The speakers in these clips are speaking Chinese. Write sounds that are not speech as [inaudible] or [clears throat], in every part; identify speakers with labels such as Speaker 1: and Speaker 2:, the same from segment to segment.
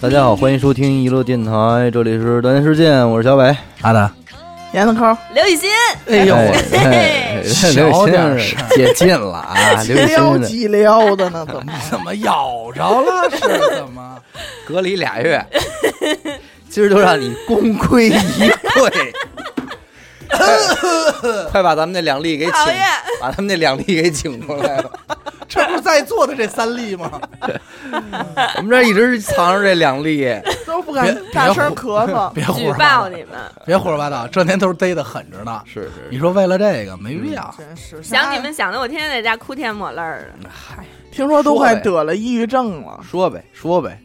Speaker 1: 大家好，欢迎收听一路电台，这里是单言世界，我是小北。
Speaker 2: 阿达，
Speaker 3: 闫子抠，
Speaker 4: 刘雨欣，
Speaker 2: 哎呦，
Speaker 1: 哎哎
Speaker 2: 小点声
Speaker 1: 刘雨欣 [laughs] 接近了啊！
Speaker 2: 哎
Speaker 1: 刘雨
Speaker 3: 撩
Speaker 1: 欣
Speaker 3: 几撩的呢？怎么？
Speaker 2: 怎么咬着了？是怎么？
Speaker 1: 隔离俩 [laughs] 月，今儿就让你功亏一篑。 [laughs] 快把咱们那两例给请
Speaker 4: 讨厌，
Speaker 1: 把他们那两例给请过来吧。
Speaker 2: 这不是在座的这三例吗？
Speaker 1: [laughs] 我们这儿一直藏着这两例，
Speaker 3: 都不
Speaker 2: 别
Speaker 3: 敢
Speaker 2: 别
Speaker 3: 大声
Speaker 2: 胡
Speaker 1: [laughs]
Speaker 3: 咳嗽。
Speaker 2: 别胡
Speaker 4: 举
Speaker 2: 说
Speaker 4: 报
Speaker 2: 八道，
Speaker 4: 你 [laughs] 们，
Speaker 2: 别胡说八道，这年头逮的狠着呢。
Speaker 1: 是嗯
Speaker 2: 你说为了这个没必要，
Speaker 3: 真是
Speaker 4: 想你们，想的我天天在家哭天抹泪儿的，
Speaker 3: 听说都快得了抑郁症了。
Speaker 1: 说呗说呗。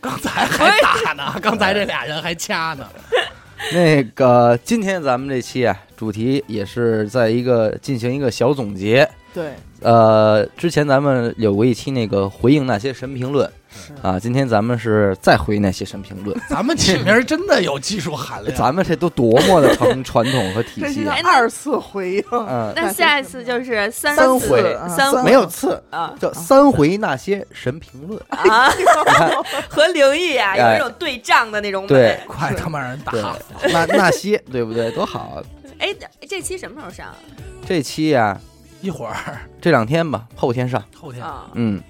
Speaker 2: 刚才还打呢，刚才这俩人还掐呢。
Speaker 1: 那个，今天咱们这期啊，主题也是在一个进行一个小总结。
Speaker 3: 对，
Speaker 1: 呃，之前咱们有过一期那个回应那些神评论
Speaker 3: 是
Speaker 1: 啊，今天咱们是再回那些神评
Speaker 3: [laughs]
Speaker 1: 论。
Speaker 2: 咱们起名真的有技术含量，
Speaker 1: 咱们这都多么的成传统和体
Speaker 3: [laughs] 这是
Speaker 1: 系
Speaker 3: 一个
Speaker 1: 啊！
Speaker 4: 哎那
Speaker 3: 二次回应，
Speaker 1: 嗯，
Speaker 4: 那下一次就是三
Speaker 1: 三
Speaker 4: 次
Speaker 1: 回
Speaker 4: 三
Speaker 3: 啊
Speaker 1: 没有次 [laughs]
Speaker 4: 啊
Speaker 1: 叫三回那些神评论，
Speaker 4: 啊， [laughs] 和灵异啊有
Speaker 1: 哎
Speaker 4: 那种对仗的那种
Speaker 1: 对
Speaker 4: 美。
Speaker 2: 快他妈让人打
Speaker 1: 对，那那些对不对？多好！啊！
Speaker 4: 哎，这期什么时候上啊
Speaker 1: 这期啊，
Speaker 2: 一会儿，
Speaker 1: 这两天吧，后天上。
Speaker 2: 后
Speaker 5: 哎
Speaker 2: 天 [laughs]
Speaker 4: 啊？
Speaker 1: 嗯，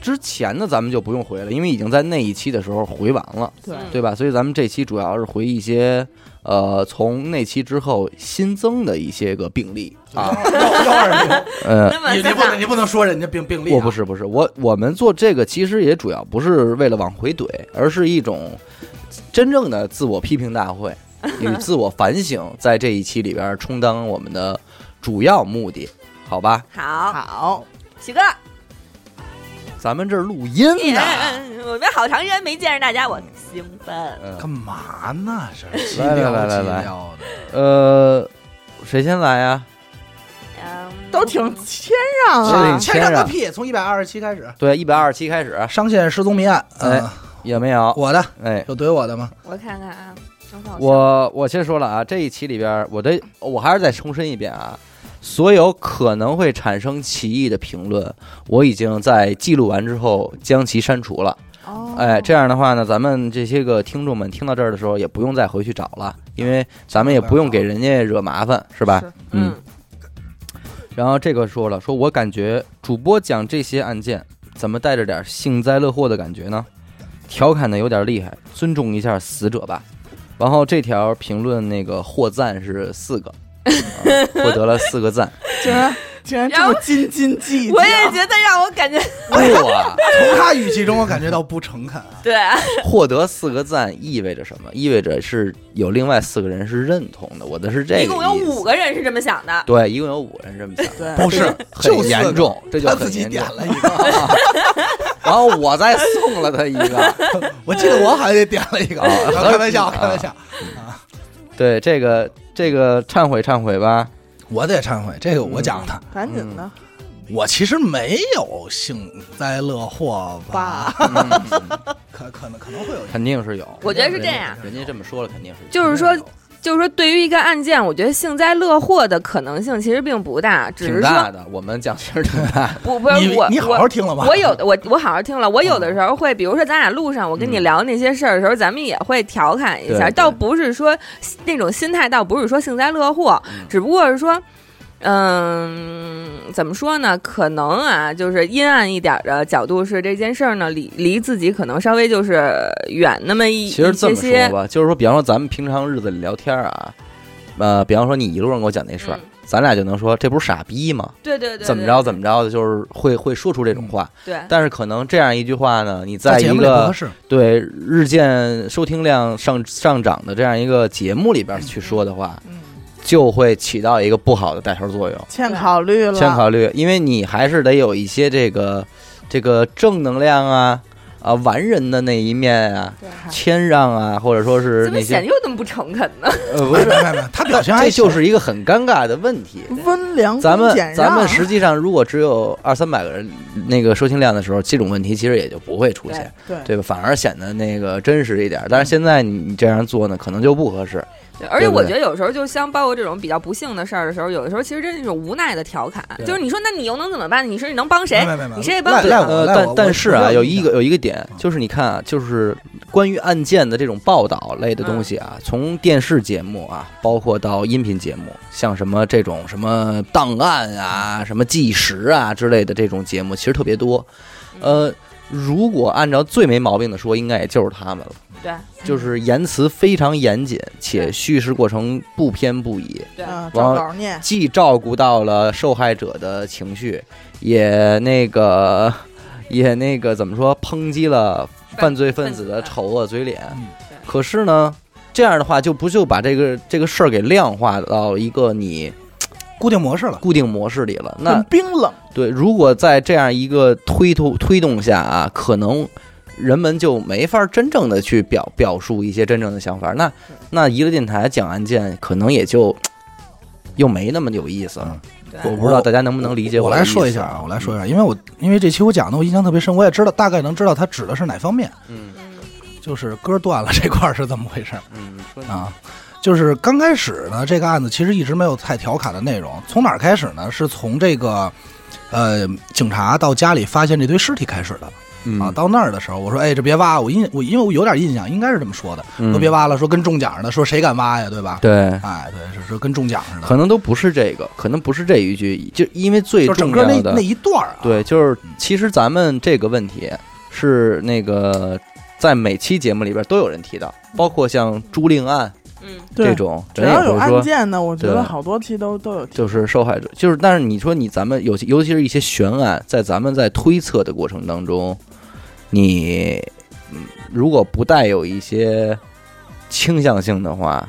Speaker 1: 之前的咱们就不用回了，因为已经在那一期的时候回完了，
Speaker 3: 对
Speaker 4: 嗯
Speaker 1: 对吧？所以咱们这期主要是回一些呃，从那期之后新增的一些个病例
Speaker 3: 嗯
Speaker 1: 啊，
Speaker 2: 等会儿
Speaker 1: 呃。
Speaker 4: 那么
Speaker 2: 你
Speaker 4: [laughs]
Speaker 2: 你
Speaker 4: 咱
Speaker 2: 不能
Speaker 4: 俩
Speaker 2: 你不能说人家病病例啊，
Speaker 1: 我不是不是，我我们做这个其实也主要不是为了往回怼，而是一种真正的自我批评大会与自我反省，在这一期里边充当我们的主要目的，好吧？
Speaker 4: 好，
Speaker 3: 好，
Speaker 4: 喜哥，
Speaker 1: 咱们这儿录音
Speaker 4: 你嗯
Speaker 1: 呢，
Speaker 4: 我们好长时间没见着大家，我兴奋。
Speaker 1: 嗯
Speaker 2: 干嘛呢？这是
Speaker 1: 来来来来
Speaker 2: 寂寥
Speaker 1: 来
Speaker 2: 的。
Speaker 1: 呃，谁先来啊？
Speaker 4: 嗯，
Speaker 3: [laughs] 都挺谦让
Speaker 1: 是
Speaker 3: 啊
Speaker 1: 你。
Speaker 2: 谦让
Speaker 1: 谦
Speaker 2: 个
Speaker 1: 让
Speaker 2: 屁！从一百二十七开始，
Speaker 1: 对，一百二十七开始
Speaker 2: 上线失踪谜案，嗯
Speaker 1: 哎，也没有，
Speaker 2: 我的
Speaker 1: 哎，
Speaker 2: 有怼我的
Speaker 1: [laughs]
Speaker 2: 吗？
Speaker 4: 我看看啊，真好笑
Speaker 1: 我我先说了啊，这一期里边，我这我还是再重申一遍啊，所有可能会产生歧义的评论，我已经在记录完之后将其删除了。
Speaker 3: 哦
Speaker 1: 哎，这样的话呢，咱们这些个听众们听到这儿的时候，也不用再回去找了，因为咱们也不用给人家惹麻烦，是吧？
Speaker 3: 是
Speaker 1: 嗯。
Speaker 4: 嗯，
Speaker 1: 然后这个说了，说我感觉主播讲这些案件，怎么带着点幸灾乐祸的感觉呢？调侃的有点厉害，尊重一下死者吧。然后这条评论那个获赞是四
Speaker 4: [laughs]
Speaker 1: 个，啊获得了四个赞。
Speaker 3: 竟然竟然这
Speaker 4: 然
Speaker 3: 么
Speaker 4: 后
Speaker 3: 斤斤计较，
Speaker 4: 我也觉得让我感觉
Speaker 1: 哇，
Speaker 2: 从他语气中我感觉到不诚恳啊。
Speaker 4: 对，
Speaker 1: 获得四个赞意味着什么？意味着是有另外四个人是认同的。我的是这个，
Speaker 4: [laughs] 一共有五。个人是这么想的。
Speaker 1: 对，一共有五个人这么想，
Speaker 3: 对
Speaker 2: 不是，
Speaker 1: [laughs] 很
Speaker 2: 就四个
Speaker 1: 严重，这就
Speaker 2: 他
Speaker 1: 很
Speaker 2: 自己
Speaker 1: 严重
Speaker 2: 点。了一个，
Speaker 1: 然后我再送了他一个，
Speaker 2: 我记得我好像也点了一 [laughs] 个，
Speaker 1: 啊
Speaker 2: 开玩笑，开玩笑。
Speaker 1: 嗯对这个这个忏悔忏悔吧，
Speaker 2: [laughs] 我得忏悔，这个我讲的，
Speaker 3: 赶紧的，
Speaker 2: 嗯
Speaker 1: 嗯
Speaker 2: 我其实没有幸灾乐祸吧，
Speaker 3: 爸，
Speaker 2: 可可能可能会有。
Speaker 1: 嗯肯定是有。
Speaker 4: 我觉得是这样
Speaker 1: 人家这么说了，肯定是有
Speaker 4: 就是说，就是说，对于一个案件，我觉得幸灾乐祸的可能性其实并不大，只
Speaker 1: 挺
Speaker 4: 是说
Speaker 1: 大的。我们讲其实挺大的，
Speaker 4: 不不是
Speaker 2: 你
Speaker 4: 我
Speaker 2: 你好好
Speaker 4: 我
Speaker 2: 听了吧？
Speaker 1: 啊
Speaker 4: 我有的我我好好听了，我有
Speaker 1: 嗯
Speaker 4: 的时候会，比如说咱俩路上我跟你聊那些事儿的时候，咱们也会调侃一
Speaker 1: 对
Speaker 4: 下，
Speaker 1: 对
Speaker 4: 倒不是说那种心态，倒不是说幸灾乐祸
Speaker 1: 嗯，
Speaker 4: 只不过是说。嗯，怎么说呢？可能啊，就是阴暗一点儿的角度是这件事儿呢，离离自己可能稍微就是远那么一
Speaker 1: 其实这么
Speaker 4: 一些
Speaker 1: 说
Speaker 4: 些。
Speaker 1: 吧，就是说，比方说咱们平常日子里聊天啊，呃，比方说你一路上给我讲那事儿
Speaker 4: 嗯，
Speaker 1: 咱俩就能说这不是傻逼吗？
Speaker 4: 对对对，
Speaker 1: 怎么
Speaker 4: 对
Speaker 1: 着？怎么着的，就是会会说出这种话。
Speaker 4: 对，
Speaker 1: 但是可能这样一句话呢，你
Speaker 2: 嗯
Speaker 1: 在
Speaker 2: 在节
Speaker 1: 一
Speaker 2: 目里不合
Speaker 1: 个
Speaker 2: 适，
Speaker 1: 对日渐收听量上上涨的这样一个节目里边去说的话，
Speaker 3: 嗯，
Speaker 1: 就会起到一个不好的带头作用。
Speaker 3: 欠考虑了，
Speaker 1: 先考虑，因为你还是得有一些这个这个正能量啊啊完人的那一面啊，
Speaker 3: 对
Speaker 1: 谦让啊，或者说是
Speaker 4: 怎么
Speaker 1: 那
Speaker 4: 显
Speaker 1: 些
Speaker 4: 得又那么不诚恳呢？
Speaker 1: 呃不
Speaker 2: 不是，
Speaker 1: 是，
Speaker 2: 没有没有，他表情还
Speaker 1: 这就
Speaker 2: 行
Speaker 1: 是一个很尴尬的问题。
Speaker 3: 温良
Speaker 1: 咱
Speaker 3: 恭
Speaker 1: 们
Speaker 3: 嗯俭让啊
Speaker 1: 咱们实际上如果只有二三百个人那个收听量的时候，这种问题其实也就不会出现，
Speaker 3: 对
Speaker 1: 对吧？反而显得那个真实一点。但是现在你你这样做呢，可能就不合适。
Speaker 4: 对而且
Speaker 1: 对不
Speaker 4: 我
Speaker 1: 对
Speaker 4: 觉得有时候，就像包括这种比较不幸的事儿的时候，有的时候其实真是一种无奈的调侃，
Speaker 2: 对
Speaker 4: 就是你说，那你又能怎么办？你说你能帮谁
Speaker 5: 没？没没
Speaker 4: 你谁也帮不
Speaker 5: 赖赖
Speaker 4: 了。
Speaker 1: 呃，
Speaker 5: 我赖
Speaker 1: 但
Speaker 5: 我
Speaker 1: 但
Speaker 5: 我
Speaker 1: 是
Speaker 5: 我
Speaker 1: 啊，
Speaker 5: 要
Speaker 1: 有
Speaker 5: 你
Speaker 1: 一
Speaker 5: 讲
Speaker 1: 个有一个点，就是你看啊，就是关于案件的这种报道类的东西啊，
Speaker 5: 嗯
Speaker 1: 从电视节目啊，包括到音频节目，像什么这种什么档案啊、什么纪实啊之类的这种节目，其实特别多。
Speaker 5: 嗯
Speaker 1: 呃，如果按照最没毛病的说，应该也就是他们了，
Speaker 4: 对
Speaker 1: 就是
Speaker 5: 嗯
Speaker 1: 言辞非常严谨，且
Speaker 4: 对
Speaker 1: 叙事过程不偏不倚，
Speaker 4: 对，
Speaker 3: 啊，
Speaker 1: 王
Speaker 3: 照稿念，
Speaker 1: 既照顾到了受害者的情绪，也那个也那个怎么说，抨击了犯罪分子的丑恶嘴脸
Speaker 5: 嗯。
Speaker 1: 可是呢，这样的话就不就把这个这个事儿给量化到一个你
Speaker 5: 固定模式了。
Speaker 1: 固定模式里了。那
Speaker 3: 很冰冷，
Speaker 1: 对，如果在这样一个推动推动下啊，可能人们就没法真正的去表表述一些真正的想法。那那娱乐电台讲案件，可能也就又没那么有意思了。我不知道大家能不能理解
Speaker 5: 嗯我
Speaker 1: 的
Speaker 5: 来
Speaker 1: 意思
Speaker 5: 说一下啊，我来说一下，因为我因为这期我讲的我印象特别深，我也知道大概能知道它指的是哪方面，
Speaker 1: 嗯
Speaker 5: 就是歌断了这块儿是怎么回事儿
Speaker 1: 嗯，说
Speaker 5: 啊。就是刚开始呢，这个案子其实一直没有太调侃的内容。从哪儿开始呢？是从这个，呃，警察到家里发现这堆尸体开始的
Speaker 1: 嗯
Speaker 5: 啊。到那儿的时候，我说：“哎，这别挖！”我印我因为我有点印象，应该是这么说的，
Speaker 1: 嗯
Speaker 5: 说别挖了，说跟中奖似的，说谁敢挖呀，对吧？
Speaker 1: 对，
Speaker 5: 哎，对，是说跟中奖似的。
Speaker 1: 可能都不是这个，可能不是这一句，就因为最
Speaker 5: 就整
Speaker 1: 重
Speaker 5: 个那
Speaker 1: 要的
Speaker 5: 那一段儿啊，
Speaker 1: 对，就是其实咱们这个问题是那个在每期节目里边都有人提到，包括像朱令案
Speaker 4: 嗯，
Speaker 1: 这
Speaker 3: 嗯对，
Speaker 1: 种，
Speaker 3: 只
Speaker 1: 人也
Speaker 3: 要有
Speaker 1: 会
Speaker 3: 案
Speaker 1: 说。
Speaker 3: 件呢，我觉
Speaker 1: 对嗯
Speaker 3: 得好多期都都有提，
Speaker 1: 就是受害者，就是，但是你说你咱们有些，尤其是一些悬案，在咱们在推测的过程当中，你嗯如果不带有一些倾向性的话，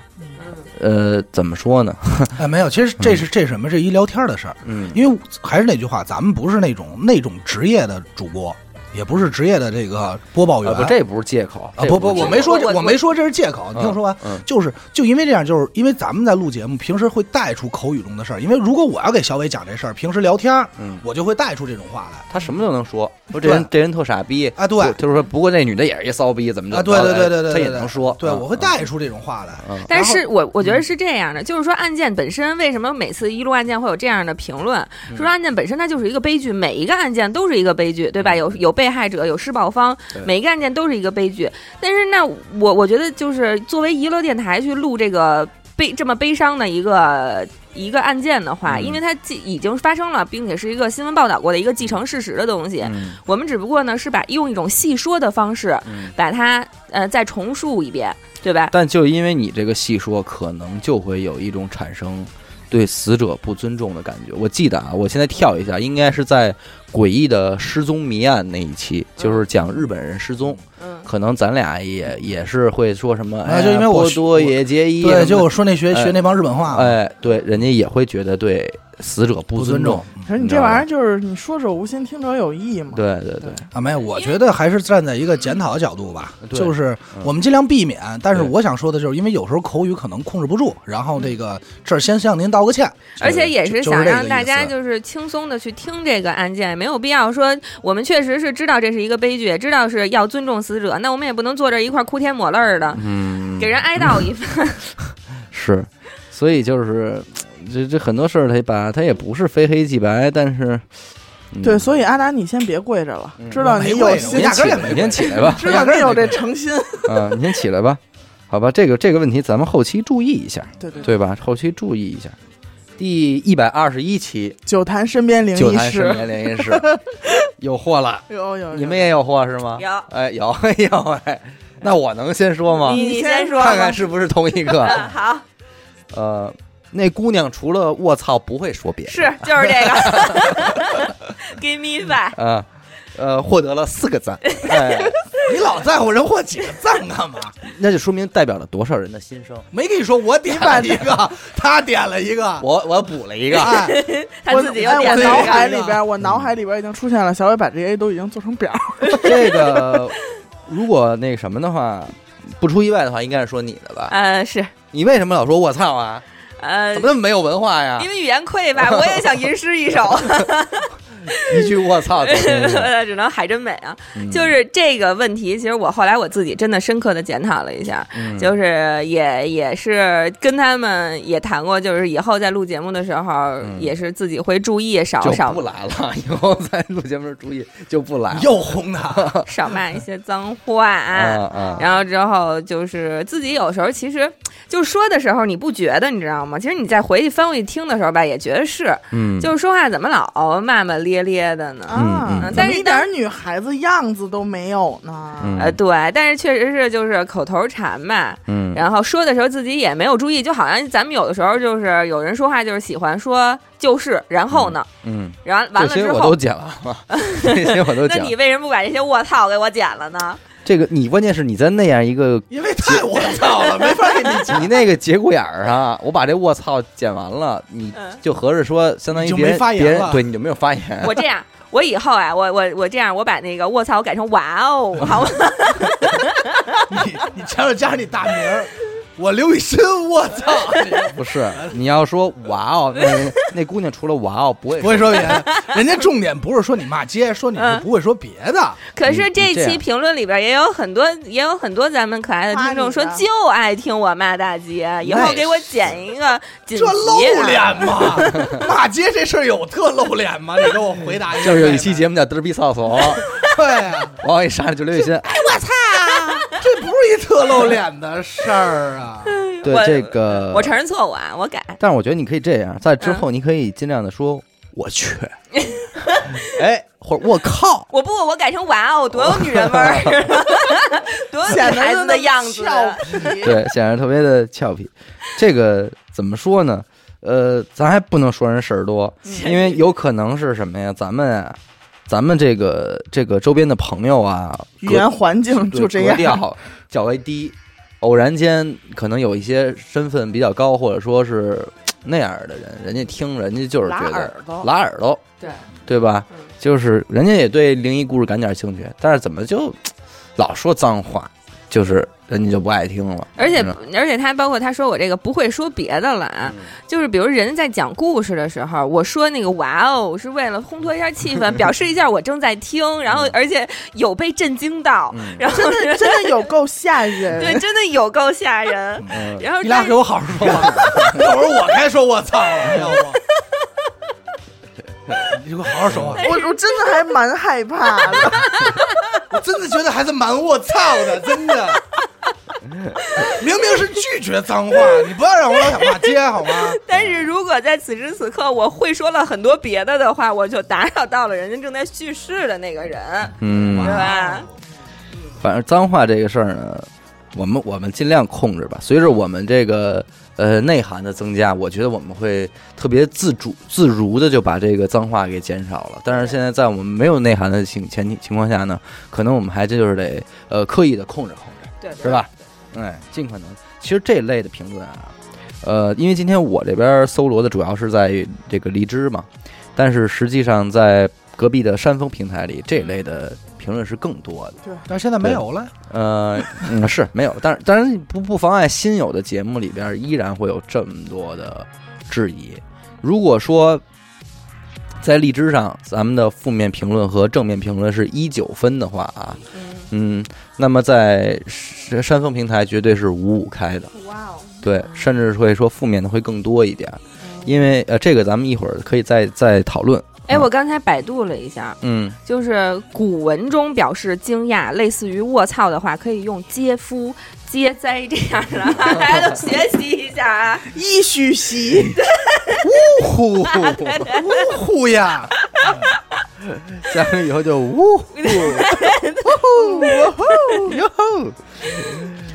Speaker 3: 嗯
Speaker 1: 呃，怎么说
Speaker 5: [laughs]
Speaker 1: 呢？
Speaker 5: 哎，没有，其实这是这是什么？这一聊天的事儿，
Speaker 1: 嗯
Speaker 5: 因为还是那句话，咱们不是那种那种职业的主播，也不是职业的这个播报员。
Speaker 1: 啊，不，这不是借口
Speaker 5: 啊不不，我
Speaker 4: 我
Speaker 5: 没说这，
Speaker 4: 我
Speaker 5: 我没说这是借口。你听我说完，，
Speaker 1: 嗯
Speaker 5: 就是就因为这样，就是因为咱们在录节目，平时会带出口语中的事儿。因为如果我要给小伟讲这事儿，平时聊天儿，
Speaker 1: 嗯，
Speaker 5: 我就会带出这种话来。
Speaker 1: 他什么都能说，说这人这人特傻逼，
Speaker 5: 啊，对，
Speaker 1: 就是说，不过那女的也是一骚逼，怎么
Speaker 5: 啊，
Speaker 1: 着？
Speaker 5: 对对对对对，
Speaker 1: 他也
Speaker 5: 对
Speaker 1: 能说，
Speaker 5: 对，
Speaker 1: 嗯
Speaker 5: 我会，带出这种话来。
Speaker 1: 嗯
Speaker 4: 但是我我觉得是这样的，就是说案件本身为什么每次一路案件会有这样的评论？
Speaker 1: 嗯
Speaker 4: 说案件本身它就是一个悲剧，每一个案件都是一个悲剧，对吧？有有被害者，有施暴方
Speaker 1: 嗯对，
Speaker 4: 每一个案件都是一个悲剧。但是那我我觉得就是作为娱乐电台去录这个悲这么悲伤的一个。一个案件的话，
Speaker 1: 嗯
Speaker 4: 因为它既已经发生了，并且是一个新闻报道过的一个既成事实的东西，
Speaker 1: 嗯
Speaker 4: 我们只不过呢是把用一种细说的方式
Speaker 1: 嗯。
Speaker 4: 把它呃再重述一遍，对吧？
Speaker 1: 但就因为你这个细说，可能就会有一种产生对死者不尊重的感觉。我记得啊，我现在跳一下，应该是在诡异的失踪谜案那一期，
Speaker 5: 嗯
Speaker 1: 就是讲日本人失踪，
Speaker 4: 嗯，
Speaker 1: 可能咱俩也也是会说什么，
Speaker 5: 啊
Speaker 1: 哎呀，
Speaker 5: 就因为我
Speaker 1: 波多野结衣，
Speaker 5: 对，就我说那学
Speaker 1: 哎
Speaker 5: 学那帮日本话嘛，
Speaker 1: 嗯哎，对，人家也会觉得对死者不
Speaker 5: 不尊
Speaker 1: 尊重
Speaker 5: 重。
Speaker 3: 可是你这玩意儿就是你说者无心，听者有意嘛，
Speaker 1: 对对对
Speaker 3: 对，
Speaker 5: 啊，没有，我觉得还是站在一个检讨的角度吧，
Speaker 1: 对
Speaker 5: 就是
Speaker 1: 嗯
Speaker 5: 我们尽量避免。但是
Speaker 1: 对
Speaker 5: 我想说的就是，因为有时候口语可能控制不住，然后这个这儿先向您道个歉。
Speaker 4: 而且也
Speaker 5: 就是就
Speaker 4: 想
Speaker 5: 这个
Speaker 4: 让大
Speaker 5: 意
Speaker 4: 家
Speaker 5: 思
Speaker 4: 就是轻松的去听这个案件，没有必要说我们确实是知道这是一个悲剧，知道是要尊重死者，那我们也不能坐这儿一块儿哭天抹泪儿的，
Speaker 1: 嗯，
Speaker 4: 给人哀悼一番。
Speaker 1: 是，所以就是这这很多事儿，他吧，他也不是非黑即白，但是，嗯、
Speaker 3: 对，所以阿达你先别跪着了，知道你
Speaker 5: 没
Speaker 3: 有
Speaker 5: 跪着我
Speaker 3: 心
Speaker 1: 你，
Speaker 5: 压
Speaker 1: 先
Speaker 5: 根
Speaker 1: 起
Speaker 5: 儿
Speaker 1: 来，你先起
Speaker 5: 也没
Speaker 1: 来
Speaker 3: [laughs]
Speaker 1: 吧，
Speaker 3: 知道你有这诚心，
Speaker 1: 啊，你先起来吧，好吧，这个这个问题咱们后期注意一下，
Speaker 3: [laughs] 对对，
Speaker 1: 对吧？后期注意一下。第一百二十一期
Speaker 3: 酒坛身边灵
Speaker 1: 《九
Speaker 3: 异
Speaker 1: 坛失
Speaker 3: 事，
Speaker 1: 眠联姻室》有货了，
Speaker 3: 有有，
Speaker 1: 你们也有货是吗？
Speaker 4: 有
Speaker 1: 哎，有有哎，那我能先说吗？
Speaker 4: 你
Speaker 3: 你
Speaker 4: 先
Speaker 3: 先
Speaker 4: 说吧，
Speaker 1: 看看是不是同一个？
Speaker 4: 嗯好，
Speaker 1: 呃，那姑娘除了卧槽不会说别的，
Speaker 4: 是就是这个，Give me five。
Speaker 1: 啊，呃，获得了四个
Speaker 4: [laughs]
Speaker 1: 赞，哎，
Speaker 5: 你老在乎人获几个赞干嘛？
Speaker 1: 那就说明代表了多少人的心
Speaker 4: 啊
Speaker 1: 声。
Speaker 5: 没跟你说我点了一
Speaker 1: [laughs]
Speaker 5: 个，他点了一个，
Speaker 1: 我我补了一个，
Speaker 4: 啊
Speaker 5: 哎，
Speaker 4: 他
Speaker 3: 我
Speaker 4: 自己
Speaker 3: 哎
Speaker 4: 又点
Speaker 3: 我
Speaker 4: 了
Speaker 3: 脑
Speaker 4: 一
Speaker 3: 海
Speaker 4: 个，
Speaker 3: 里边，我脑海里边已经出现了，小伟把这些都已经做成表，
Speaker 1: 这个如果那个什么的话，不出意外的话，应该是说你的吧？
Speaker 4: 呃，是
Speaker 1: 你为什么老说我操啊？
Speaker 4: 呃
Speaker 1: 怎么，那么没有文化呀
Speaker 4: 因？为语言匮乏，我也想吟诗一首。
Speaker 1: 一句我操，走
Speaker 4: [laughs]
Speaker 1: 进去
Speaker 4: 只能海真美啊！
Speaker 1: 嗯
Speaker 4: 就是这个问题，其实我后来我自己真的深刻的检讨了一下，
Speaker 1: 嗯
Speaker 4: 就是也也是跟他们也谈过，就是以后在录节目的时候，也是自己会注意少
Speaker 1: 嗯就
Speaker 4: 少
Speaker 1: 不来了， [laughs] 以后在录节目时注意就不来了。
Speaker 5: 又轰他，
Speaker 1: [laughs]
Speaker 4: 少骂一些脏话。
Speaker 1: 啊啊！
Speaker 4: 然后之后就是自己有时候其实就说的时候你不觉得你知道吗？其实你再回去翻回去听的时候吧，也觉得是，
Speaker 1: 嗯，
Speaker 4: 就是说话怎么老骂骂咧咧的呢？
Speaker 1: 嗯
Speaker 3: 啊
Speaker 1: 嗯，
Speaker 4: 但
Speaker 3: 怎
Speaker 4: 是
Speaker 3: 么一点女孩子样子都没有呢。
Speaker 4: 呃，
Speaker 1: 嗯
Speaker 4: 对，但是确实是就是口头禅吧，
Speaker 1: 嗯
Speaker 4: 然后说的时候自己也没有注意，就好像咱们有的时候就是有人说话就是喜欢说就是，然后呢，
Speaker 1: 嗯，
Speaker 4: 然后完
Speaker 1: 这
Speaker 4: 了
Speaker 1: 些
Speaker 4: 之
Speaker 1: 我
Speaker 4: 后
Speaker 1: 都，剪
Speaker 4: [laughs]
Speaker 1: 了，啊这些我都
Speaker 4: 那
Speaker 1: 剪
Speaker 4: 你
Speaker 1: 了。
Speaker 4: 为什么不把这些卧槽给我剪了呢？
Speaker 1: 这个你关键是你在那样一个
Speaker 5: 因为太我操了，没法给
Speaker 1: [laughs]
Speaker 5: 你
Speaker 1: 你那个节骨眼儿啊， [laughs] 我把这卧槽剪完了，你
Speaker 4: 嗯
Speaker 1: 就合着说相当于
Speaker 5: 你就
Speaker 1: 别
Speaker 5: 没
Speaker 1: 人
Speaker 5: 发言
Speaker 1: 别人
Speaker 5: 了
Speaker 1: 对你就没有发
Speaker 5: [laughs]
Speaker 1: 言。
Speaker 4: 我这样，我以后啊，我我我这样，我把那个卧槽我改成哇哦，好吗？
Speaker 1: 嗯
Speaker 5: 你你前面加上你大名儿，我刘雨欣，我操，
Speaker 1: 不是，你要说哇哦，那那姑娘除了哇哦不会
Speaker 5: [laughs] 不会说别的，人家重点不是说你骂街，说你是不会说别的，
Speaker 4: 可是这
Speaker 1: 你嗯这
Speaker 4: 期
Speaker 1: 样
Speaker 4: 评论里边也有很多，也有很多咱们可爱的听众说
Speaker 3: 骂你的
Speaker 4: 就爱听我骂大街，以后给我剪一个紧急
Speaker 5: 这
Speaker 4: 啊的。
Speaker 5: 露脸吗？ [laughs] 骂街这事儿有特露脸吗？你给我回答一下。
Speaker 1: 就是有一期节目叫《嘚儿逼操
Speaker 5: [laughs]
Speaker 1: 怂》，
Speaker 5: 对啊，
Speaker 1: 王一上来就刘雨
Speaker 4: [laughs]
Speaker 1: 欣。
Speaker 5: 这不是一特露脸的事儿啊。
Speaker 1: 对
Speaker 4: 我
Speaker 1: 这个，
Speaker 4: 我承嗯认错误啊，我改。
Speaker 1: 但是我觉得你可以这样，在之后你可以尽量的说“我
Speaker 5: [laughs]
Speaker 1: 去”，哎，或者“我靠
Speaker 4: 我不，我改成哇哦，多有女人味儿，
Speaker 1: 哦
Speaker 4: [laughs] 多有
Speaker 3: 显
Speaker 4: 女
Speaker 3: 得
Speaker 4: 孩子的样
Speaker 3: 就
Speaker 4: 子。 [laughs]
Speaker 3: 那
Speaker 1: [laughs]
Speaker 3: 么俏”，皮。
Speaker 1: 对，显得特别的俏皮。这个怎么说呢？呃，咱还不能说人事儿多，
Speaker 3: 嗯
Speaker 1: 因为有可能是什么呀？咱们啊，咱们这个这个周边的朋友啊，
Speaker 3: 语
Speaker 1: 隔
Speaker 3: 言环境
Speaker 1: 对
Speaker 3: 就这
Speaker 1: 格
Speaker 3: 样，
Speaker 1: 调较为低，偶然间可能有一些身份比较高，或者说是那样的人，人家听人家
Speaker 3: [laughs]
Speaker 1: 就是
Speaker 3: 拉
Speaker 1: 觉得
Speaker 3: 耳
Speaker 4: [laughs]
Speaker 3: 朵，
Speaker 1: 拉耳朵，
Speaker 4: 对
Speaker 1: 对吧
Speaker 4: 嗯？
Speaker 1: 就是人家也对灵异故事感点兴趣，但是怎么就老说脏话，就是人家就不爱听了。
Speaker 4: 而且
Speaker 1: 你知道
Speaker 4: 而且他包括他说我这个不会说别的了啊，
Speaker 1: 嗯
Speaker 4: 就是比如人在讲故事的时候，我说那个哇哦是为了烘托一下气
Speaker 1: [laughs]
Speaker 4: 氛，表示一下我正在听，然后而且有被震惊到，
Speaker 1: 嗯
Speaker 4: 然后
Speaker 1: [laughs]
Speaker 3: 真的真的有够吓
Speaker 4: 对，
Speaker 3: 人。
Speaker 4: 真的有够吓人。
Speaker 1: 嗯，
Speaker 4: 然后
Speaker 5: 你俩
Speaker 4: 但
Speaker 5: 给我好好说话，一会儿我该说我操了，要不？ [laughs] 你给我好好说话，
Speaker 3: [laughs] 我我真的还蛮害怕的， [laughs]
Speaker 5: 我真的觉得还是蛮我操的，真的。明明是拒绝脏话，你不要让我老想骂街好吗？
Speaker 4: 但是如果在此时此刻我会说了很多别的的话，我就打扰到了人家正在叙事的那个人，对
Speaker 1: 嗯，
Speaker 4: 吧？
Speaker 1: 反正脏话这个事儿呢，我们我们尽量控制吧。随着我们这个呃内涵的增加，我觉得我们会特别自主自如的就把这个脏话给减少了。但是现在在我们没有内涵的情前提情况下呢，可能我们还真就是得呃刻意的控制控制。
Speaker 4: 对，对
Speaker 1: 是吧？哎，尽可能。其实这类的评论啊，呃，因为今天我这边搜罗的主要是在这个荔枝嘛，但是实际上在隔壁的山峰平台里，这类的评论是更多的。
Speaker 5: 但是现在
Speaker 1: 没
Speaker 5: 有了，
Speaker 1: 呃，嗯， [laughs] 是没有，但是当然不不妨碍新有的节目里边依然会有这么多的质疑。如果说在荔枝上，咱们的负面评论和正面评论是一九分的话啊，
Speaker 4: 嗯
Speaker 1: 嗯，那么在山山峰平台绝对是五五开的，
Speaker 3: 哇哦，
Speaker 1: 对，甚至会说负面的会更多一点儿，因为呃，这个咱们一会儿可以再再讨论。
Speaker 4: 哎，我刚才百度了一下，
Speaker 1: 嗯，
Speaker 4: 就是古文中表示惊讶，类似于“卧槽”的话，可以用“嗟夫”“嗟哉”这样的，
Speaker 3: [laughs]
Speaker 4: 大家都学习一下啊。
Speaker 3: 一虚
Speaker 1: [laughs]
Speaker 3: 席，
Speaker 5: 呜呼呜呼呀！
Speaker 1: 咱们以后就呜呼哟
Speaker 3: [laughs]
Speaker 1: 吼，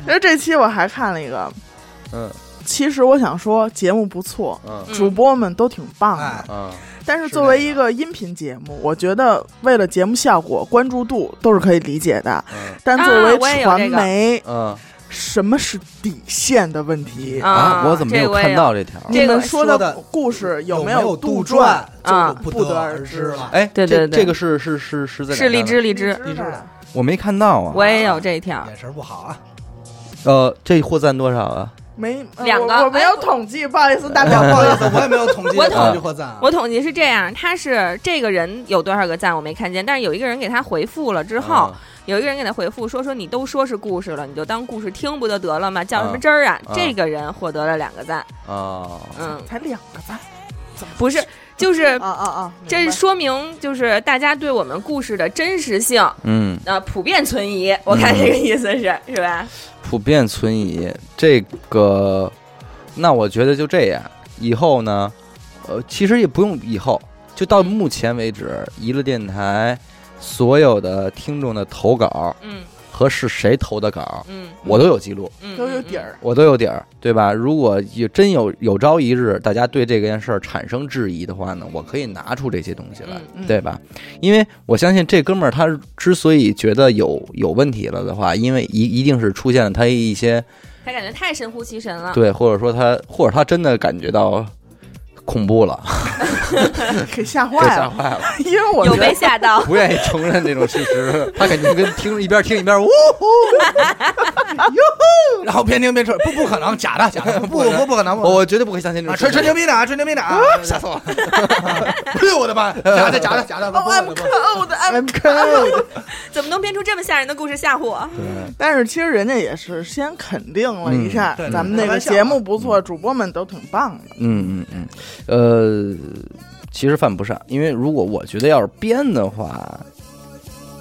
Speaker 3: 因为这期我还看了一个，
Speaker 1: 嗯
Speaker 3: 其实我想说节目不错，
Speaker 1: 嗯
Speaker 3: 主播们都挺棒
Speaker 5: 哎
Speaker 3: 的，，
Speaker 1: 啊，
Speaker 3: 但是作为一个音频节目，我觉得为了节目效果、关注度都是可以理解的，
Speaker 1: 嗯
Speaker 3: 但作为
Speaker 4: 啊我也有
Speaker 3: 传
Speaker 4: 这个
Speaker 3: 媒，
Speaker 1: 嗯
Speaker 3: 什么是底线的问题？
Speaker 1: 啊，我怎么没
Speaker 4: 这
Speaker 1: 有
Speaker 4: 我也
Speaker 1: 看到这条？
Speaker 4: 这
Speaker 3: 你
Speaker 4: 个
Speaker 3: 们说
Speaker 5: 说的
Speaker 3: 故事有
Speaker 5: 没
Speaker 3: 没
Speaker 5: 有
Speaker 3: 杜
Speaker 5: 撰，这
Speaker 4: 啊
Speaker 5: 我不得而知了。
Speaker 1: 哎，
Speaker 4: 对
Speaker 1: 这
Speaker 4: 对对
Speaker 1: 这个是是是是在哪
Speaker 4: 是
Speaker 1: 儿
Speaker 4: 荔
Speaker 1: 看的
Speaker 4: 枝，荔枝，
Speaker 3: 你知道的
Speaker 1: 我没看到啊。
Speaker 4: 我也有这条。
Speaker 5: 眼神不好啊！
Speaker 1: 呃，这货赞多少啊？
Speaker 3: 没呃
Speaker 4: 两个
Speaker 3: 我我没有
Speaker 4: 哎
Speaker 3: 统计，不好意思，大表
Speaker 5: 不
Speaker 3: 哥
Speaker 5: 好意
Speaker 4: [laughs]
Speaker 5: 思，我也没有统计
Speaker 4: 我
Speaker 5: 这句话赞啊。
Speaker 4: 我统计是这样，他是这个人有多少个赞我没看见，但是有一个人给他回复了之后，
Speaker 1: 啊
Speaker 4: 有一个人给他回复说说你都说是故事了，你就当故事听不就得了吗？叫什么真儿啊？
Speaker 1: 嗯
Speaker 4: 这个人获得了两个赞，
Speaker 1: 啊啊，
Speaker 4: 嗯，
Speaker 3: 才两个赞，
Speaker 4: 不是，就是
Speaker 3: 啊啊啊！
Speaker 4: 呃这
Speaker 3: 明
Speaker 4: 说明就是大家对我们故事的真实性。
Speaker 1: 嗯，
Speaker 4: 呃，普遍存疑，我看这个意思是、是吧？
Speaker 1: 普遍存疑。这个，那我觉得就这样。以后呢，呃，其实也不用以后，就到目前为止，娱乐电台所有的听众的投稿
Speaker 4: 嗯
Speaker 1: 和是谁投的稿，
Speaker 4: 嗯
Speaker 1: 我都有记录，
Speaker 4: 嗯，
Speaker 3: 白都有底儿，
Speaker 1: 我都有底儿，对吧？如果有真有有朝一日大家对这件事儿产生质疑的话呢，我可以拿出这些东西来。
Speaker 4: 嗯。
Speaker 3: 嗯
Speaker 1: 对吧？因为我相信这哥们儿他之所以觉得有有问题了的话，因为一一定是出现了他一些
Speaker 4: 他感觉太神乎其神
Speaker 5: 啊
Speaker 4: 了。
Speaker 1: 对，或者说他或者他真的感觉到恐怖了，
Speaker 3: 白给吓
Speaker 1: 给
Speaker 3: 坏
Speaker 1: 吓
Speaker 3: 了，
Speaker 1: 坏了，，
Speaker 3: 因为我
Speaker 4: 有
Speaker 3: 觉 [laughs]
Speaker 4: 被
Speaker 3: 得
Speaker 4: 吓到 [laughs]
Speaker 1: 不愿意承认这种事实，他肯定跟听一边听一边
Speaker 5: [laughs]
Speaker 1: 呜，
Speaker 5: 然后边听边吹，不不可能，假的假的，哎不不不可能，
Speaker 1: 我我绝对不会相信这
Speaker 5: 啊，
Speaker 1: 种
Speaker 5: 吹
Speaker 1: 事
Speaker 5: 吹
Speaker 1: 实。
Speaker 5: 牛逼的啊，吹牛逼的啊，吓死 [laughs] 我了！哎呦我的妈，假的假的假的，不
Speaker 3: O
Speaker 5: 不
Speaker 3: M
Speaker 5: 哦不不
Speaker 3: K O 的 M，
Speaker 4: 怎么能编出这么吓人的故事吓唬我？
Speaker 3: 但是其实人家也是先肯定了一下
Speaker 5: 嗯对
Speaker 3: 咱们那
Speaker 5: 开
Speaker 3: 个
Speaker 5: 玩笑
Speaker 3: 节目不错，主播们都挺棒的，
Speaker 1: 嗯嗯嗯，呃，其实犯不上，因为如果我觉得要是编的话，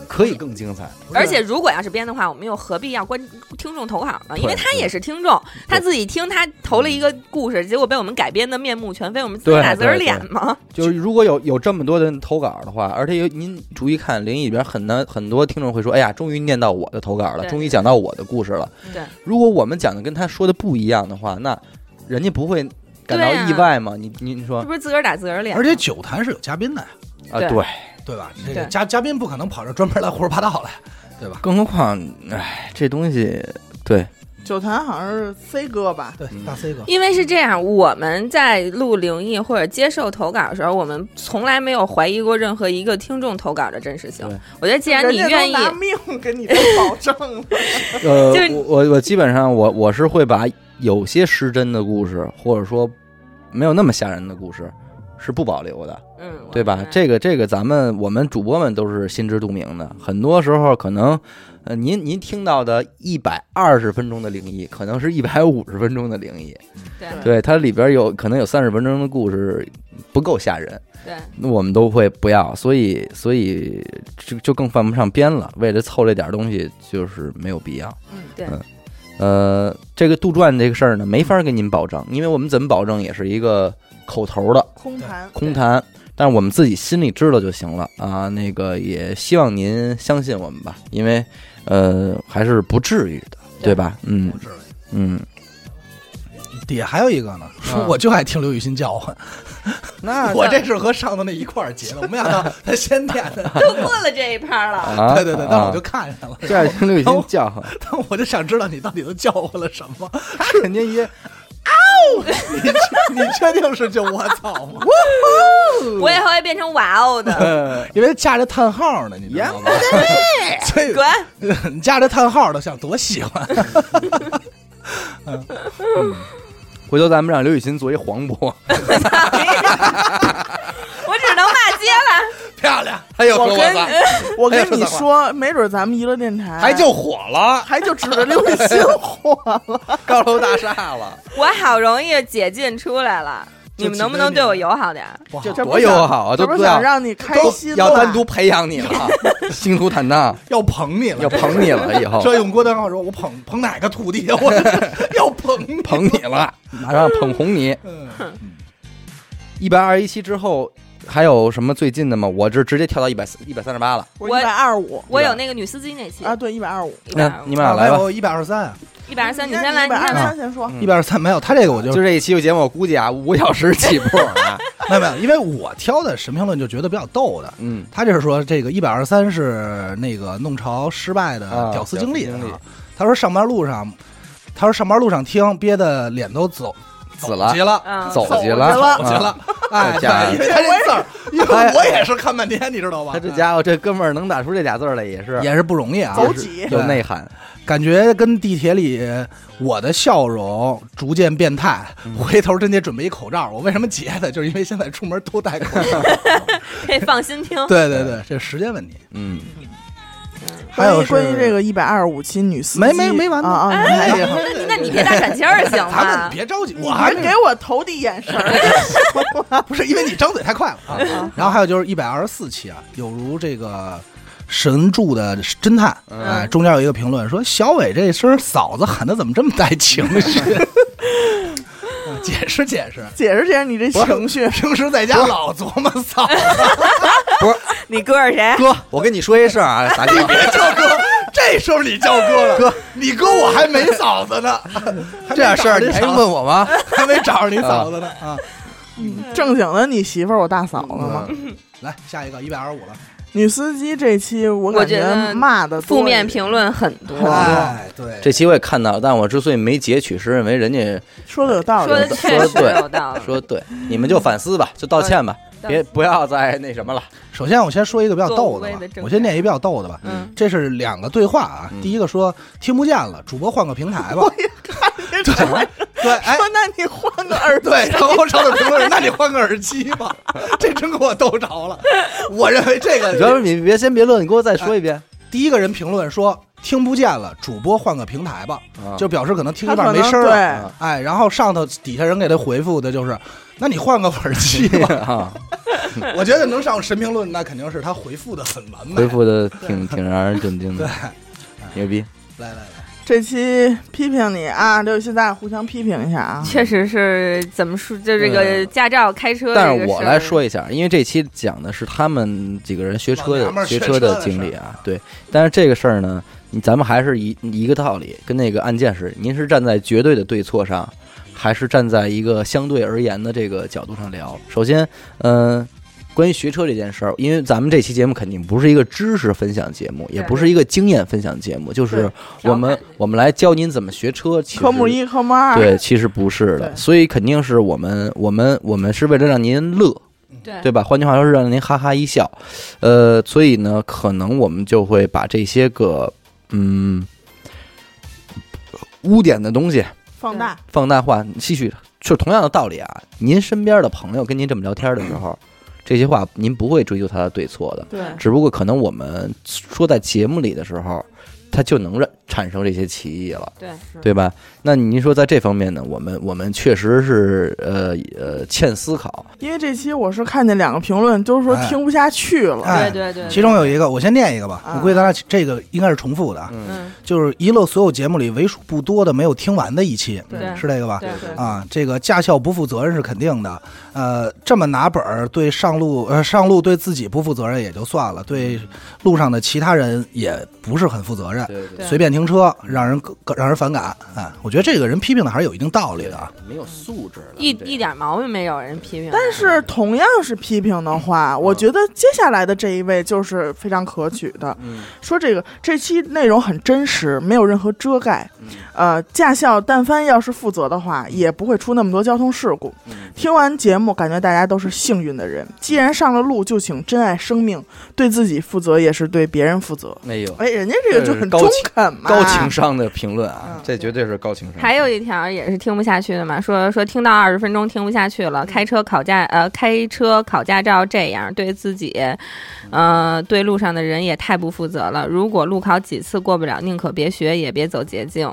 Speaker 1: 可以更精彩。
Speaker 4: 而且如果要是编的话，我们又何必要观听众投稿呢？因为他也是听众，他自己听，他投了一个故事，结果被我们改编的面目全非，我们自己
Speaker 1: 对
Speaker 4: 打自个儿脸嘛。
Speaker 1: 就是如果有有这么多的人投稿的话，而且有您注意看，灵异里边很难很多听众会说，哎呀，终于念到我的投稿了，
Speaker 4: 对
Speaker 1: 终于讲到我的故事了。
Speaker 4: 对，
Speaker 1: 如果我们讲的跟他说的不一样的话，那人家不会感
Speaker 4: 对啊
Speaker 1: 到意外吗？你你你说
Speaker 4: 这不是自个儿打自个儿脸吗？
Speaker 5: 而且酒坛是有嘉宾的呀，
Speaker 1: 啊，
Speaker 4: 对
Speaker 1: 对，
Speaker 5: 对吧？这个
Speaker 4: 对
Speaker 5: 嘉嘉宾不可能跑这专门来胡说八道来，对吧？
Speaker 1: 更何况，哎，这东西，
Speaker 4: [laughs]
Speaker 1: 对，
Speaker 3: 九坛好像是 C 哥吧，
Speaker 5: 对
Speaker 1: 嗯，
Speaker 5: 大 C 哥，
Speaker 4: 因为是这样，我们在录灵异或者接受投稿的时候，我们从来没有怀疑过任何一个听众投稿的真实性
Speaker 1: 对。
Speaker 4: 我觉得既然你
Speaker 3: 人家
Speaker 4: 愿
Speaker 3: 都
Speaker 4: 意，
Speaker 3: 拿命跟你做保证了， [laughs]
Speaker 1: 呃
Speaker 4: 就是，
Speaker 1: 我我我基本上我我是会把有些失真的故事，或者说没有那么吓人的故事，是不保留的。
Speaker 4: 嗯，我
Speaker 1: 对吧
Speaker 4: 明？白
Speaker 1: 这个这个，咱们我们主播们都是心知肚明的。很多时候可能，呃，您您听到的一百二十分钟的灵异，可能是一百五十分钟的灵异。
Speaker 4: 对
Speaker 5: 嗯
Speaker 1: 对，它里边有可能有三十分钟的故事不够吓人，
Speaker 4: 对。
Speaker 1: 那我们都会不要。所以所以就就更犯不上边了。为了凑这点东西，就是没有必要。
Speaker 3: 嗯
Speaker 4: 对
Speaker 1: 呃，这个杜撰这个事儿呢，没法跟您保证，因为我们怎么保证也是一个口头的。
Speaker 3: 空谈
Speaker 1: 空谈，但是我们自己心里知道就行了啊。那个也希望您相信我们吧，因为呃还是不至于的，对吧？嗯
Speaker 5: 不至于。
Speaker 1: 嗯，
Speaker 5: 底下还有一个呢，说
Speaker 1: 嗯
Speaker 5: 我就爱听刘雨欣叫唤， [laughs]
Speaker 1: 那
Speaker 5: 我这是和上头那一块儿结的，没想到他先念的，
Speaker 4: 都过了这一趴了。
Speaker 1: 啊，
Speaker 5: [laughs] 对对对，
Speaker 1: 啊
Speaker 5: 但我就看见了， [laughs]
Speaker 1: 这样听刘雨欣叫唤，
Speaker 5: 但我就想知道你到底都叫唤了什么， [laughs]
Speaker 1: 人家一
Speaker 5: 你确你确定是就我操吗？
Speaker 4: 我以后会变成哇哦
Speaker 5: 嗯
Speaker 4: 的，
Speaker 5: 因为加着叹号呢，你知道吗？ [laughs] 所以
Speaker 4: [laughs] 滚！
Speaker 5: [laughs] 你加这叹号的，想多喜欢？
Speaker 1: 回头咱们让刘雨欣做一黄渤，
Speaker 4: 我只能骂街了。
Speaker 5: 漂亮，
Speaker 1: 哎呦
Speaker 3: 我跟我跟你
Speaker 5: 哎说
Speaker 3: 说，没准咱们娱乐电台
Speaker 5: 还就火了，
Speaker 3: 还就指着刘雨欣火
Speaker 5: [laughs]
Speaker 3: 了。
Speaker 1: 高楼大厦了，
Speaker 4: 我好容易解禁出来了，
Speaker 5: 就
Speaker 4: 你们能不能对我友好点儿？
Speaker 5: 不好
Speaker 1: 这
Speaker 3: 这不
Speaker 1: 多
Speaker 3: 想
Speaker 1: 友好啊，
Speaker 3: 这
Speaker 1: 都
Speaker 3: 不
Speaker 1: 都
Speaker 3: 想
Speaker 1: 要
Speaker 3: 让你开心
Speaker 1: 要
Speaker 3: 吗
Speaker 1: 单独培养你了，星途坦荡
Speaker 5: 要捧你了，
Speaker 1: 要捧你了，以后
Speaker 5: 这用郭德 [laughs] 纲说，我捧捧哪个徒弟啊？ [laughs] 我要捧你
Speaker 1: 捧你了，马上捧红你。
Speaker 5: 嗯
Speaker 1: 一百二十一期之后还有什么最近的吗？我这直接跳到一百一百三十八了。
Speaker 3: 我
Speaker 4: 我
Speaker 3: 一百二十五
Speaker 4: 我有那个女司机那期
Speaker 3: 啊，，对，一百二十五，
Speaker 1: 那你们俩
Speaker 5: 啊，
Speaker 1: 来
Speaker 5: 来
Speaker 1: 吧。
Speaker 5: 吧，一百二十三，
Speaker 4: 一百二三，你
Speaker 3: 那
Speaker 4: 先来，
Speaker 3: 一
Speaker 4: 你
Speaker 3: 百二
Speaker 4: 先
Speaker 3: 十
Speaker 4: 来。
Speaker 3: 三先说。
Speaker 1: 嗯
Speaker 5: 一百二十三没有，他这个我就
Speaker 1: 就这一期节目，我估计啊，五个小时起步啊。
Speaker 5: 没有没有，因为我挑的神评论就觉得比较逗的。
Speaker 1: 嗯，
Speaker 5: 他就是说，这个一百二十三是那个弄潮失败的
Speaker 1: 啊
Speaker 5: 屌丝经历
Speaker 1: 屌丝经历
Speaker 5: 啊。他说上班路上，他说上班路上听憋得脸都走
Speaker 1: 紫了
Speaker 5: 急了，
Speaker 4: 嗯，
Speaker 1: 走
Speaker 3: 走
Speaker 1: 去
Speaker 3: 去
Speaker 1: 了，啊
Speaker 3: 了
Speaker 5: 走去了。哎，
Speaker 1: 家
Speaker 2: 因为他这字儿，因
Speaker 1: 哎
Speaker 2: 为我也是看半天，你知道吧？
Speaker 1: 他这家伙这哥们儿能打出这俩字儿来，也是
Speaker 5: [laughs] 也是不容易啊，
Speaker 3: 走几
Speaker 1: 有内涵。
Speaker 5: 感觉跟地铁里我的笑容逐渐变态。回头真得准备一口罩，我为什么截的？就是因为现在出门都戴口 [laughs] 罩。
Speaker 4: 嗯可以放心听。
Speaker 5: 对对对，这时间问题。
Speaker 1: 嗯，
Speaker 5: 还有是
Speaker 3: 关于这个一百二十五期女司机，
Speaker 5: 没没没完呢
Speaker 3: 啊啊！
Speaker 5: 哎呀
Speaker 4: 那你别大喘气儿行
Speaker 5: 哎咱们
Speaker 4: 吗？
Speaker 5: 别着急，
Speaker 3: 你
Speaker 5: 我还
Speaker 3: 别
Speaker 5: 没
Speaker 3: 给我投递眼神
Speaker 5: [laughs]
Speaker 3: 儿，
Speaker 5: 不是因为你张嘴太快了 [laughs] 啊。然后还有就是一百二十四期啊，有如这个神助的侦探，
Speaker 1: 嗯
Speaker 5: 哎，中间有一个评论说小伟这声嫂子喊的怎么这么带情 [laughs] 绪？啊解释解释，
Speaker 3: 解释解释你这情绪。
Speaker 5: 平时在家老琢磨嫂子，
Speaker 4: 你哥是谁？
Speaker 1: 哥，我跟你说一事儿啊，咱
Speaker 5: 别
Speaker 1: [laughs]
Speaker 5: 叫哥，这时候你叫哥了，哥，你哥我还没嫂子
Speaker 1: [laughs]
Speaker 5: 呢，
Speaker 1: 这点事儿你还 [laughs] 用问我吗？
Speaker 5: 还没找着你嫂子呢啊！
Speaker 3: 正经的，你媳妇儿我大嫂了吗？
Speaker 5: 嗯来下一个一百二十五了，
Speaker 3: 女司机这期我
Speaker 4: 我
Speaker 3: 感
Speaker 4: 觉得
Speaker 3: 骂的
Speaker 4: 负面评论很多，
Speaker 5: 哎，对，
Speaker 1: 哦这期我也看到了，但我之所以没截取，是认为人家
Speaker 3: 说的有道理，
Speaker 4: 说的确实有道
Speaker 1: [laughs]
Speaker 4: 理。
Speaker 1: 说对，你们就反思吧，哎就道歉吧，
Speaker 4: 嗯
Speaker 1: 别不要再那什么了。
Speaker 5: 首先我先说一个比较逗
Speaker 4: 做无
Speaker 5: 的
Speaker 4: 谓的
Speaker 5: 吧
Speaker 4: 挣，扎
Speaker 5: 我先念一个比较逗的吧，
Speaker 4: 嗯，
Speaker 5: 这是两个对话啊
Speaker 1: 嗯。
Speaker 5: 第一个说听不见了，主播换个平
Speaker 1: [laughs]
Speaker 5: 台吧。
Speaker 3: 对，说
Speaker 5: 对，哎，
Speaker 3: 那你换个耳朵，
Speaker 5: 对，然后找点评论，那你换个耳机吧。 [laughs] 这真给我逗着了。我认为这
Speaker 1: 你要
Speaker 5: 个
Speaker 1: 是你别先别乐，你给我再说一遍。
Speaker 5: 第一个人评论说听不见了，主播换个平台吧，
Speaker 1: 啊
Speaker 5: 就表示可能听
Speaker 3: 他
Speaker 5: 一
Speaker 3: 可
Speaker 5: 半没
Speaker 3: 能
Speaker 5: 声儿了。
Speaker 3: 对，
Speaker 5: 哎，然后上头底下人给他回复的就是，那你换个耳机
Speaker 1: [laughs]
Speaker 5: 吧。
Speaker 1: 啊，
Speaker 5: 我觉得能上神评论，那肯定是他回复的很完美
Speaker 1: 回。复的挺挺让人震惊 [laughs]
Speaker 5: 对，
Speaker 1: 的，
Speaker 5: 来
Speaker 1: 牛逼。
Speaker 5: 来来，
Speaker 3: 这期批评你啊，刘雨欣，咱俩互相批评一下啊。
Speaker 4: 确实是怎么说，就这个驾照开车。
Speaker 1: 但是我来，说一下，因为这期讲的是他们几个人学车
Speaker 5: 老娘们
Speaker 1: 的
Speaker 5: 儿
Speaker 1: 学
Speaker 5: 学
Speaker 1: 车
Speaker 5: 车
Speaker 1: 的
Speaker 5: 的
Speaker 1: 经历啊，对。但是这个事儿呢，你咱们还是一一个道理，跟那个案件是，您是站在绝对的对错上，还是站在一个相对而言的这个角度上聊？首先，嗯、关于学车这件事儿，因为咱们这期节目肯定不是一个知识分享节目，也不是一个经验分享节目，就是我们我们来教您怎么学车。其实
Speaker 3: 科目一、科目二，
Speaker 1: [laughs] 对，其实不是的，
Speaker 3: 对
Speaker 1: 所以肯定是我们我们我们是为了让您乐，
Speaker 4: 对
Speaker 1: 对吧？换句话说，是让您哈哈一笑。呃，所以呢，可能我们就会把这些个嗯污点的东西
Speaker 3: 放大，
Speaker 1: 放大化，吸取。就是同样的道理啊，您身边的朋友跟您这么聊天的时候，这些话您不会追究他的对错的，
Speaker 3: 对，
Speaker 1: 只不过可能我们说在节目里的时候，它就能让产生这些歧义了。
Speaker 4: 对
Speaker 1: 对吧？那您说在这方面呢，我们我们确实是呃呃欠思考，
Speaker 3: 因为这期我是看见两个评论，都说
Speaker 5: 哎
Speaker 3: 听不下去了，
Speaker 5: 哎
Speaker 4: 对对对，
Speaker 5: 其中有一个，我先念一个吧。
Speaker 3: 啊
Speaker 5: 我估计咱俩这个应该是重复的啊。
Speaker 4: 嗯
Speaker 5: 就是一乐所有节目里为数不多的没有听完的一期，
Speaker 4: 对
Speaker 5: 是这个吧？
Speaker 4: 对对
Speaker 5: 啊，这个驾校不负责任是肯定的，呃，这么拿本儿对上路呃上路对自己不负责任也就算了，对路上的其他人也不是很负责任，
Speaker 1: 对
Speaker 4: 对
Speaker 5: 随便停车让人让人反感啊，我觉得这个人批评的还是有一定道理的啊。
Speaker 1: 没有素质了
Speaker 4: 一一点毛病没有，人批评。啊
Speaker 3: 但是同样是批评的话，我觉得接下来的这一位就是非常可取的。
Speaker 1: 嗯
Speaker 3: 说这个这期内容很真实，没有任何遮盖。
Speaker 1: 嗯
Speaker 3: 呃，驾校但凡要是负责的话，也不会出那么多交通事故。
Speaker 1: 嗯
Speaker 3: 听完节目，感觉大家都是幸运的人。既然上了路，就请珍爱生命，对自己负责，也是对别人负责。
Speaker 1: 没有
Speaker 3: 哎，人家这个就很
Speaker 1: 呃高
Speaker 3: 中
Speaker 1: 情
Speaker 3: 肯嘛，
Speaker 1: 高情商的评论啊
Speaker 3: 嗯，
Speaker 1: 这绝对是高情商。
Speaker 4: 还有一条也是听不下去的嘛，说说听到二十分钟听不下去了，开车考驾呃开车考驾照这样对自己，呃对路上的人也太不负责了。如果路考几次过不了，宁可别学，也别走捷径。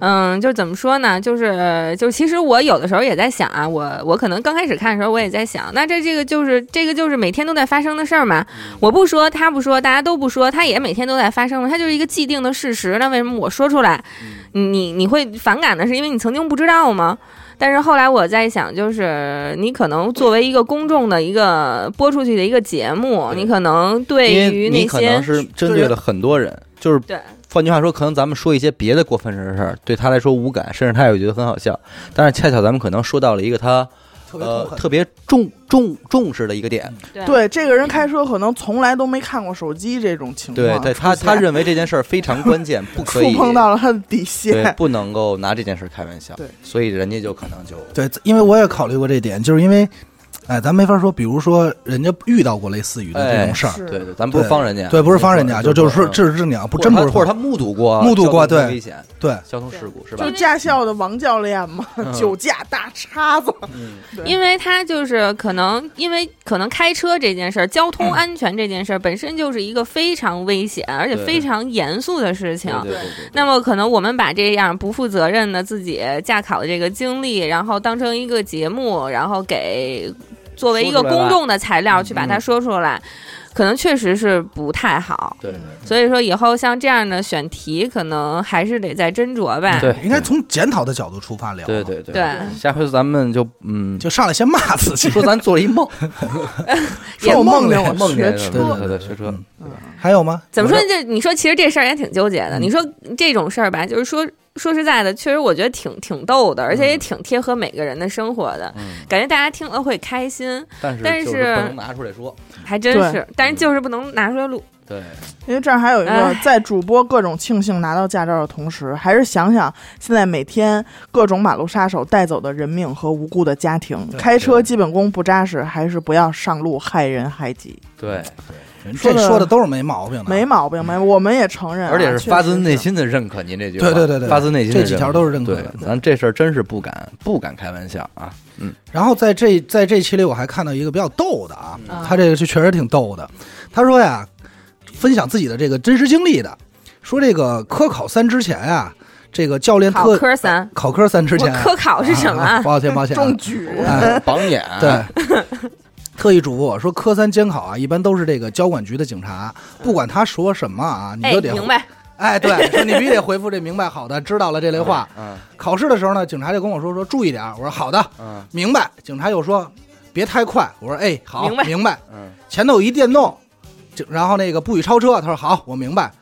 Speaker 4: 嗯，就怎么说呢？就是就其实我有的时候也在想啊，我我可能刚开始看的时候我也在想，那这这个就是这个就是每天都在发生的事儿嘛。我不说，他不说，大家都不说，他也每天都在发生嘛，它就是一个既定的事实。那为什么我说出来？
Speaker 1: 嗯
Speaker 4: 你你会反感的是因为你曾经不知道吗？但是后来我在想，就是你可能作为一个公众的一个播出去的一个节目，
Speaker 1: 对
Speaker 4: 你可能对
Speaker 1: 因
Speaker 4: 于
Speaker 1: 为你
Speaker 4: 那
Speaker 1: 可能
Speaker 4: 些
Speaker 1: 是针对了很多人，就是
Speaker 4: 对
Speaker 1: 换句话说，可能咱们说一些别的过分的事儿，对他来说无感，甚至他也觉得很好笑。但是恰巧咱们可能说到了一个他
Speaker 5: 特别
Speaker 1: 呃
Speaker 5: 痛恨，
Speaker 1: 特别重重重视的一个点，
Speaker 3: 对这个人开车可能从来都没看过手机这种情嗯况出
Speaker 1: 对
Speaker 3: 现，，
Speaker 1: 对他他认为这件事儿非常关键，不可
Speaker 3: 触
Speaker 1: 以
Speaker 3: 碰到了他的底
Speaker 1: 对，
Speaker 3: 线。
Speaker 1: 不能够拿这件事开玩笑。
Speaker 3: 对，
Speaker 1: 所以人家就可能就
Speaker 5: 对，因为我也考虑过这点，就是因为哎，咱没法说，比如说人家遇到过类似于的这种事儿，
Speaker 3: 是
Speaker 1: 对对，咱哎不是帮人家，啊
Speaker 5: 对，不是帮人家，就就是是这是你啊，不真不是
Speaker 1: 或者
Speaker 5: 帮，
Speaker 1: 他目睹过
Speaker 5: 目睹过
Speaker 1: 交通
Speaker 5: 对
Speaker 1: 危险、
Speaker 5: 对，
Speaker 1: 交通事故是吧
Speaker 3: 就？驾校的王教练嘛， [laughs] 酒驾大叉子，
Speaker 1: 嗯
Speaker 3: 对
Speaker 4: 因为他就是可能，因为可能开车这件事儿，交
Speaker 1: 嗯
Speaker 4: 通安全这件事儿本身就是一个非常危险，而且
Speaker 1: 对
Speaker 4: 非常严肃的事情
Speaker 1: 对。对对对，
Speaker 4: 那么，可能我们把这样不负责任的自己驾考的这个经历，然后当成一个节目，然后给作为一个
Speaker 1: 说出来了
Speaker 4: 公众的材料去把它
Speaker 5: 嗯
Speaker 4: 说出来，可能确实是不太好。
Speaker 1: 对
Speaker 4: 所以说，以后像这样的选题，可能还是得再斟酌呗。
Speaker 1: 对
Speaker 5: 应该从检讨的角度出发聊，
Speaker 1: 对，对对
Speaker 4: 对，
Speaker 1: 下回咱们就嗯，
Speaker 5: 就上来先骂自己， [laughs]
Speaker 1: 说咱做了一梦，
Speaker 5: 说我梦里
Speaker 1: 我梦
Speaker 3: 学
Speaker 1: 见
Speaker 3: 车
Speaker 1: 对对对
Speaker 5: 对嗯
Speaker 1: 学车，
Speaker 5: 还有吗？
Speaker 4: 怎么说？这你说，其实这事儿也挺纠结的。
Speaker 5: 嗯
Speaker 4: 你说这种事儿吧，就是说说实在的，确实我觉得挺挺逗的，而且也挺贴合每个人的生活的，
Speaker 1: 嗯，
Speaker 4: 感觉大家听了会开心，
Speaker 1: 但是
Speaker 4: 但
Speaker 1: 就是不能拿出来说，
Speaker 4: 还真
Speaker 3: 对
Speaker 4: 是。但是就是不能拿出来录。
Speaker 1: 对，
Speaker 3: 因为这儿还有一个
Speaker 4: 唉，
Speaker 3: 在主播各种庆幸拿到驾照的同时，还是想想现在每天各种马路杀手带走的人命和无辜的家庭。
Speaker 5: 对
Speaker 3: 开车
Speaker 1: 对
Speaker 3: 基本功不扎实，还是不要上路害人害己，
Speaker 1: 对，
Speaker 5: 这
Speaker 3: 说的
Speaker 5: 说的都是没毛病的，
Speaker 3: 没毛病没？我们也承认啊、
Speaker 1: 而且是发自
Speaker 3: 确实
Speaker 1: 内。心的认可您这句话，
Speaker 5: 对对对对
Speaker 1: 发自内心的
Speaker 5: 这几条都是认可
Speaker 1: 对
Speaker 5: 的，
Speaker 1: 咱这事儿真是不敢不敢开玩笑啊，
Speaker 5: 然后在这在这期里，我还看到一个比较逗的啊，
Speaker 4: 嗯
Speaker 5: 他这个是确实挺逗的。他说呀，分享自己的这个真实经历的，说这个科考三之前啊，这个教练
Speaker 4: 考
Speaker 5: 特
Speaker 4: 科三，
Speaker 5: 考科三之
Speaker 4: 我
Speaker 5: 前啊、
Speaker 4: 科考是什么
Speaker 5: 啊
Speaker 4: 啊？
Speaker 5: 抱歉抱歉啊、
Speaker 3: 中举，
Speaker 1: 嗯 [laughs]
Speaker 5: 哎
Speaker 1: 榜眼，啊
Speaker 5: 对。特意嘱咐我说，科三监考啊，一般都是这个交管局的警察，不管他说什么啊，你
Speaker 4: 哎，
Speaker 5: 就得
Speaker 4: 明白。
Speaker 5: 哎对，说你必须得回复这明白好的，知道了这类话。
Speaker 1: 嗯
Speaker 5: 考试的时候呢，警察就跟我说说注意点儿，我说好的，
Speaker 1: 嗯
Speaker 5: 明白。警察又说别太快，我说哎好，
Speaker 4: 明白
Speaker 1: 嗯，
Speaker 5: 前头有一电动，警然后那个不许超车，他说好，我明白。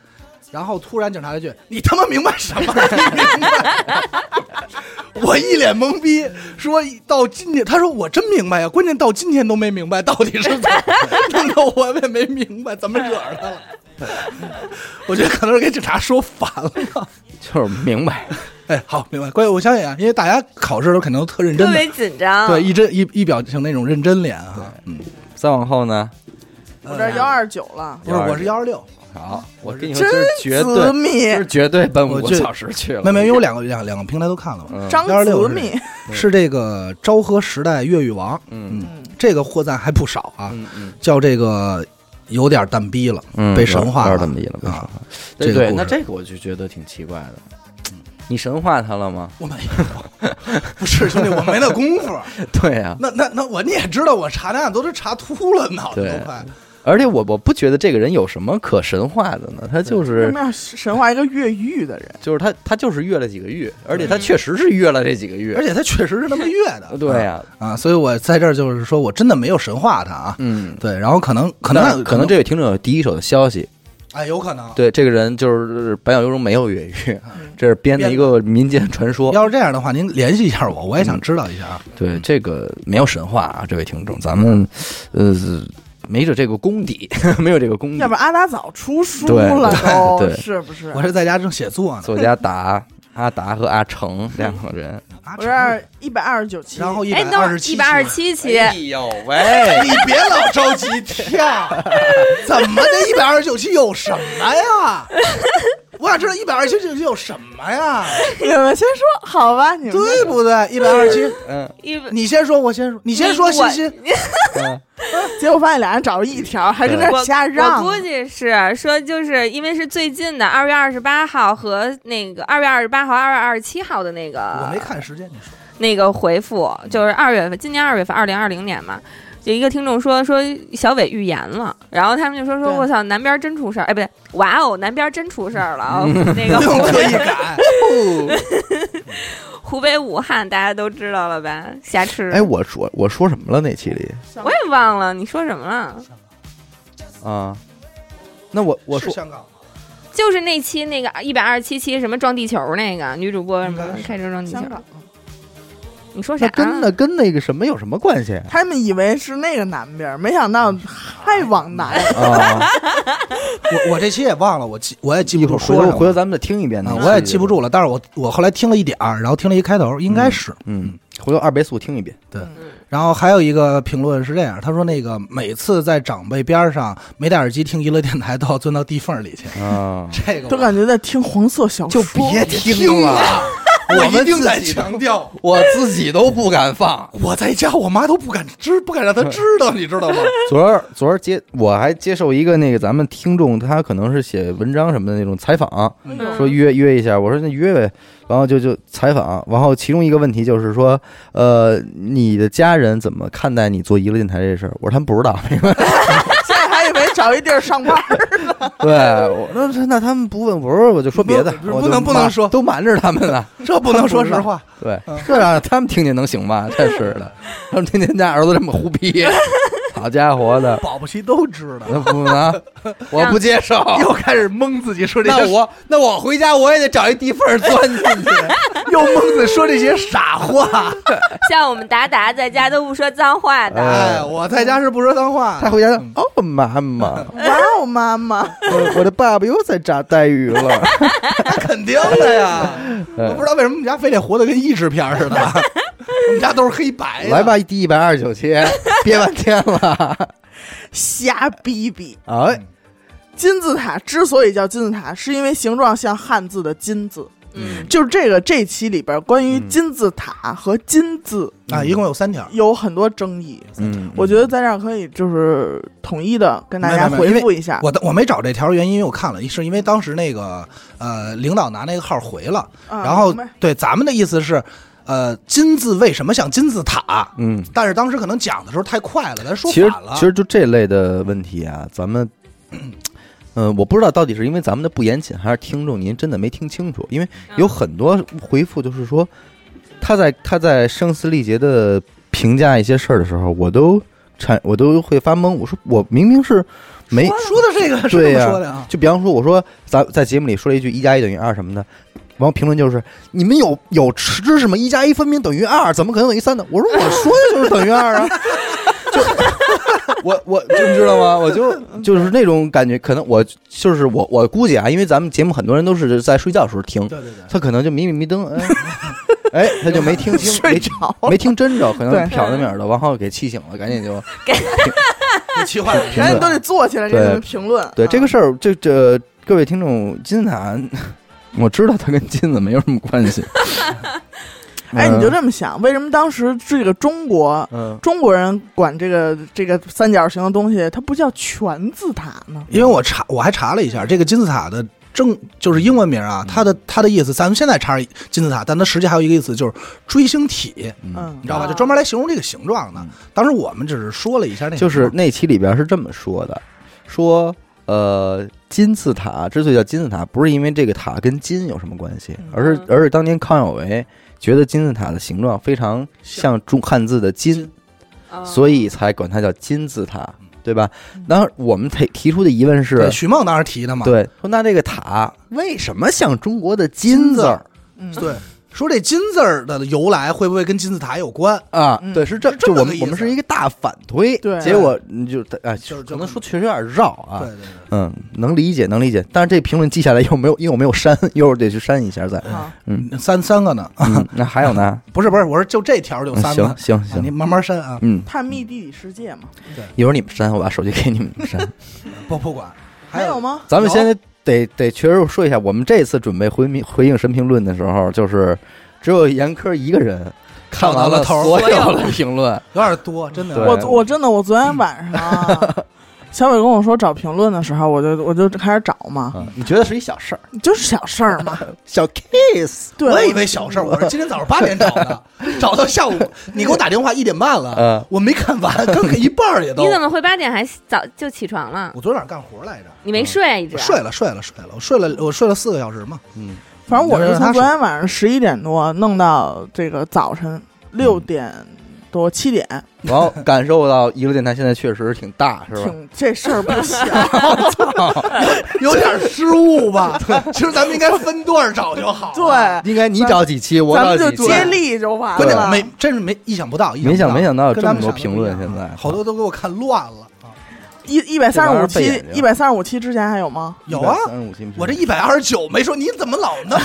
Speaker 5: 然后突然警察来一句：“你他妈明白
Speaker 4: [laughs]
Speaker 5: 什么？你明白？”我一脸懵逼，说到今天，他说我真明白呀，关键到今天都没明白到底是怎
Speaker 4: [laughs]
Speaker 5: 么，弄得我也没明白怎么惹他了。我觉得可能是给警察说烦了。
Speaker 1: 就是明 [laughs] 白，
Speaker 5: 哎，好，明白。关键我相信啊，因为大家考试的时候肯定都特认真
Speaker 4: 特
Speaker 5: 的，
Speaker 4: 别
Speaker 1: 嗯
Speaker 4: 紧张，
Speaker 5: 对，一真一一表情那种认真脸啊。嗯，
Speaker 1: 再往后呢，
Speaker 3: 我这幺二九了，
Speaker 5: 不是，我是幺二六。
Speaker 1: 好，我跟你说，
Speaker 3: 真
Speaker 1: 就是绝
Speaker 3: 子
Speaker 1: 对，
Speaker 3: 密
Speaker 1: 就，是绝对奔五
Speaker 5: 我
Speaker 1: 个
Speaker 5: 就
Speaker 1: 小时去了，
Speaker 5: 没没，因为我两个两两个平台都看了嘛。
Speaker 1: 嗯
Speaker 3: 张子
Speaker 5: 126
Speaker 3: 密，
Speaker 5: 是这个昭和时代越狱王，
Speaker 1: 嗯
Speaker 3: 嗯
Speaker 5: 这个获赞还不少啊，
Speaker 1: 嗯嗯
Speaker 5: 叫这个有点蛋逼了，
Speaker 1: 嗯
Speaker 5: 被神化
Speaker 1: 有
Speaker 5: 了
Speaker 1: 点这么意了，被神化
Speaker 5: 啊。
Speaker 1: 对
Speaker 5: 这个
Speaker 1: 对，
Speaker 5: 故
Speaker 1: 那
Speaker 5: 事
Speaker 1: 这个我就觉得挺奇怪的，嗯你神化他了吗？
Speaker 5: 我没有， [laughs] 不是兄弟，我没那功夫。
Speaker 1: [laughs] 对呀，
Speaker 5: 那那那我你也知道，我查档案都都查秃了，脑子
Speaker 1: 对
Speaker 5: 都快。
Speaker 1: 而且我我不觉得这个人有什么可神化的呢，他就
Speaker 3: 为什
Speaker 1: 是
Speaker 3: 么要神化一个越狱的人？
Speaker 1: 就是他他就是越了几个月，而且他确实是越了这几个月
Speaker 5: 而，且他确实是那么越的，
Speaker 1: 对呀，
Speaker 5: 啊，所以我在这儿就是说我真的没有神话他啊，
Speaker 1: 嗯。
Speaker 5: 对，然后可能可
Speaker 1: 可
Speaker 5: 能
Speaker 1: 能可能这位听众有第一手的消息，
Speaker 5: 哎有可能，
Speaker 1: 对这个人就是呃白小优中没有越狱，这是编的一个民间传说。
Speaker 5: 要是这样的话，您联系一下我，
Speaker 1: 嗯
Speaker 5: 我也想知道一下啊。
Speaker 1: 对，这个没有神话啊，这位听众，咱们呃没着这个功底， [laughs] 没有这个功底
Speaker 3: 要不。然阿达早出书
Speaker 1: 嗯对
Speaker 3: 了都
Speaker 1: 对，对
Speaker 3: 是不是？
Speaker 5: 我是在家正写作呢，
Speaker 1: 作家达阿达和阿成两个人，
Speaker 5: 啊
Speaker 3: 我这一百二十九期，
Speaker 5: 然后一
Speaker 4: 哎，
Speaker 5: 百
Speaker 4: 你等会
Speaker 5: 二十
Speaker 4: 儿一
Speaker 5: 七哎
Speaker 4: 百二十七期，
Speaker 1: 哎呦喂，
Speaker 5: 你别老着急
Speaker 4: [laughs]
Speaker 5: 跳，怎么的？一百二十九期有什么呀？我想知道一百二十九期有什么呀？
Speaker 3: 你们先说好吧，你们先
Speaker 5: 对不对？一百二十七，
Speaker 1: [laughs] 嗯，
Speaker 4: 一百
Speaker 5: 你先说，我先说，你先说，欣欣。
Speaker 1: 嗯 [laughs]
Speaker 3: [laughs] 结果发现俩人找着一条，还跟那
Speaker 4: 我
Speaker 3: 儿瞎让。
Speaker 4: 我估计是说，就是因为是最近的二月二十八号和那个二月二十八号、二月二十七号的那
Speaker 5: 我
Speaker 4: 个
Speaker 5: 没看时间，你说
Speaker 4: 那个回复，就是二月份，今年二月份，二零二零年嘛。有一个听众说说小伟预言了，然后他们就说说
Speaker 3: 对
Speaker 4: 我操南边真出事儿，哎不对，哇哦南边真出事儿了，
Speaker 5: [laughs]
Speaker 4: 哦那个
Speaker 5: 不用
Speaker 4: 湖
Speaker 5: 特意改。
Speaker 4: 湖北武汉大家都知道了吧，瞎
Speaker 1: [laughs]
Speaker 4: 吃。
Speaker 1: 哎，我说我说什么了那期里
Speaker 4: 我也忘了你说什么了，
Speaker 1: 啊？那我我
Speaker 5: 是
Speaker 1: 说
Speaker 5: 香港，
Speaker 4: 就是那期那个一百二十七期什么撞地球那个女主播什么
Speaker 5: 应该是
Speaker 4: 开车撞地球
Speaker 3: 香，港，
Speaker 4: 你说啥
Speaker 1: 那
Speaker 4: 啊？
Speaker 1: 跟那跟那个什么有什么关系
Speaker 3: 他们以为是那个南边，没想到还往南。
Speaker 5: 嗯
Speaker 1: 啊？
Speaker 5: 我我这期也忘了，我记我也记
Speaker 1: [laughs] 一
Speaker 5: 不
Speaker 1: 会
Speaker 5: 住
Speaker 1: 儿回
Speaker 5: 说
Speaker 1: 头
Speaker 5: 什
Speaker 1: 回头
Speaker 5: 么。
Speaker 1: 咱们再听一遍
Speaker 5: 啊
Speaker 1: 呢，，
Speaker 5: 我也记不住了，
Speaker 1: 嗯
Speaker 5: 但是我我后来听了一点儿，然后听了一开头，应该是，
Speaker 1: 嗯，回头二倍速听一遍。
Speaker 5: 对，然后还有一个评论是这样，他说那个每次在长辈边上没戴耳机听娱乐电台，都要钻到地缝里去。 [laughs]
Speaker 1: 啊，
Speaker 5: 这个
Speaker 3: 都
Speaker 5: 我
Speaker 3: 感觉在听黄色小说。
Speaker 1: 就别听了，
Speaker 5: 我
Speaker 1: 我们
Speaker 5: 一定在
Speaker 1: 自己
Speaker 5: 强调，
Speaker 1: 我自己都不敢放。
Speaker 5: 我在家我妈都不敢知，不敢让她知道，你知道吗？
Speaker 1: [laughs] 昨儿昨儿接我还接受一个那个咱们听众，他可能是写文章什么的那种采访，
Speaker 4: 嗯
Speaker 1: 说约约一下，我说那约呗，然后就就采访，然后其中一个问题就是说，呃，你的家人怎么看待你做娱乐电台这事儿？我说他们不知道， [laughs] 没关系
Speaker 3: 现在还以为找一地儿上班儿，
Speaker 1: 对，我那那他们不问，我说我就说别的，
Speaker 5: 不是
Speaker 1: 我
Speaker 5: 不
Speaker 1: 就
Speaker 5: 能不能
Speaker 1: 瞒
Speaker 5: 说
Speaker 1: 都瞒着他们 [laughs] 了。
Speaker 5: [laughs] 这不能说实话。 [laughs]
Speaker 1: 对，这让他们听见能行吗？真是的，他们听见家儿子这么胡 [laughs] 逼，好家伙的，
Speaker 5: 保不齐都知道，
Speaker 1: [laughs] 那不能，啊我不接受。
Speaker 5: 又开始蒙自己说这
Speaker 1: 那
Speaker 5: 些，
Speaker 1: 我那我回家我也得找一地缝儿钻进去。
Speaker 5: [laughs] 又蒙自己说这些傻话。
Speaker 4: 啊像我们达达在家都不说脏话的，
Speaker 5: [laughs]
Speaker 1: 啊
Speaker 5: 哎，我在家是不说脏话
Speaker 1: [laughs] 他
Speaker 5: 的，
Speaker 1: 回家哦，妈妈，
Speaker 3: [laughs] 哇哦，妈妈，
Speaker 1: 我我的爸爸又在炸带鱼 [laughs] 了。
Speaker 5: 他 [laughs] 肯定的 [laughs] 呀。我不知道为什么我们家非得活得跟译制片 [laughs] 似的，我们家都是黑白。
Speaker 1: 来，吧，第一百二十九 [laughs] 期，憋半天了。
Speaker 3: [laughs] 瞎逼逼。
Speaker 1: 哎，
Speaker 3: 金字塔之所以叫金字塔，是因为形状像汉字的“金”字。
Speaker 4: 嗯，
Speaker 3: 就是这个这期里边关于
Speaker 1: 嗯
Speaker 3: 金字塔和金字
Speaker 5: 啊，一共有三条。
Speaker 3: 有很多争议，
Speaker 1: 嗯
Speaker 3: 我觉得在这儿可以就是统一的跟大家
Speaker 5: 没有没有
Speaker 3: 回复一下。
Speaker 5: 我的我没找这条原因，因为我看了，是因为当时那个呃领导拿那个号回了，
Speaker 3: 啊
Speaker 5: 然后
Speaker 3: 明白
Speaker 5: 对咱们的意思是，呃，金字为什么像金字塔？
Speaker 1: 嗯，
Speaker 5: 但是当时可能讲的时候太快了，咱说
Speaker 1: 其实
Speaker 5: 反了。
Speaker 1: 其实就这类的问题啊，咱们。嗯、我不知道到底是因为咱们的不严谨，还是听众您真的没听清楚。因为有很多回复就是说，他在他在声嘶力竭的评价一些事儿的时候，我都产我都会发懵。我说我明明是没
Speaker 5: 说的这个是
Speaker 1: 对
Speaker 5: 这
Speaker 1: 呀
Speaker 5: 么说的啊，
Speaker 1: 就比方说，我说咱在节目里说了一句“一加一等于二”什么的，然后评论就是你们有有知识吗？一加一分明等于二，怎么可能等于三呢？我说我说的就是等于二啊， [laughs] 就我我就你知道吗？我就就是那种感觉，可能我就是我我估计啊，因为咱们节目很多人都是在睡觉的时候听，
Speaker 5: 对对对。
Speaker 1: 他可能就迷迷迷瞪，哎哎，他就没听 [laughs] 清，
Speaker 3: [laughs] 睡
Speaker 1: 没
Speaker 3: 着
Speaker 1: 没听真着，可能
Speaker 3: 对
Speaker 1: 瞟那面儿了，然后给气醒了，赶紧就
Speaker 5: 你气坏了，
Speaker 1: 评
Speaker 3: 赶
Speaker 1: 论
Speaker 3: 紧都得坐起来给
Speaker 1: 对
Speaker 3: 你们评论。
Speaker 1: 对
Speaker 3: 啊
Speaker 1: 这个事儿，这这各位听众，金字塔，我知道它跟金子没有什么关系。
Speaker 3: 哎，
Speaker 1: 嗯
Speaker 3: 你就这么想，为什么当时这个中国
Speaker 1: 嗯，
Speaker 3: 中国人管这个这个三角形的东西，它不叫全字塔呢？
Speaker 5: 因为我查我还查了一下，这个金字塔的正就是英文名啊，它的它的意思，咱们现在查金字塔，但它实际还有一个意思就是锥形体，
Speaker 3: 嗯
Speaker 5: 你知道吧？
Speaker 4: 啊
Speaker 5: 就专门来形容这个形状的
Speaker 1: 嗯。
Speaker 5: 当时我们只是说了一下那个，
Speaker 1: 就是那期里边是这么说的，说呃，金字塔之所以叫金字塔，不是因为这个塔跟金有什么关系，而是而是当年康有为觉得金字塔的形状非常像中汉字的金，
Speaker 4: 哦
Speaker 1: 嗯所以才管它叫金字塔，对吧？然后我们提提出的疑问是
Speaker 5: 对，许梦当时提的嘛，
Speaker 1: 对，说那这个塔为什么像中国的金字儿
Speaker 3: 嗯，
Speaker 5: 对，说这金字儿的由来会不会跟金字塔有关？
Speaker 1: 啊？
Speaker 3: 嗯
Speaker 1: 对，是这
Speaker 5: 是这
Speaker 1: 就
Speaker 5: 么
Speaker 1: 我
Speaker 5: 个
Speaker 1: 们
Speaker 5: 意
Speaker 1: 我们
Speaker 5: 思
Speaker 1: 是一个大反推，
Speaker 3: 对
Speaker 1: 结果你就啊，
Speaker 5: 就是
Speaker 1: 可
Speaker 5: 就
Speaker 1: 能
Speaker 5: 这么
Speaker 1: 说确实有点绕啊
Speaker 5: 对，对对。
Speaker 1: 嗯，能理解能理解，但是这评论记下来又没有，因为我没有删，一会儿得去删一下再。
Speaker 3: 啊，
Speaker 5: 三三个呢？啊
Speaker 1: 嗯那还有呢？
Speaker 5: 不是不是，我说就这条就
Speaker 1: 嗯
Speaker 5: 三个，
Speaker 1: 行行
Speaker 5: 啊你
Speaker 1: 行，
Speaker 5: 慢慢删啊，
Speaker 1: 嗯，
Speaker 3: 探秘地理世界嘛。
Speaker 1: 一会儿你们删，我把手机给你们删。
Speaker 5: 不不管。
Speaker 3: 还有
Speaker 5: 有
Speaker 3: 吗？
Speaker 1: 咱们先得得得确实说一下，我们这次准备回民回应神评论的时候，就是只有严科一个人看完了
Speaker 5: 看完了头儿
Speaker 1: 所有的评论，
Speaker 5: 有点多，真的。
Speaker 1: 对
Speaker 3: 我我真的我昨天晚上
Speaker 1: [laughs]
Speaker 3: 啊小伟跟我说找评论的时候，我就我就开始找嘛，
Speaker 1: 嗯，你觉得是一小事儿，
Speaker 3: 就是小事儿
Speaker 1: [laughs]
Speaker 3: 嘛。
Speaker 1: 小 case，
Speaker 3: 对，
Speaker 5: 我以为小事儿，我是今天早上八点
Speaker 1: [laughs]
Speaker 5: 找的，找到下午，你给我打电话一点半了，
Speaker 1: 嗯
Speaker 5: 我没看完，刚给一半儿也都
Speaker 4: 你。怎么会八点还早就起床了？
Speaker 5: 我昨天晚上干活来着，
Speaker 4: 你
Speaker 1: 嗯
Speaker 4: 没睡啊一直？
Speaker 5: 我
Speaker 3: 啊
Speaker 5: 睡了睡了睡了，我睡了我睡了四个小时嘛，
Speaker 1: 嗯，
Speaker 3: 反正我
Speaker 5: 就是是
Speaker 3: 从
Speaker 5: 他
Speaker 3: 昨天晚上十一点多弄到这个早晨
Speaker 1: 嗯
Speaker 3: 六点多七点，
Speaker 1: 然后感受到娱乐电台现在确实挺大，是吧？
Speaker 3: 挺这事儿不
Speaker 1: [laughs]
Speaker 3: 小。
Speaker 5: 有点失误吧？其实咱们应该分段儿找就好。
Speaker 3: 对，，
Speaker 1: 应该你找几期，我
Speaker 3: 咱
Speaker 1: 找
Speaker 3: 们就
Speaker 1: 几期，
Speaker 3: 接力就完
Speaker 5: 关键
Speaker 3: 了。
Speaker 5: 没，真是没意想不到，
Speaker 1: 没想没想到有
Speaker 5: 跟
Speaker 1: 这
Speaker 5: 咱
Speaker 1: 么
Speaker 5: 们
Speaker 1: 多
Speaker 5: 想的
Speaker 1: 评
Speaker 5: 不一
Speaker 1: 论，
Speaker 5: 样
Speaker 1: 现在
Speaker 5: 好多都给我看乱了啊！
Speaker 3: 一一百三十
Speaker 1: 这
Speaker 3: 五
Speaker 1: 玩意儿
Speaker 3: 期
Speaker 1: 背，眼
Speaker 3: 一
Speaker 1: 睛
Speaker 3: 百三十五期之前还有吗？
Speaker 5: 有啊，
Speaker 1: 三十五斤，
Speaker 5: 我这一百二十九没说，你怎么老那 [laughs] 么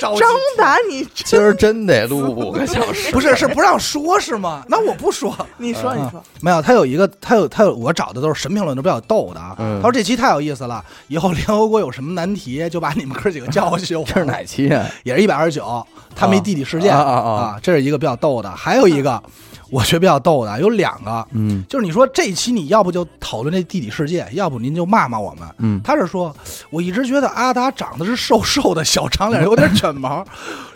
Speaker 5: 着急？
Speaker 3: 张达，你
Speaker 1: 今
Speaker 3: 真
Speaker 1: 儿真得录五个小 [laughs]
Speaker 4: 嗯
Speaker 1: 时，
Speaker 5: 不是是不让说是吗？那我不说，
Speaker 3: 你说你
Speaker 5: 啊
Speaker 3: 说，
Speaker 5: 没有，他有一个，他有他有，我找的都是神评论，都比较逗的啊。
Speaker 1: 嗯
Speaker 5: 他说这期太有意思了，以后联合国有什么难题，就把你们哥几个叫 [laughs] 过去。我
Speaker 1: 这是哪期啊？
Speaker 5: 也是一百二十九，他没地理事件
Speaker 1: 啊啊啊
Speaker 5: 这是一个比较逗的，还有一个我觉得比较逗的有两个，
Speaker 1: 嗯
Speaker 5: 就是你说这期你要不就讨论这地理世界，要不您就骂骂我们。
Speaker 1: 嗯，
Speaker 5: 他是说，我一直觉得阿达长得是瘦瘦的小长脸，有点
Speaker 1: [laughs]
Speaker 5: 卷毛。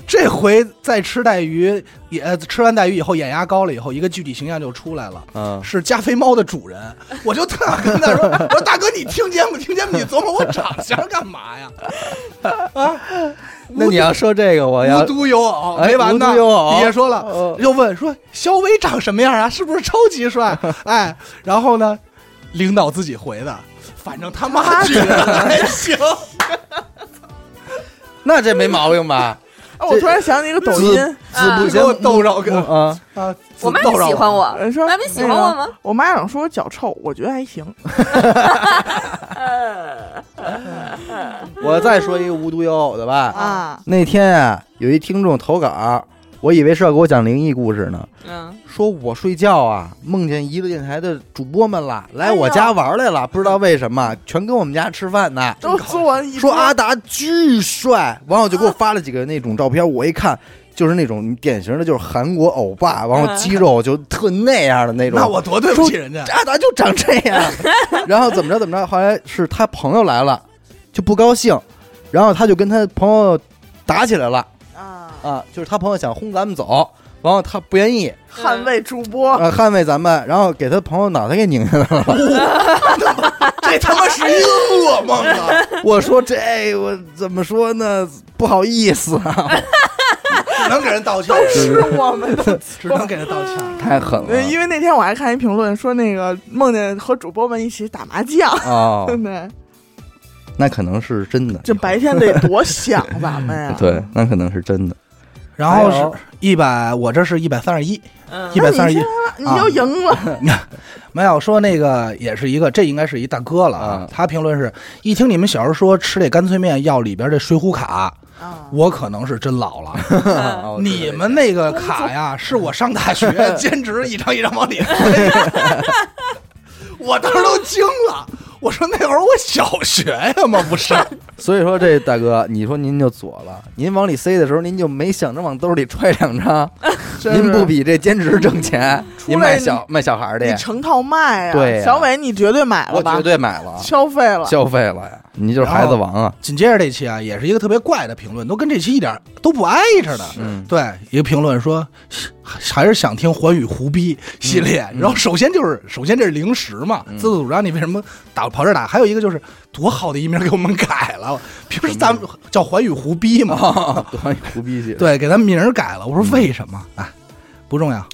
Speaker 5: 这回在吃带鱼，也呃吃完带鱼以后，眼压高了以后，一个具体形象就出来了。
Speaker 1: 嗯，
Speaker 5: 是加菲猫的主人，我就特想跟他
Speaker 1: [laughs]
Speaker 5: 说：“我说大哥，你听见没听见？你琢磨我长相干嘛呀？
Speaker 1: 那你要说这个，我要
Speaker 5: 无独有偶，
Speaker 1: 哎
Speaker 5: 没完呢
Speaker 1: 无独有。偶
Speaker 5: 底下说了，
Speaker 1: 呃
Speaker 5: 又问说肖伟长什么样啊？是不是超级帅？ [laughs] 哎，然后呢，领导自己回的，反正他妈觉得还行。
Speaker 1: 那这没毛病 [laughs] 吧？
Speaker 3: 啊我突然想起一个抖
Speaker 1: 子
Speaker 3: 音，
Speaker 1: 子不
Speaker 5: 给我
Speaker 1: 行，
Speaker 5: 逗着个
Speaker 1: 啊，
Speaker 5: 啊！
Speaker 4: 我妈
Speaker 5: 自逗着
Speaker 4: 喜欢我，
Speaker 3: 呃说
Speaker 4: 妈咪喜欢我吗？
Speaker 3: 我妈老说我脚臭，我觉得还行。
Speaker 1: 我再说一个无独有偶的吧。
Speaker 3: 啊，
Speaker 1: 那天啊，有一听众投稿，我以为是要给我讲灵异故事呢，
Speaker 4: 嗯，
Speaker 1: 说我睡觉啊，梦见一个电台的主播们了，来
Speaker 3: 哎呦
Speaker 1: 我家玩来了，不知道为什
Speaker 5: 哎
Speaker 1: 么，全跟我们家吃饭呢。
Speaker 3: 都坐一
Speaker 1: 说啊
Speaker 3: 桌
Speaker 1: 阿达巨帅，完后就给我发了几个那种照片，我一看就是那种典型的，就是韩国欧巴，完后
Speaker 4: 嗯
Speaker 1: 肌肉就特那样的那种。
Speaker 5: 那我多对不起人家
Speaker 1: 这。阿达就长这样，
Speaker 5: [laughs]
Speaker 1: 然后怎么着怎么着，后来是他朋友来了，就不高兴，然后他就跟他朋友打起来了
Speaker 3: 啊，
Speaker 1: 啊，就是他朋友想轰咱们走，然后他不愿意
Speaker 3: 捍卫主播，
Speaker 1: 啊捍卫咱们，然后给他朋友脑袋给拧下来了。 [laughs]
Speaker 5: 这他妈是一个噩梦啊！
Speaker 1: 我说这我怎么说呢？不好意思啊，
Speaker 5: 只能给人道歉，
Speaker 3: 是我们的。
Speaker 5: 只能给人道歉。
Speaker 1: 太狠了
Speaker 3: 对，因为那天我还看一评论说，那个梦见和主播们一起打麻将，
Speaker 1: 哦，
Speaker 3: 对，
Speaker 1: 那可能是真的。。
Speaker 3: 这白天得多想啊咱们呀
Speaker 1: [laughs] 对，那可能是真的。哎
Speaker 5: 然后是一百，我这是一百三十一，一
Speaker 3: 那
Speaker 5: 百
Speaker 3: 你
Speaker 5: 三十一
Speaker 3: 先。你
Speaker 1: 啊
Speaker 3: 又赢了，
Speaker 5: 没有说那个也是一个，这应该是一大哥了啊
Speaker 1: 啊。
Speaker 5: 他评论是：一听你们小时候说吃这干脆面要里边这水浒卡，
Speaker 3: 啊
Speaker 5: 我可能是真老了。
Speaker 4: 嗯
Speaker 1: 哦
Speaker 5: 你们那个卡呀，是我上大学 [laughs] 兼职一张一张往里推，我当时都惊了。我说那会儿我小学呀嘛，不是？
Speaker 1: 所以说这大哥，你说您就左了，您往里塞的时候，您就没想着往兜里揣两 [laughs] 张，
Speaker 3: 真是
Speaker 1: 您不比这兼职挣 [laughs] 钱，您卖
Speaker 3: 来
Speaker 1: 小卖小孩儿的
Speaker 3: 你
Speaker 1: 呀，
Speaker 3: 成套卖啊！
Speaker 1: 对呀
Speaker 3: 小伟，你绝对买了
Speaker 1: 我
Speaker 3: 吧？
Speaker 1: 绝对买了，
Speaker 3: 消费了。
Speaker 1: 啊消费了呀，你就是孩子王啊，
Speaker 5: 紧接着这期啊，也是一个特别怪的评论，都跟这期一点都不挨着的。
Speaker 1: 嗯
Speaker 5: 对，一个评论说，还是想听《环宇胡逼》系列。然后首先就是，首先这是零食嘛，自作主啊张，你为什么打跑这儿打？还有一个就是，多好的一名给我们改了，平时咱们叫《环宇胡逼》嘛，
Speaker 1: [laughs] 关于胡嗯逼去，
Speaker 5: 对，给咱名儿改了。我说为什么？哎，不重要。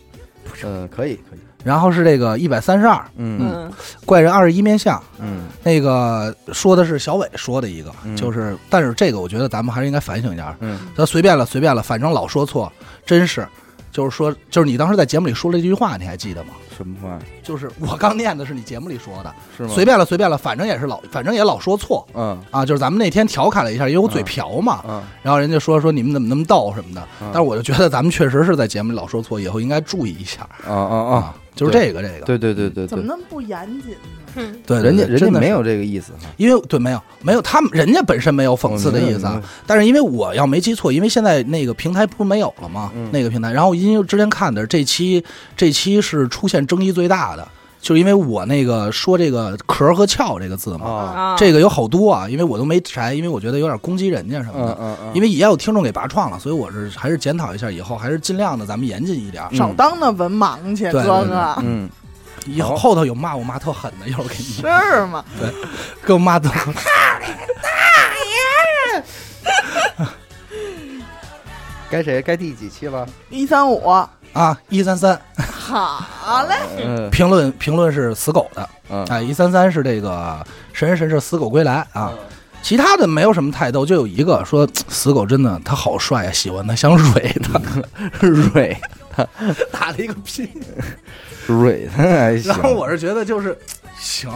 Speaker 1: 嗯，可以可以，
Speaker 5: 然后是这个一百三十二
Speaker 1: 嗯
Speaker 4: 嗯
Speaker 5: 怪人二十一面相，
Speaker 1: 嗯
Speaker 5: 那个说的是小伟说的一个，
Speaker 1: 嗯
Speaker 5: 就是但是这个我觉得咱们还是应该反省一下，
Speaker 1: 嗯
Speaker 5: 咱随便了随便了，反正老说错，真是，就是说就是你当时在节目里说了一句话，你还记得吗？
Speaker 1: 什么话
Speaker 5: 就是我刚念的是你节目里说的，
Speaker 1: 是吗？
Speaker 5: 随便了随便了，反正也是老反正也老说错
Speaker 1: 嗯
Speaker 5: 啊，就是咱们那天调侃了一下，因为我嘴
Speaker 1: 嗯
Speaker 5: 瓢嘛，
Speaker 1: 嗯，
Speaker 5: 然后人家说说你们怎么那么逗什么的，
Speaker 1: 嗯
Speaker 5: 但是我就觉得咱们确实是在节目里老说错，以后应该注意一下
Speaker 1: 啊啊啊，，
Speaker 5: 就是这个这个，
Speaker 1: 对对对对
Speaker 3: 怎么
Speaker 1: 对，
Speaker 3: 那么不严谨呢？
Speaker 4: 嗯
Speaker 5: 对，
Speaker 1: 人家
Speaker 5: 对
Speaker 1: 人家
Speaker 5: 真的是
Speaker 1: 没有这个意思哈，
Speaker 5: 因为对，没有没有，他们人家本身没有讽刺的意思
Speaker 1: 哦
Speaker 5: 啊。但是因为我要没记错，因为现在那个平台不是没有了吗？
Speaker 1: 嗯
Speaker 5: 那个平台，然后因为之前看的这期，这期是出现争议最大的，就是因为我那个说这个“壳”和“壳”这个字嘛，
Speaker 1: 啊，
Speaker 4: 啊，
Speaker 5: 这个有好多啊，因为我都没摘，因为我觉得有点攻击人家什么
Speaker 1: 嗯
Speaker 5: 的。
Speaker 1: 嗯嗯，
Speaker 5: 因为也有听众给拔创了，所以我是还是检讨一下，以后还是尽量的，咱们严谨一点儿。
Speaker 1: 嗯
Speaker 3: 少当那文盲去，
Speaker 5: 对
Speaker 3: 哥哥，
Speaker 1: 嗯
Speaker 5: 以后后头有骂我骂特狠的，一会儿给你
Speaker 3: 是吗？
Speaker 5: 给我骂特狠。
Speaker 1: 该谁该第几期了？
Speaker 3: 一三五，
Speaker 5: 啊！一三三
Speaker 3: 好嘞，
Speaker 1: 嗯
Speaker 5: 评论评论是死狗的，
Speaker 1: 嗯
Speaker 5: 啊，一三三是这个神神是死狗归来啊，其他的没有什么太逗，就有一个说死狗真的他好帅啊，喜欢他像蕊的，
Speaker 1: 瑞
Speaker 5: 嗯 [laughs] 打了一个拼。
Speaker 1: [laughs] 瑞，还行
Speaker 5: 然后我是觉得就是行，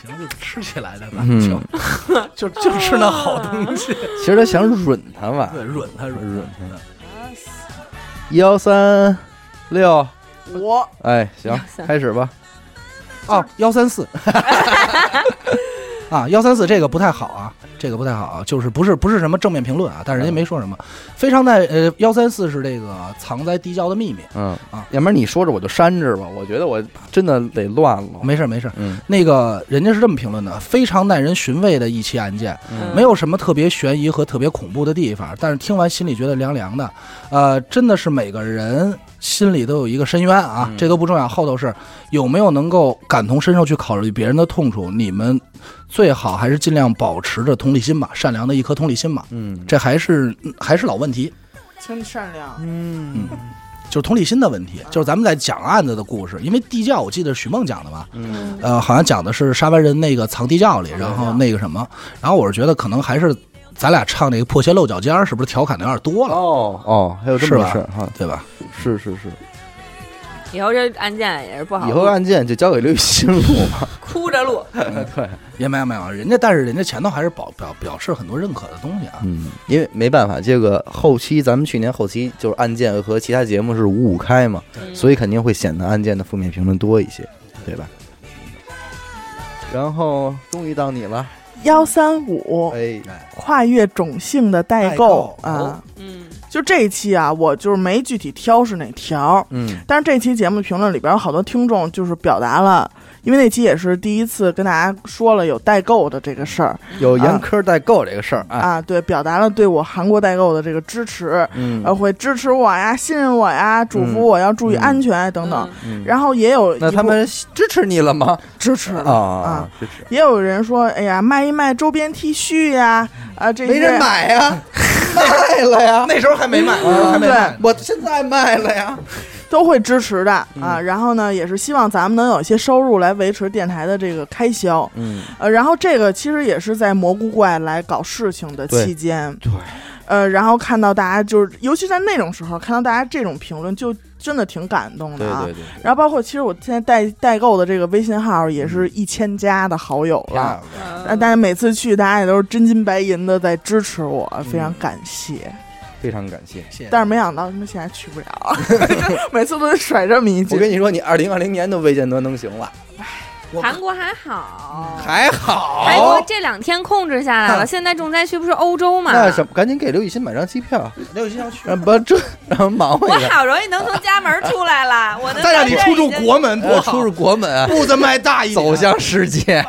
Speaker 5: 瓶子吃起来的呢，
Speaker 1: 嗯
Speaker 5: 就， [laughs] 就就是那好东西，
Speaker 1: 其实他想润他吧，
Speaker 5: 对，润它润
Speaker 1: 润
Speaker 5: 它。嗯
Speaker 1: 一幺三六，
Speaker 3: 我
Speaker 1: 哎，行，
Speaker 4: 1-3
Speaker 1: 开始吧。
Speaker 5: 哦，幺三四， [laughs] 啊，幺三四这个不太好啊，这个不太好、啊，就是不是不是什么正面评论啊，但是人家没说什么。非常在呃，幺三四是这个藏在地窖的秘密，
Speaker 1: 嗯
Speaker 5: 啊
Speaker 1: 要不然你说着我就删着吧，我觉得我真的得乱了。
Speaker 5: 没事儿没事儿。
Speaker 1: 嗯
Speaker 5: 那个人家是这么评论的，非常耐人寻味的一期案件，
Speaker 1: 嗯
Speaker 5: 没有什么特别悬疑和特别恐怖的地方，但是听完心里觉得凉凉的。呃，真的是每个人心里都有一个深渊啊，
Speaker 1: 嗯
Speaker 5: 这都不重要，后头是有没有能够感同身受去考虑别人的痛楚，你们最好还是尽量保持着同理心吧，善良的一颗同理心吧。
Speaker 1: 嗯
Speaker 5: 这还是嗯还是老问题，
Speaker 3: 真善良，
Speaker 1: 嗯
Speaker 5: 就是同理心的问题，就是咱们在讲案子的故事，因为地窖我记得是许梦讲的吧，
Speaker 1: 嗯
Speaker 5: 呃，好像讲的是沙湾人那个藏地窖里，然后那个什么，然后我是觉得可能还是咱俩唱那个破鞋露脚尖儿，是不是调侃的有点多了，
Speaker 1: 哦哦，还有这么回
Speaker 5: 是
Speaker 1: 事儿哈，
Speaker 5: 对吧？
Speaker 1: 是是是，
Speaker 4: 以后这案件也是不好
Speaker 1: 以后啊
Speaker 4: 录，
Speaker 1: 案件就交给刘雨欣录 [laughs] 吧。
Speaker 4: 哭着录。
Speaker 1: 对，
Speaker 5: 也没有没有，人家但是人家前头还是表表表示很多认可的东西啊。
Speaker 1: 嗯，因为没办法，这个后期咱们去年后期就是案件和其他节目是五五开嘛，所以肯定会显得案件的负面评论多一些，对吧？嗯然后终于到你了，
Speaker 3: 幺三五
Speaker 1: 哎，
Speaker 3: 跨越种姓的代购
Speaker 5: 代购
Speaker 3: 啊，
Speaker 4: 嗯，
Speaker 3: 就这一期啊，我就是没具体挑是哪条，
Speaker 1: 嗯
Speaker 3: 但是这期节目评论里边有好多听众就是表达了，因为那期也是第一次跟大家说了有代购的这个事儿
Speaker 1: 有严苛代购这个事儿啊，
Speaker 3: 啊，对，表达了对我韩国代购的这个支持，
Speaker 1: 嗯
Speaker 3: 呃，会支持我呀，信任我呀，嘱咐我要注意安全等等。
Speaker 1: 嗯
Speaker 3: 然后也有一
Speaker 1: 那他
Speaker 3: 部
Speaker 1: 们支持你了吗？
Speaker 3: 支持
Speaker 1: 啊
Speaker 3: 了
Speaker 1: 啊，支持，
Speaker 3: 也有人说，哎呀，卖一卖周边 T 恤呀，啊，这些
Speaker 1: 没人买呀，卖了呀，
Speaker 5: 那时候还没卖，那时候还没卖，
Speaker 1: 我现在卖了呀，
Speaker 3: 嗯都会支持的
Speaker 1: 嗯
Speaker 3: 啊。然后呢，也是希望咱们能有一些收入来维持电台的这个开销。
Speaker 1: 嗯，
Speaker 3: 呃，然后这个其实也是在蘑菇怪来搞事情的期间，
Speaker 1: 对对
Speaker 3: 呃，然后看到大家就是，尤其在那种时候看到大家这种评论，就真的挺感动的
Speaker 1: 对
Speaker 3: 啊。
Speaker 1: 对对，
Speaker 3: 然后包括其实我现在代代购的这个微信号也是一千加的好
Speaker 1: 啊
Speaker 3: 友了，
Speaker 4: 嗯
Speaker 3: 呃，但是每次去大家也都是真金白银的在支持我，非常感谢。
Speaker 1: 非常感谢。
Speaker 5: 谢谢
Speaker 3: 但是没想到他们现在去不了，每次都得甩这么一
Speaker 1: 我跟
Speaker 3: 句。
Speaker 1: 你说，你二零二零年都未见得能行了，
Speaker 5: 我
Speaker 4: 韩国还好，
Speaker 1: 还好
Speaker 4: 韩国这两天控制下来了。现在重灾区不是欧洲吗？
Speaker 1: 那什么，赶紧给刘雨欣买张机 [laughs] 票，
Speaker 5: 刘雨欣要去，
Speaker 1: 让不这让忙活
Speaker 4: 我
Speaker 1: 一下，
Speaker 4: 好容易能从家门出来了，我
Speaker 5: [laughs]
Speaker 4: 的
Speaker 5: 再让你出入国门多
Speaker 1: 呃
Speaker 5: 好
Speaker 1: 出，入国门啊，
Speaker 5: 步子迈大一点，
Speaker 1: 走。向世界。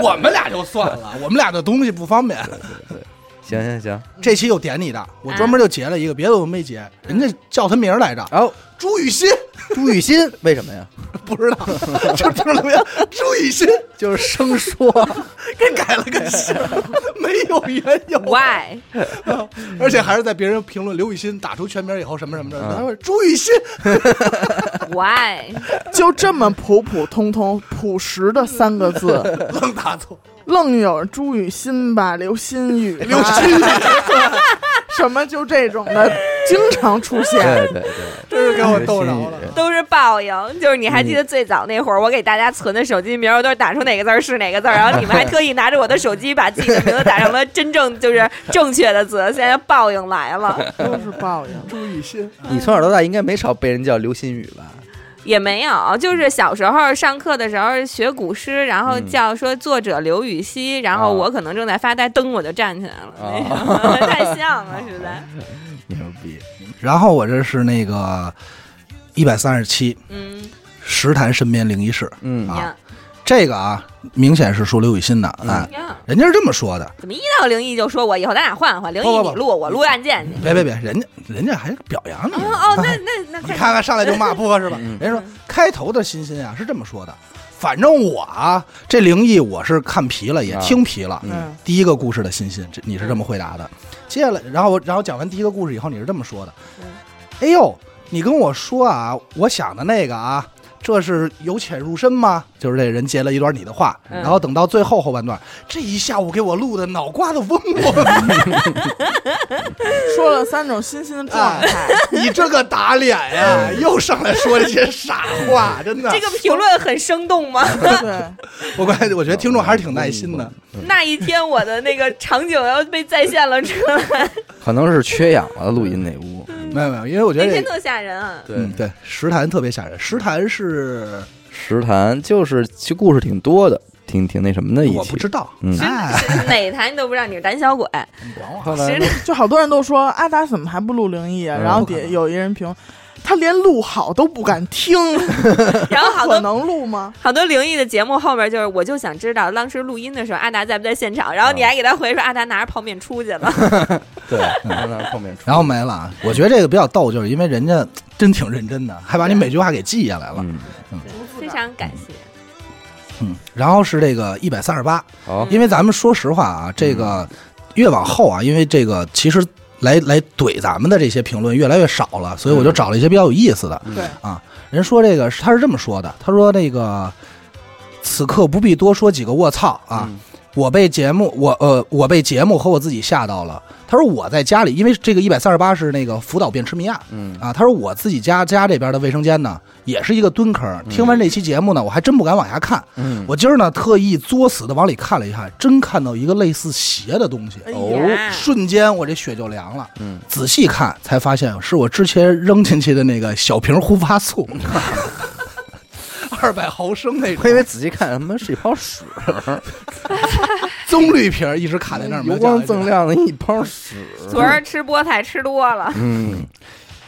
Speaker 5: 我们俩就算了， [laughs] 嗯我们俩的东西不方便。
Speaker 1: [laughs] 行行行，
Speaker 5: 这期又点你的，我专门就截了一个，别的我没截。人家叫他名儿来着，
Speaker 1: 然后
Speaker 5: 嗯啊朱雨欣，
Speaker 1: 朱雨欣为什么呀？
Speaker 5: 不知道， [laughs] 就这么名，朱雨欣
Speaker 1: 就是生说，
Speaker 5: 给改了个
Speaker 1: [laughs]
Speaker 5: 姓儿，没有缘由，
Speaker 4: Why？
Speaker 5: 而且还是在别人评论刘雨欣打出全名以后什么什么的，
Speaker 1: 嗯
Speaker 5: 他说朱雨欣， [laughs]
Speaker 4: Why？
Speaker 3: 就这么普普通通、朴实的三个
Speaker 5: [laughs]
Speaker 3: 字，
Speaker 5: 愣
Speaker 1: [laughs]
Speaker 5: 打错，
Speaker 3: 愣有朱雨欣吧、刘心雨吧、
Speaker 5: 刘欣
Speaker 3: [laughs] 什么就这种的，经常出现。
Speaker 1: 对对对，
Speaker 5: 真是给我逗着了。
Speaker 4: 都是报应，就是你还
Speaker 5: 嗯
Speaker 4: 记得最早那会儿，我给大家存的手机名儿，我都是打出哪个字儿是哪个字儿，然后你
Speaker 5: [laughs]
Speaker 4: 们还特意拿着我的手机把自己的名字打成了真正就是正确的字，现在报应来了，
Speaker 3: 都是报应。
Speaker 5: 朱雨欣，
Speaker 1: 你从小到大应该没少被人叫刘心雨吧？
Speaker 4: 也没有，就是小时候上课的时候学古诗，然
Speaker 5: 嗯
Speaker 4: 后叫说作者刘禹锡，然
Speaker 5: 哦
Speaker 4: 后我可能正在发呆，噔我就站起来了，
Speaker 1: 啊
Speaker 5: [laughs]
Speaker 4: 那个太像了，实在，
Speaker 1: 牛逼，
Speaker 5: 然后我这是那个一百三十七，
Speaker 4: 嗯，
Speaker 5: 石潭身边灵异事，
Speaker 1: 嗯
Speaker 5: 啊
Speaker 4: 呀
Speaker 5: 这个啊，明显是说刘雨欣的，
Speaker 1: 嗯
Speaker 5: 哎，
Speaker 4: 呀，
Speaker 5: 人家是这么说的。
Speaker 4: 怎么一到灵异就说我以后咱俩换换，灵异
Speaker 5: 不不
Speaker 4: 你
Speaker 5: 不
Speaker 4: 录我录案件去，
Speaker 5: 别别别，人家人家还表扬你
Speaker 4: 哦
Speaker 5: 呢。
Speaker 4: 哦，那那那
Speaker 5: 嗯你看看上来就
Speaker 1: [laughs]
Speaker 5: 骂不合适吧？
Speaker 1: 嗯
Speaker 5: 人家说开头的欣欣啊是这么说的，反正我啊这灵异我是看皮了，也
Speaker 1: 啊
Speaker 5: 听皮了。
Speaker 3: 嗯，
Speaker 5: 第一个故事的欣欣，这你是这么回答的。接下来，然后我然后讲完第一个故事以后，你是这么说的
Speaker 4: 嗯：
Speaker 5: 哎呦，你跟我说啊，我想的那个啊，这是由浅入深吗？就是这人截了一段你的话，
Speaker 4: 嗯
Speaker 5: 然后等到最后后半段，这一下午给我录的脑瓜子嗡嗡，
Speaker 3: 说了三种新兴的状态，
Speaker 5: [laughs] 你这个打脸呀、
Speaker 1: 嗯
Speaker 5: 又上来说这些傻话，真的。
Speaker 4: 这个评论很生
Speaker 5: [laughs]
Speaker 4: 动吗？
Speaker 3: 对，
Speaker 5: 我关键我觉得听众还是挺耐心的，
Speaker 4: 那一天我的那个场景要被再现了出来，
Speaker 1: 可能是缺氧了，录音那屋。
Speaker 5: 没有没有，因为我觉
Speaker 4: 那
Speaker 5: 得
Speaker 4: 天
Speaker 5: 这
Speaker 4: 特吓人啊！
Speaker 1: 对
Speaker 5: 嗯对石潭特别吓人，石潭是
Speaker 1: 石潭就是其实故事挺多的，挺挺那什么的一
Speaker 5: 我不
Speaker 1: 期。
Speaker 5: 知道，
Speaker 1: 嗯
Speaker 5: 哎，
Speaker 4: 是哪台你都不让你是胆小鬼，
Speaker 5: 你管我。
Speaker 1: 后来
Speaker 4: 谁
Speaker 1: 呢
Speaker 3: 就好多人都说阿达怎么还不录灵异啊？
Speaker 1: 嗯
Speaker 3: 然后底下有一人评，他连录好都不敢听，
Speaker 4: 然后好
Speaker 3: 可
Speaker 4: 多
Speaker 3: 能录吗？
Speaker 4: 好多灵异的节目后面就是，我就想知道当时录音的时候阿达在不在现场，然后你还给他回说阿达拿着泡面出去了， [laughs]
Speaker 1: 对，然后后面出
Speaker 5: 然后没了啊。我觉得这个比较逗，就是因为人家真挺认真的，还把你每句话给记下来了。
Speaker 1: 嗯，
Speaker 4: 非常感谢。
Speaker 5: 嗯， [laughs] 然后是这个一百三十八，
Speaker 1: 好，嗯
Speaker 5: 因为咱们说实话啊，这个越往后啊，因为这个其实来来怼咱们的这些评论越来越少了，所以我就找了一些比较有意思的。
Speaker 1: 嗯
Speaker 5: 啊
Speaker 3: 对，
Speaker 5: 人说这个他是这么说的，他说那个此刻不必多说几个卧槽啊。
Speaker 1: 嗯
Speaker 5: 我被节目，我呃，我被节目和我自己吓到了。他说我在家里，因为这个一百三十八是那个福岛便池米亚，
Speaker 1: 嗯，
Speaker 5: 啊，他说我自己家家这边的卫生间呢，也是一个蹲坑。听完这期节目呢，我还真不敢往下看。
Speaker 1: 嗯
Speaker 5: 我今儿呢特意作死的往里看了一看，真看到一个类似鞋的东西，
Speaker 3: 哎
Speaker 1: 哦
Speaker 3: 呀，
Speaker 4: 呀
Speaker 5: 瞬间我这血就凉了。
Speaker 1: 嗯，
Speaker 5: 仔细看才发现是我之前扔进去的那个小瓶护发素， [laughs] 二百毫升
Speaker 1: [laughs]
Speaker 5: 那
Speaker 1: 我以
Speaker 5: 种，
Speaker 1: 为仔细看他妈是一泡屎，
Speaker 5: 棕绿瓶儿一直卡在那儿，
Speaker 1: 油光锃亮
Speaker 5: 亮。
Speaker 1: 的一泡屎。
Speaker 4: 昨儿吃菠菜吃多了，
Speaker 1: 嗯，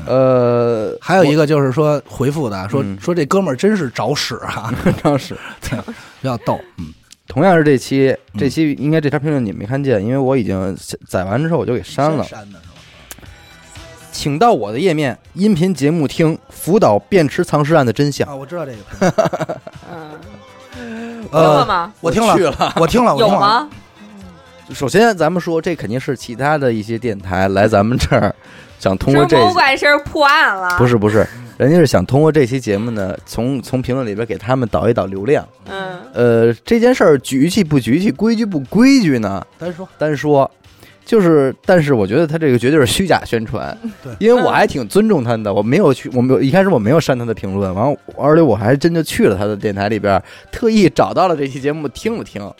Speaker 1: 呃，
Speaker 5: 还有一个就是说回复的啊说
Speaker 1: 嗯
Speaker 5: 说这哥们儿真是找屎啊，
Speaker 1: [laughs] 张
Speaker 5: [laughs]
Speaker 1: 屎。
Speaker 5: 比较逗，嗯，
Speaker 1: 同样是这期，这期应该这条评论你没看见，因为我已经载完之后我就给删了。
Speaker 5: 删的是吧
Speaker 1: 请到我的页面音频节目听《福岛便池藏尸案的真相》。
Speaker 5: 啊，我知道这个，
Speaker 4: 嗯，呃听了
Speaker 5: 呃，
Speaker 4: 吗？
Speaker 5: 我听了
Speaker 1: 去，了。
Speaker 5: 我听了，我
Speaker 4: 有
Speaker 5: 听了。
Speaker 4: 吗？
Speaker 1: 首先，咱们说这肯定是其他的一些电台来咱们这儿想通
Speaker 4: 是
Speaker 1: 过
Speaker 4: 不是
Speaker 1: 这
Speaker 4: 魔怪声破案了？
Speaker 1: 不
Speaker 4: 是，
Speaker 1: 是不是，人家是想通过这期节目呢，从从评论里边给他们导一导流量。
Speaker 4: 嗯，
Speaker 1: 呃，这件事儿局气不局气，规矩不规矩呢？
Speaker 5: 单说，
Speaker 1: 单说，就是，但是我觉得他这个绝对是虚假宣传。
Speaker 5: 对
Speaker 1: 因为我还挺尊重他的，我没有去，我没有一开始我没有删他的评论，完了，而且我还真就去了他的电台里边，特意找到了这期节目听不听。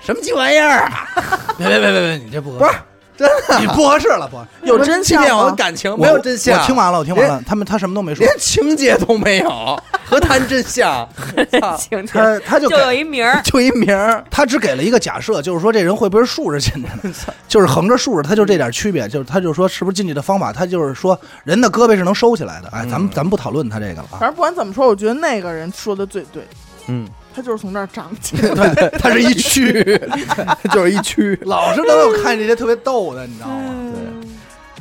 Speaker 1: 什么鸡玩意儿？啊
Speaker 5: 别别别别别，你这不合
Speaker 1: 不
Speaker 5: 适，真的你不合适了，不合适，
Speaker 3: 有真
Speaker 1: 欺
Speaker 3: 相
Speaker 1: 骗我的
Speaker 3: 吗？
Speaker 1: 感情，
Speaker 5: 我
Speaker 1: 没有真相。
Speaker 5: 我听完了，我听完了，他们他什么都没说
Speaker 1: 连，情节都没
Speaker 5: [laughs]
Speaker 1: 有，何谈真相？操
Speaker 4: 请听，
Speaker 5: 他他就
Speaker 4: 就有
Speaker 5: 给
Speaker 4: 一名儿，
Speaker 1: 就一名儿，
Speaker 5: 他只给了一个假设，就是说这人会不会是竖着进 [laughs] 去的，就是横着竖着，他就这点区别，就是他就说是不是进去的方法，他就是说人的胳膊是能收起来的，哎，咱们咱们不讨论他这个了
Speaker 3: 反
Speaker 5: 啊，
Speaker 3: 正不管怎么说，我觉得那个人说的最对，
Speaker 1: 嗯，
Speaker 3: 他就是从这儿长
Speaker 5: [laughs]
Speaker 3: 起来的。
Speaker 5: 对，他是一 [laughs] 区，
Speaker 1: 就是一区。
Speaker 5: [laughs] 老是能有看这些特别逗的，你知道吗？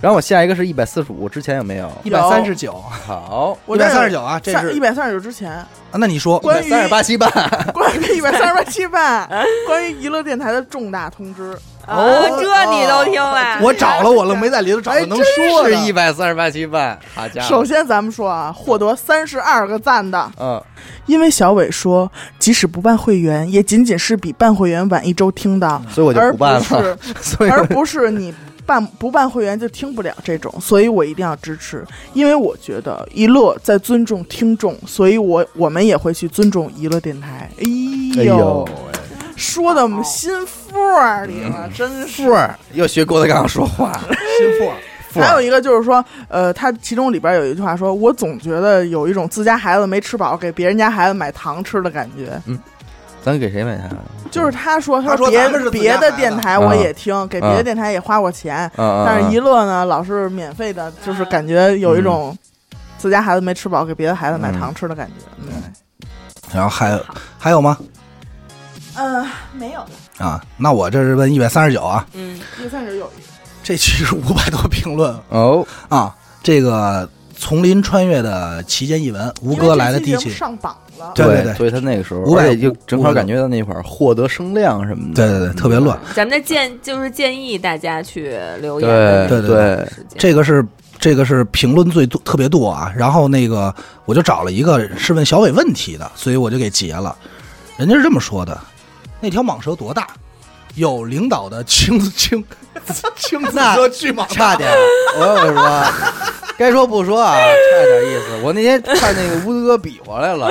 Speaker 1: 然后我下一个是一百四十五，之前有没有？
Speaker 5: 一百三十 [laughs] 九，啊
Speaker 1: 好，
Speaker 5: 一
Speaker 3: 我
Speaker 5: 百三十九啊，这
Speaker 3: 一
Speaker 5: 是，
Speaker 3: 百三十九之前，
Speaker 5: 啊那你说
Speaker 1: 一百
Speaker 3: 关于
Speaker 1: 三十八七半，
Speaker 3: 关于一百三十八七
Speaker 5: [laughs]
Speaker 3: 半，关于娱乐电台的重大通知，啊
Speaker 4: 哦，这你都听了？
Speaker 5: 我找了我愣没在里头找个能说
Speaker 1: 哎是一
Speaker 5: 的，
Speaker 1: 百三十八七半，好家
Speaker 3: 首
Speaker 1: 伙，
Speaker 3: 先咱们说啊，获得三十二个赞的，
Speaker 1: 嗯，
Speaker 3: 因为小伟说，即使不办会员，也仅仅是比办会员晚一周听到，
Speaker 5: 嗯
Speaker 1: 所以我就
Speaker 3: 而
Speaker 1: 不办
Speaker 3: 是
Speaker 1: 了。所以
Speaker 3: 而不是你办不办会员就听不了这种，所以我一定要支持，因为我觉得一乐在尊重听众，所以我我们也会去尊重一乐电台。哎
Speaker 1: 哎
Speaker 3: 呦，
Speaker 1: 呦，
Speaker 3: 说的我们心腹儿里
Speaker 5: 嗯
Speaker 3: 了，真是。
Speaker 1: 儿又学郭德纲说话，
Speaker 5: 心腹。
Speaker 1: 富
Speaker 3: 还有
Speaker 1: 儿
Speaker 3: 一个就是说，呃，他其中里边有一句话说，我总觉得有一种自家孩子没吃饱，给别人家孩子买糖吃的感觉。
Speaker 1: 咱给谁买呀？
Speaker 3: 就是他说，
Speaker 5: 他说
Speaker 3: 别
Speaker 5: 咱们是自家
Speaker 3: 别
Speaker 5: 孩子嗯
Speaker 3: 的电台我也听，给别
Speaker 1: 啊
Speaker 3: 的电台也花过钱，
Speaker 1: 嗯嗯，
Speaker 3: 但是
Speaker 1: 一
Speaker 3: 一乐呢老是免费的，就是感觉有一
Speaker 5: 嗯
Speaker 3: 种自家孩子没吃饱，给别的孩子买糖吃的感觉。嗯，
Speaker 5: 然后还有还有吗？
Speaker 3: 呃，没有了，
Speaker 5: 啊，那我这是问一百三十九啊，
Speaker 4: 嗯，
Speaker 3: 也算是有一个。
Speaker 5: 这期是五百多评论
Speaker 1: 哦，
Speaker 5: 啊。这个丛林穿越的期间译文，吴
Speaker 3: 因为
Speaker 5: 哥
Speaker 3: 这
Speaker 5: 来的
Speaker 3: 期
Speaker 5: 第一
Speaker 3: 节目
Speaker 5: 期，
Speaker 3: 上榜了，
Speaker 5: 对对对
Speaker 1: 所以他那个时候，
Speaker 5: 500
Speaker 1: 而且就正好
Speaker 5: 500
Speaker 1: 感觉到那会儿获得声量什么的，
Speaker 5: 对对对，特别乱。
Speaker 4: 咱们的建就是建议大家去留言
Speaker 1: 对
Speaker 5: 对
Speaker 4: 的
Speaker 1: 对
Speaker 5: 这个是这个是评论最多特别多啊。然后那个我就找了一个是问小伟问题的，所以我就给截了。人家是这么说的：那条蟒蛇多大？有领导的青青 [laughs]
Speaker 3: [laughs]
Speaker 5: 青紫色巨蟒，
Speaker 1: 差点，我有说，该说不说啊，差点意思。我那天看那个乌子哥比划来了，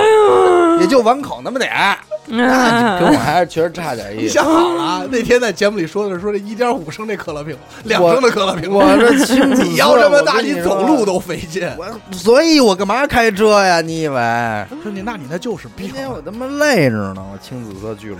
Speaker 1: 也就碗口那么点儿，
Speaker 3: [laughs]
Speaker 1: 跟我
Speaker 4: 嗯，
Speaker 1: 还是确实差点
Speaker 5: 你 [laughs]
Speaker 1: 意思。
Speaker 5: 想好了啊？那天在节目里说的是说这一点五升这可乐瓶，两
Speaker 1: 我
Speaker 5: 升的可乐瓶，
Speaker 1: 我这青紫色
Speaker 5: [laughs] 你要这么大，
Speaker 1: 我跟
Speaker 5: 你
Speaker 1: 说
Speaker 5: 走路都费劲。
Speaker 1: 我，所以我干嘛开车呀？你以
Speaker 3: 哎
Speaker 1: 为？
Speaker 5: 兄弟，那你那就是逼
Speaker 1: 今天我他妈累着呢，我青紫色巨龙。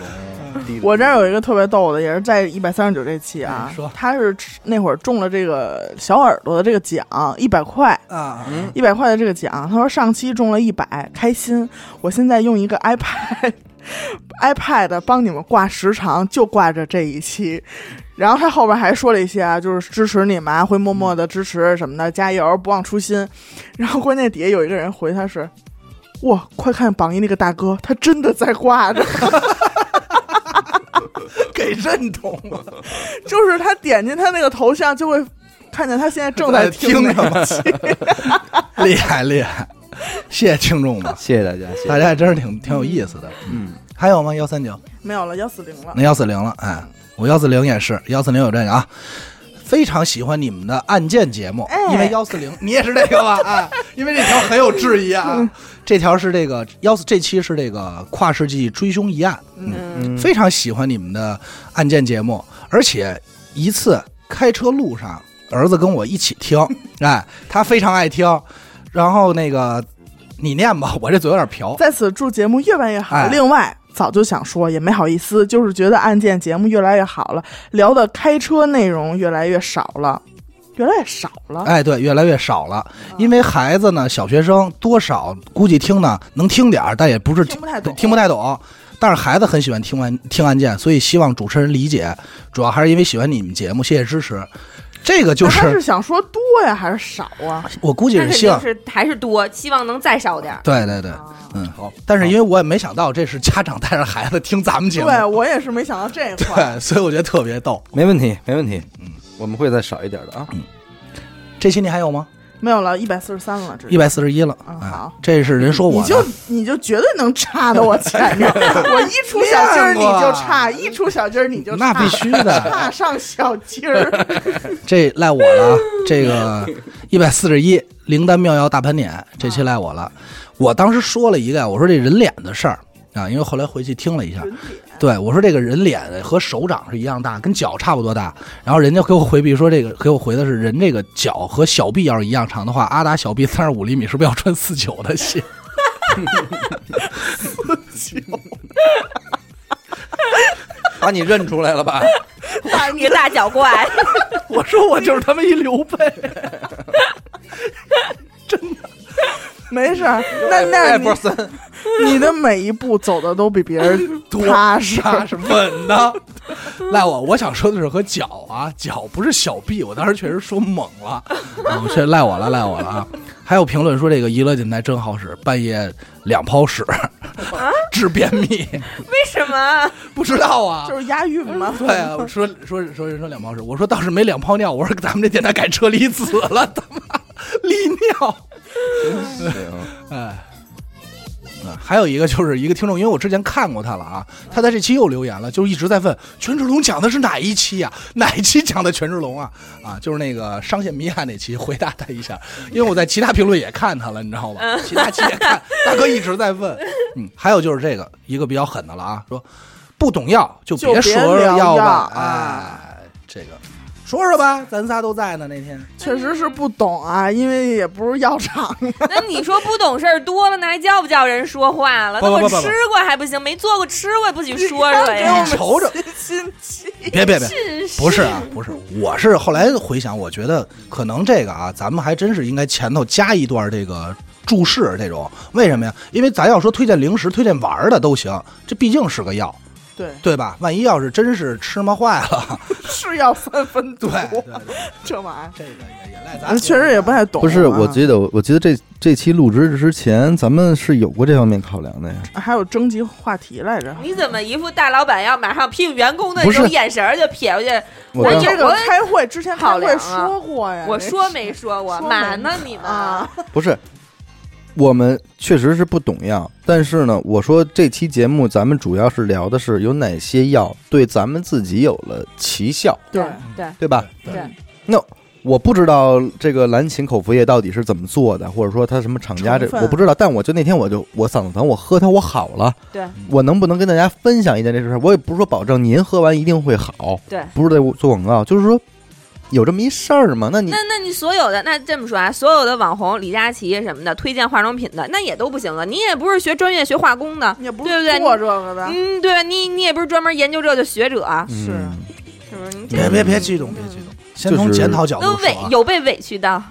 Speaker 1: 滴溜
Speaker 3: 嗯我这儿有一个特别逗的，也是在一百三十九这期啊
Speaker 5: 嗯说，
Speaker 3: 他是那会儿中了这个小耳朵的这个奖，一百块，
Speaker 5: 啊！
Speaker 1: 嗯，
Speaker 3: 一百块的这个奖，他说上期中了一百，开心。我现在用一个 iPad [laughs] iPad 帮你们挂时长，就挂着这一期。然后他后边还说了一些啊，就是支持你们啊，会默默的支持什么的，加油，不忘初心。然后关键底下有一个人回他是，哇，快看榜一那个大哥，他真的在挂着，
Speaker 5: [laughs]
Speaker 3: [laughs]
Speaker 5: 给认同了，
Speaker 3: 就是他点进他那个头像就会看见他现在正在听
Speaker 5: 着
Speaker 3: 那
Speaker 5: 吗 [laughs]
Speaker 3: 个。？
Speaker 5: 厉害厉害，谢谢听众们，
Speaker 1: 谢谢大家，谢谢
Speaker 5: 大。家还真是挺挺有意思的。
Speaker 1: 嗯，
Speaker 5: 还有吗？幺三九，
Speaker 3: 没有了，幺四零了。
Speaker 5: 那幺四零了，哎，我幺四零也是幺四零有这个啊。非常喜欢你们的案件节目，
Speaker 3: 哎
Speaker 5: 因为幺四零，你也是这个吧？ [laughs] 啊，因为这条很有质疑
Speaker 1: 嗯
Speaker 5: 啊。这条是这个幺四，这期是这个跨世纪追凶一案，
Speaker 1: 嗯
Speaker 5: 非常喜欢你们的案件节目，而且一次开车路上，儿子跟我一起
Speaker 3: [laughs]
Speaker 5: 听，哎，他非常爱听。然后那个你念吧，我这嘴有点瓢。
Speaker 3: 在此祝节目越办越好。
Speaker 5: 哎
Speaker 3: 另外，早就想说，也没好意思，就是觉得案件节目越来越好了，聊的开车内容越来越少了，越来越少了。
Speaker 5: 哎，对，越来越少了，
Speaker 3: 啊
Speaker 5: 因为孩子呢，小学生多少估计听呢能听点儿，但也不是
Speaker 3: 听不太
Speaker 5: 对
Speaker 3: 懂，
Speaker 5: 听不太懂。但是孩子很喜欢听完听案件，所以希望主持人理解，主要还是因为喜欢你们节目，谢谢支持。这个就
Speaker 3: 那他
Speaker 5: 是哎
Speaker 3: 是想说多呀，还是少啊？
Speaker 5: 我估计
Speaker 4: 那
Speaker 5: 是
Speaker 4: 肯
Speaker 5: 希
Speaker 4: 定
Speaker 5: 望，
Speaker 4: 是还是多，希望能再少点儿。
Speaker 5: 对对对，
Speaker 3: 哦
Speaker 5: 嗯好。但是因为我也没想到这是家长带着孩子听咱们节目，
Speaker 3: 对啊我也是没想到这一块。
Speaker 5: 对，所以我觉得特别逗。
Speaker 1: 没问题，没问题。嗯，我们会再少一点的啊。
Speaker 5: 这期你还有吗？
Speaker 3: 没有了，一百四十三了，这
Speaker 5: 一百四十一了，
Speaker 3: 嗯
Speaker 5: 哎
Speaker 3: 好
Speaker 5: 这是人说我
Speaker 3: 你
Speaker 5: 呢哎
Speaker 3: 就你就绝对能插到我
Speaker 5: [laughs]
Speaker 3: 前面，我一出小劲儿你就差，一出小劲儿你就
Speaker 5: 啊那
Speaker 3: 差，
Speaker 5: 必须
Speaker 3: [laughs]
Speaker 5: 的，
Speaker 3: 差上小劲
Speaker 5: [laughs]
Speaker 3: 儿。
Speaker 5: 这赖我了啊。这个一百四十一灵丹妙药大盘点，这
Speaker 3: 嗯
Speaker 5: 期赖我了。我当时说了一个，我说这人脸的事儿啊，因为后来回去听了一下，对我说这个人脸和手掌是一样大，跟脚差不多大。然后人家给我回避说这个，给我回的是人这个脚和小臂要是一样长的话，阿达小臂三十五厘米是不是要穿四九的鞋？
Speaker 1: 把你认出来了
Speaker 3: [laughs]
Speaker 1: 吧？
Speaker 4: [laughs] 你个大脚 [laughs] 怪，
Speaker 5: [laughs] 我说我就是他妈一刘备。
Speaker 3: 没事儿，那那
Speaker 5: 哎
Speaker 1: 艾弗
Speaker 3: 哎你
Speaker 1: 森，
Speaker 3: [laughs] 你的每一步走的都比别人踏实。
Speaker 5: 啥是稳的。赖我，我想说的是和脚啊，脚不是小臂，我当时确实说猛了，嗯，这赖我了，赖我了啊！还有评论说这个娱乐电台真好使，半夜两泡屎 [laughs] 治便秘，
Speaker 4: 为什么？
Speaker 5: 不知道啊
Speaker 3: 就。是押韵嘛。
Speaker 5: [laughs] 对啊，我说说说人说两泡屎，我说倒是没两泡尿，我说咱们这电台改车厘子了，他妈 [laughs] 利尿。
Speaker 1: 啊 [laughs]
Speaker 5: 哎，嗯，还有一个就是一个听众，因为我之前看过他了啊，他在这期又留言了，就一直在问权志龙讲的是哪一期呀、哪一期讲的权志龙啊？啊，就是那个商业迷案那期，回答他一下，因为我在其他评论也看他了，你知道吧？
Speaker 3: 嗯
Speaker 5: 其他期也看，
Speaker 3: [laughs]
Speaker 5: 大哥一直在问，嗯，还有就是这个一个比较狠的了啊，说不懂药就
Speaker 3: 就
Speaker 5: 别
Speaker 3: 别
Speaker 5: 说
Speaker 3: 聊
Speaker 5: 药吧
Speaker 3: 药，啊
Speaker 5: 哎，这个说说吧，咱仨都在呢那天。
Speaker 3: 确实是不懂啊，因为也不是药厂，
Speaker 4: [laughs] 那你说不懂事儿多了，那还叫不叫人说话了？
Speaker 5: 不
Speaker 4: 那
Speaker 5: 不
Speaker 4: 我
Speaker 5: 不不
Speaker 4: 吃过还不行，没做过吃过也不许说说
Speaker 3: 给
Speaker 5: 你
Speaker 4: 呀
Speaker 3: 我。
Speaker 5: 瞅
Speaker 3: [laughs]
Speaker 5: 着
Speaker 3: 们心机。
Speaker 5: 别别别，
Speaker 4: 真是
Speaker 5: 不是啊，不是，我是后来回想，我觉得可能这个啊，咱们还真是应该前头加一段这个注释这种，为什么呀？因为咱要说推荐零食、推荐玩儿的都行，这毕竟是个药，
Speaker 3: 对，
Speaker 5: 对吧？万一要是真是吃嘛坏了，
Speaker 3: 是要三分毒
Speaker 5: 对，对对
Speaker 3: 这玩意
Speaker 5: 这个也也赖咱
Speaker 3: 儿，确实也不太懂啊。
Speaker 1: 不是，我记得我记得这这期录制之前，咱们是有过这方面考量的呀。
Speaker 3: 还有征集话题来着。
Speaker 4: 你怎么一副大老板要马上批评员工的
Speaker 1: 不
Speaker 4: 那
Speaker 1: 是
Speaker 4: 种眼神儿就撇过去？
Speaker 1: 我
Speaker 4: 那
Speaker 1: 刚
Speaker 4: 你
Speaker 3: 这
Speaker 4: 这
Speaker 3: 个
Speaker 4: 个
Speaker 3: 开会之前开
Speaker 4: 考
Speaker 3: 会
Speaker 4: 量啊
Speaker 3: 说过呀，
Speaker 4: 我
Speaker 3: 那
Speaker 4: 说没说过
Speaker 3: 说
Speaker 4: 嘛
Speaker 3: 没
Speaker 4: 呢？你们
Speaker 3: 啊？
Speaker 1: 不是，我们确实是不懂药，但是呢，我说这期节目咱们主要是聊的是有哪些药对咱们自己有了奇效，
Speaker 3: 对
Speaker 4: 对
Speaker 1: 对吧？
Speaker 5: 对
Speaker 4: 对，
Speaker 1: 我不知道这个蓝芩口服液到底是怎么做的，或者说它什么厂家这
Speaker 3: 成分
Speaker 1: 我不知道，但我就那天我就我嗓子疼，我喝它我好了，
Speaker 4: 对，
Speaker 1: 我能不能跟大家分享一件这事儿？我也不是说保证您喝完一定会好，
Speaker 4: 对，
Speaker 1: 不是在做广告，啊就是说有这么一事儿嘛，那你
Speaker 4: 那那你所有的那这么说啊，所有的网红李佳琦什么的推荐化妆品的，那也都不行啊。你也不是学专业学化工的，
Speaker 3: 也不
Speaker 4: 对不
Speaker 3: 是啊
Speaker 4: 对
Speaker 3: 做这个的，
Speaker 4: 嗯，对吧？你你也不是专门研究这的学者啊，
Speaker 3: 是
Speaker 1: 嗯
Speaker 4: 是不是？你这
Speaker 5: [laughs] 别别别激动，别激动，先从
Speaker 1: 就是
Speaker 5: 检讨角度
Speaker 4: 都
Speaker 5: 说
Speaker 4: 委
Speaker 5: 啊。
Speaker 4: 有被委屈到，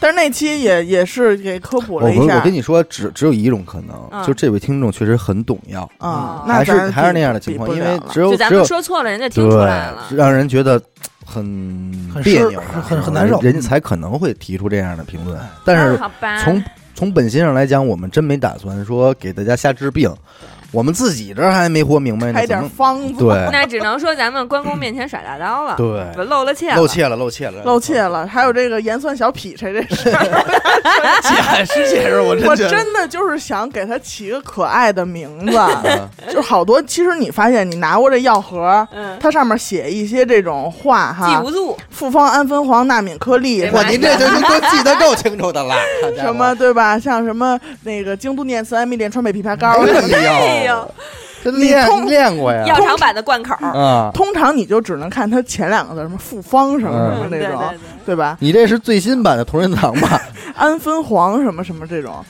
Speaker 3: 但是那期也也是给科普
Speaker 1: 我
Speaker 3: 了
Speaker 1: 不
Speaker 3: 一
Speaker 1: 是我
Speaker 3: 下
Speaker 1: 跟你说，只只有一种可能，
Speaker 4: 嗯
Speaker 1: 就这位听众确实很懂药，
Speaker 3: 啊
Speaker 4: 嗯，
Speaker 3: 那
Speaker 1: 还是
Speaker 3: 咱
Speaker 1: 还是那
Speaker 3: 比
Speaker 1: 样的情况，
Speaker 3: 比
Speaker 1: 因
Speaker 3: 不了
Speaker 1: 为
Speaker 3: 了
Speaker 1: 只有
Speaker 4: 就咱
Speaker 1: 只有
Speaker 4: 们说错了，人家听出来了
Speaker 1: 对，。让人觉得很
Speaker 5: 很
Speaker 1: 别
Speaker 5: 失
Speaker 1: 扭的时候，
Speaker 5: 很很难受
Speaker 1: 人家才可能会提出这样的评论。但
Speaker 4: 啊
Speaker 1: 是
Speaker 4: 好吧，
Speaker 1: 从从本心上来讲，我们真没打算说给大家瞎治病，我们自己这还没活明白
Speaker 3: 开
Speaker 1: 呢，怎
Speaker 3: 点
Speaker 1: 么
Speaker 3: 方子，
Speaker 1: 对
Speaker 4: 那只能说咱们关公面前耍大刀了，
Speaker 1: 对
Speaker 4: 露了怯了，
Speaker 1: 露怯了，露怯了，
Speaker 3: [laughs] 露怯了。还有这个盐酸小劈柴这事儿，
Speaker 5: 解释解释，我
Speaker 3: 我
Speaker 5: 真觉得
Speaker 3: 真的就是想给他起个可爱的
Speaker 5: [laughs]
Speaker 3: 名字，
Speaker 1: 啊。
Speaker 3: 就是好多。其实你发现你拿过这药盒，
Speaker 4: 嗯，
Speaker 3: 它上面写一些这种话
Speaker 4: 记
Speaker 3: 哈
Speaker 4: 不，住，
Speaker 3: 复方安酚黄钠敏颗粒
Speaker 4: 对
Speaker 1: [laughs] 哇，
Speaker 4: 吧
Speaker 1: 您这就您都记得够清楚的了，好家伙
Speaker 3: 什么对吧？像什么那个京都念慈安泌炼川贝枇杷膏，
Speaker 5: 嗯
Speaker 1: 哎
Speaker 4: 哎
Speaker 1: 呦
Speaker 4: 呦，
Speaker 1: 真
Speaker 3: 啊你
Speaker 1: 练
Speaker 3: 通
Speaker 1: 练过哎呀
Speaker 4: 药厂版的贯口，
Speaker 1: 啊！
Speaker 3: [laughs] 通常你就只能看它前两个字，什么复方什么什么
Speaker 4: 嗯对
Speaker 3: 那
Speaker 4: 对
Speaker 3: 种
Speaker 1: 啊
Speaker 4: 对，。
Speaker 3: 对吧？
Speaker 1: 你这是最新版的同仁堂吧？
Speaker 3: 安酚黄什么什么这种，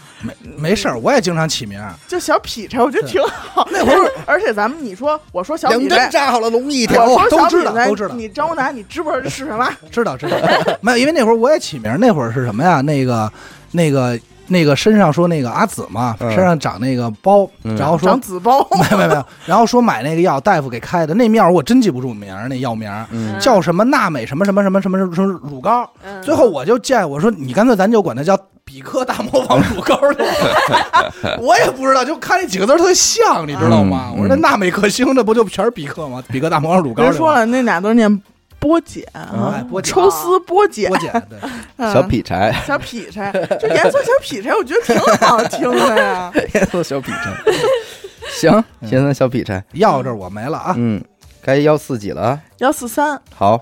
Speaker 5: 没事儿，我也经常起名儿。
Speaker 3: 就小劈柴，我觉得挺
Speaker 5: [laughs]
Speaker 3: 好。那
Speaker 5: 会儿，
Speaker 3: [laughs] 而且咱们你说，我说小
Speaker 1: 两
Speaker 3: 劈
Speaker 1: 针
Speaker 3: 柴，
Speaker 1: 扎好了龙一条，
Speaker 3: 我说小
Speaker 5: 哦都知
Speaker 3: 劈
Speaker 5: 道
Speaker 3: 柴，
Speaker 5: 都知道
Speaker 3: 你张国达，你知不知道这是什么？
Speaker 5: 知道知道，没有，因为那会儿我也起名儿，那会儿是什么呀？那个那个那个身上说那个阿紫嘛，
Speaker 1: 嗯
Speaker 5: 身上长那个包，
Speaker 1: 嗯
Speaker 5: 然后哦说
Speaker 3: 长紫包，
Speaker 5: 没有没有没有，然后说买那个药，大夫给开的那面儿我真记不住名儿，那药名儿
Speaker 1: 嗯
Speaker 5: 叫什么纳美什么什么什么什么什么什么乳膏，
Speaker 4: 嗯
Speaker 5: 最后我就建议我说你干脆咱就管它叫比克大魔王乳膏得了我也不知道，就看那几个字儿特像，你知道吗？
Speaker 1: 嗯
Speaker 5: 我说那纳美克星这不就全是比克吗？比克大魔王乳膏
Speaker 3: 人说
Speaker 5: 了，
Speaker 3: 了，那俩都是念波姐，
Speaker 5: 哎，波姐，
Speaker 3: 抽丝剥茧
Speaker 5: 波，姐，对。
Speaker 3: 嗯
Speaker 1: 小劈柴， [laughs]
Speaker 3: 小劈柴，就盐酸小劈柴，我觉得挺好听的呀。
Speaker 1: 别做小劈柴。行，现在小劈柴，
Speaker 5: 药这儿我没了啊，
Speaker 1: 嗯，该幺四几了啊？
Speaker 3: 幺四三，
Speaker 1: 好，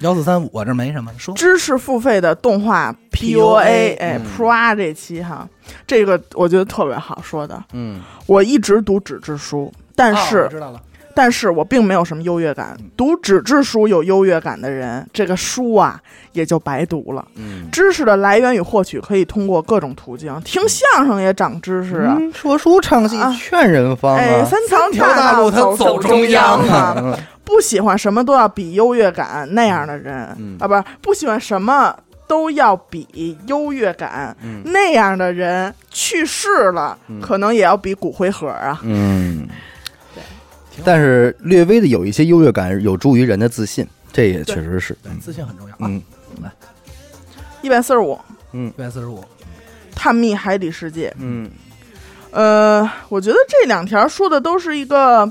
Speaker 5: 幺四三我这没什么说。
Speaker 3: 哦知识付费的动画 PUA，哎
Speaker 1: 嗯
Speaker 3: ，PRA 这期哈，这个我觉得特别好说的。
Speaker 1: 嗯，
Speaker 3: 我一直读纸质书，但
Speaker 5: 啊
Speaker 3: 是
Speaker 5: 我知道了，
Speaker 3: 但是我并没有什么优越感。读纸质书有优越感的人，这个书啊也就白读了。
Speaker 1: 嗯，
Speaker 3: 知识的来源与获取可以通过各种途径，听相声也长知识啊。
Speaker 1: 嗯说书唱戏
Speaker 3: 啊
Speaker 1: 劝人方
Speaker 3: 哎，
Speaker 1: 啊。
Speaker 3: 三条
Speaker 5: 条大路它
Speaker 3: 走
Speaker 5: 走
Speaker 4: 中央
Speaker 3: 啊！
Speaker 1: 嗯
Speaker 3: 不喜欢什么都要比优越感那样的人、
Speaker 1: 嗯
Speaker 3: 啊，不是不喜欢什么都要比优越感、
Speaker 1: 嗯
Speaker 3: 那样的人去世了，可能也要比骨灰盒啊。
Speaker 1: 嗯，但是略微的有一些优越感，有助于人的自信，这也确实是。
Speaker 5: 对，自信很重要啊。
Speaker 1: 嗯，
Speaker 3: 一百四十五，
Speaker 5: 一百四十五，
Speaker 3: 探秘海底世界。
Speaker 1: 嗯
Speaker 3: 呃，我觉得这两条说的都是一个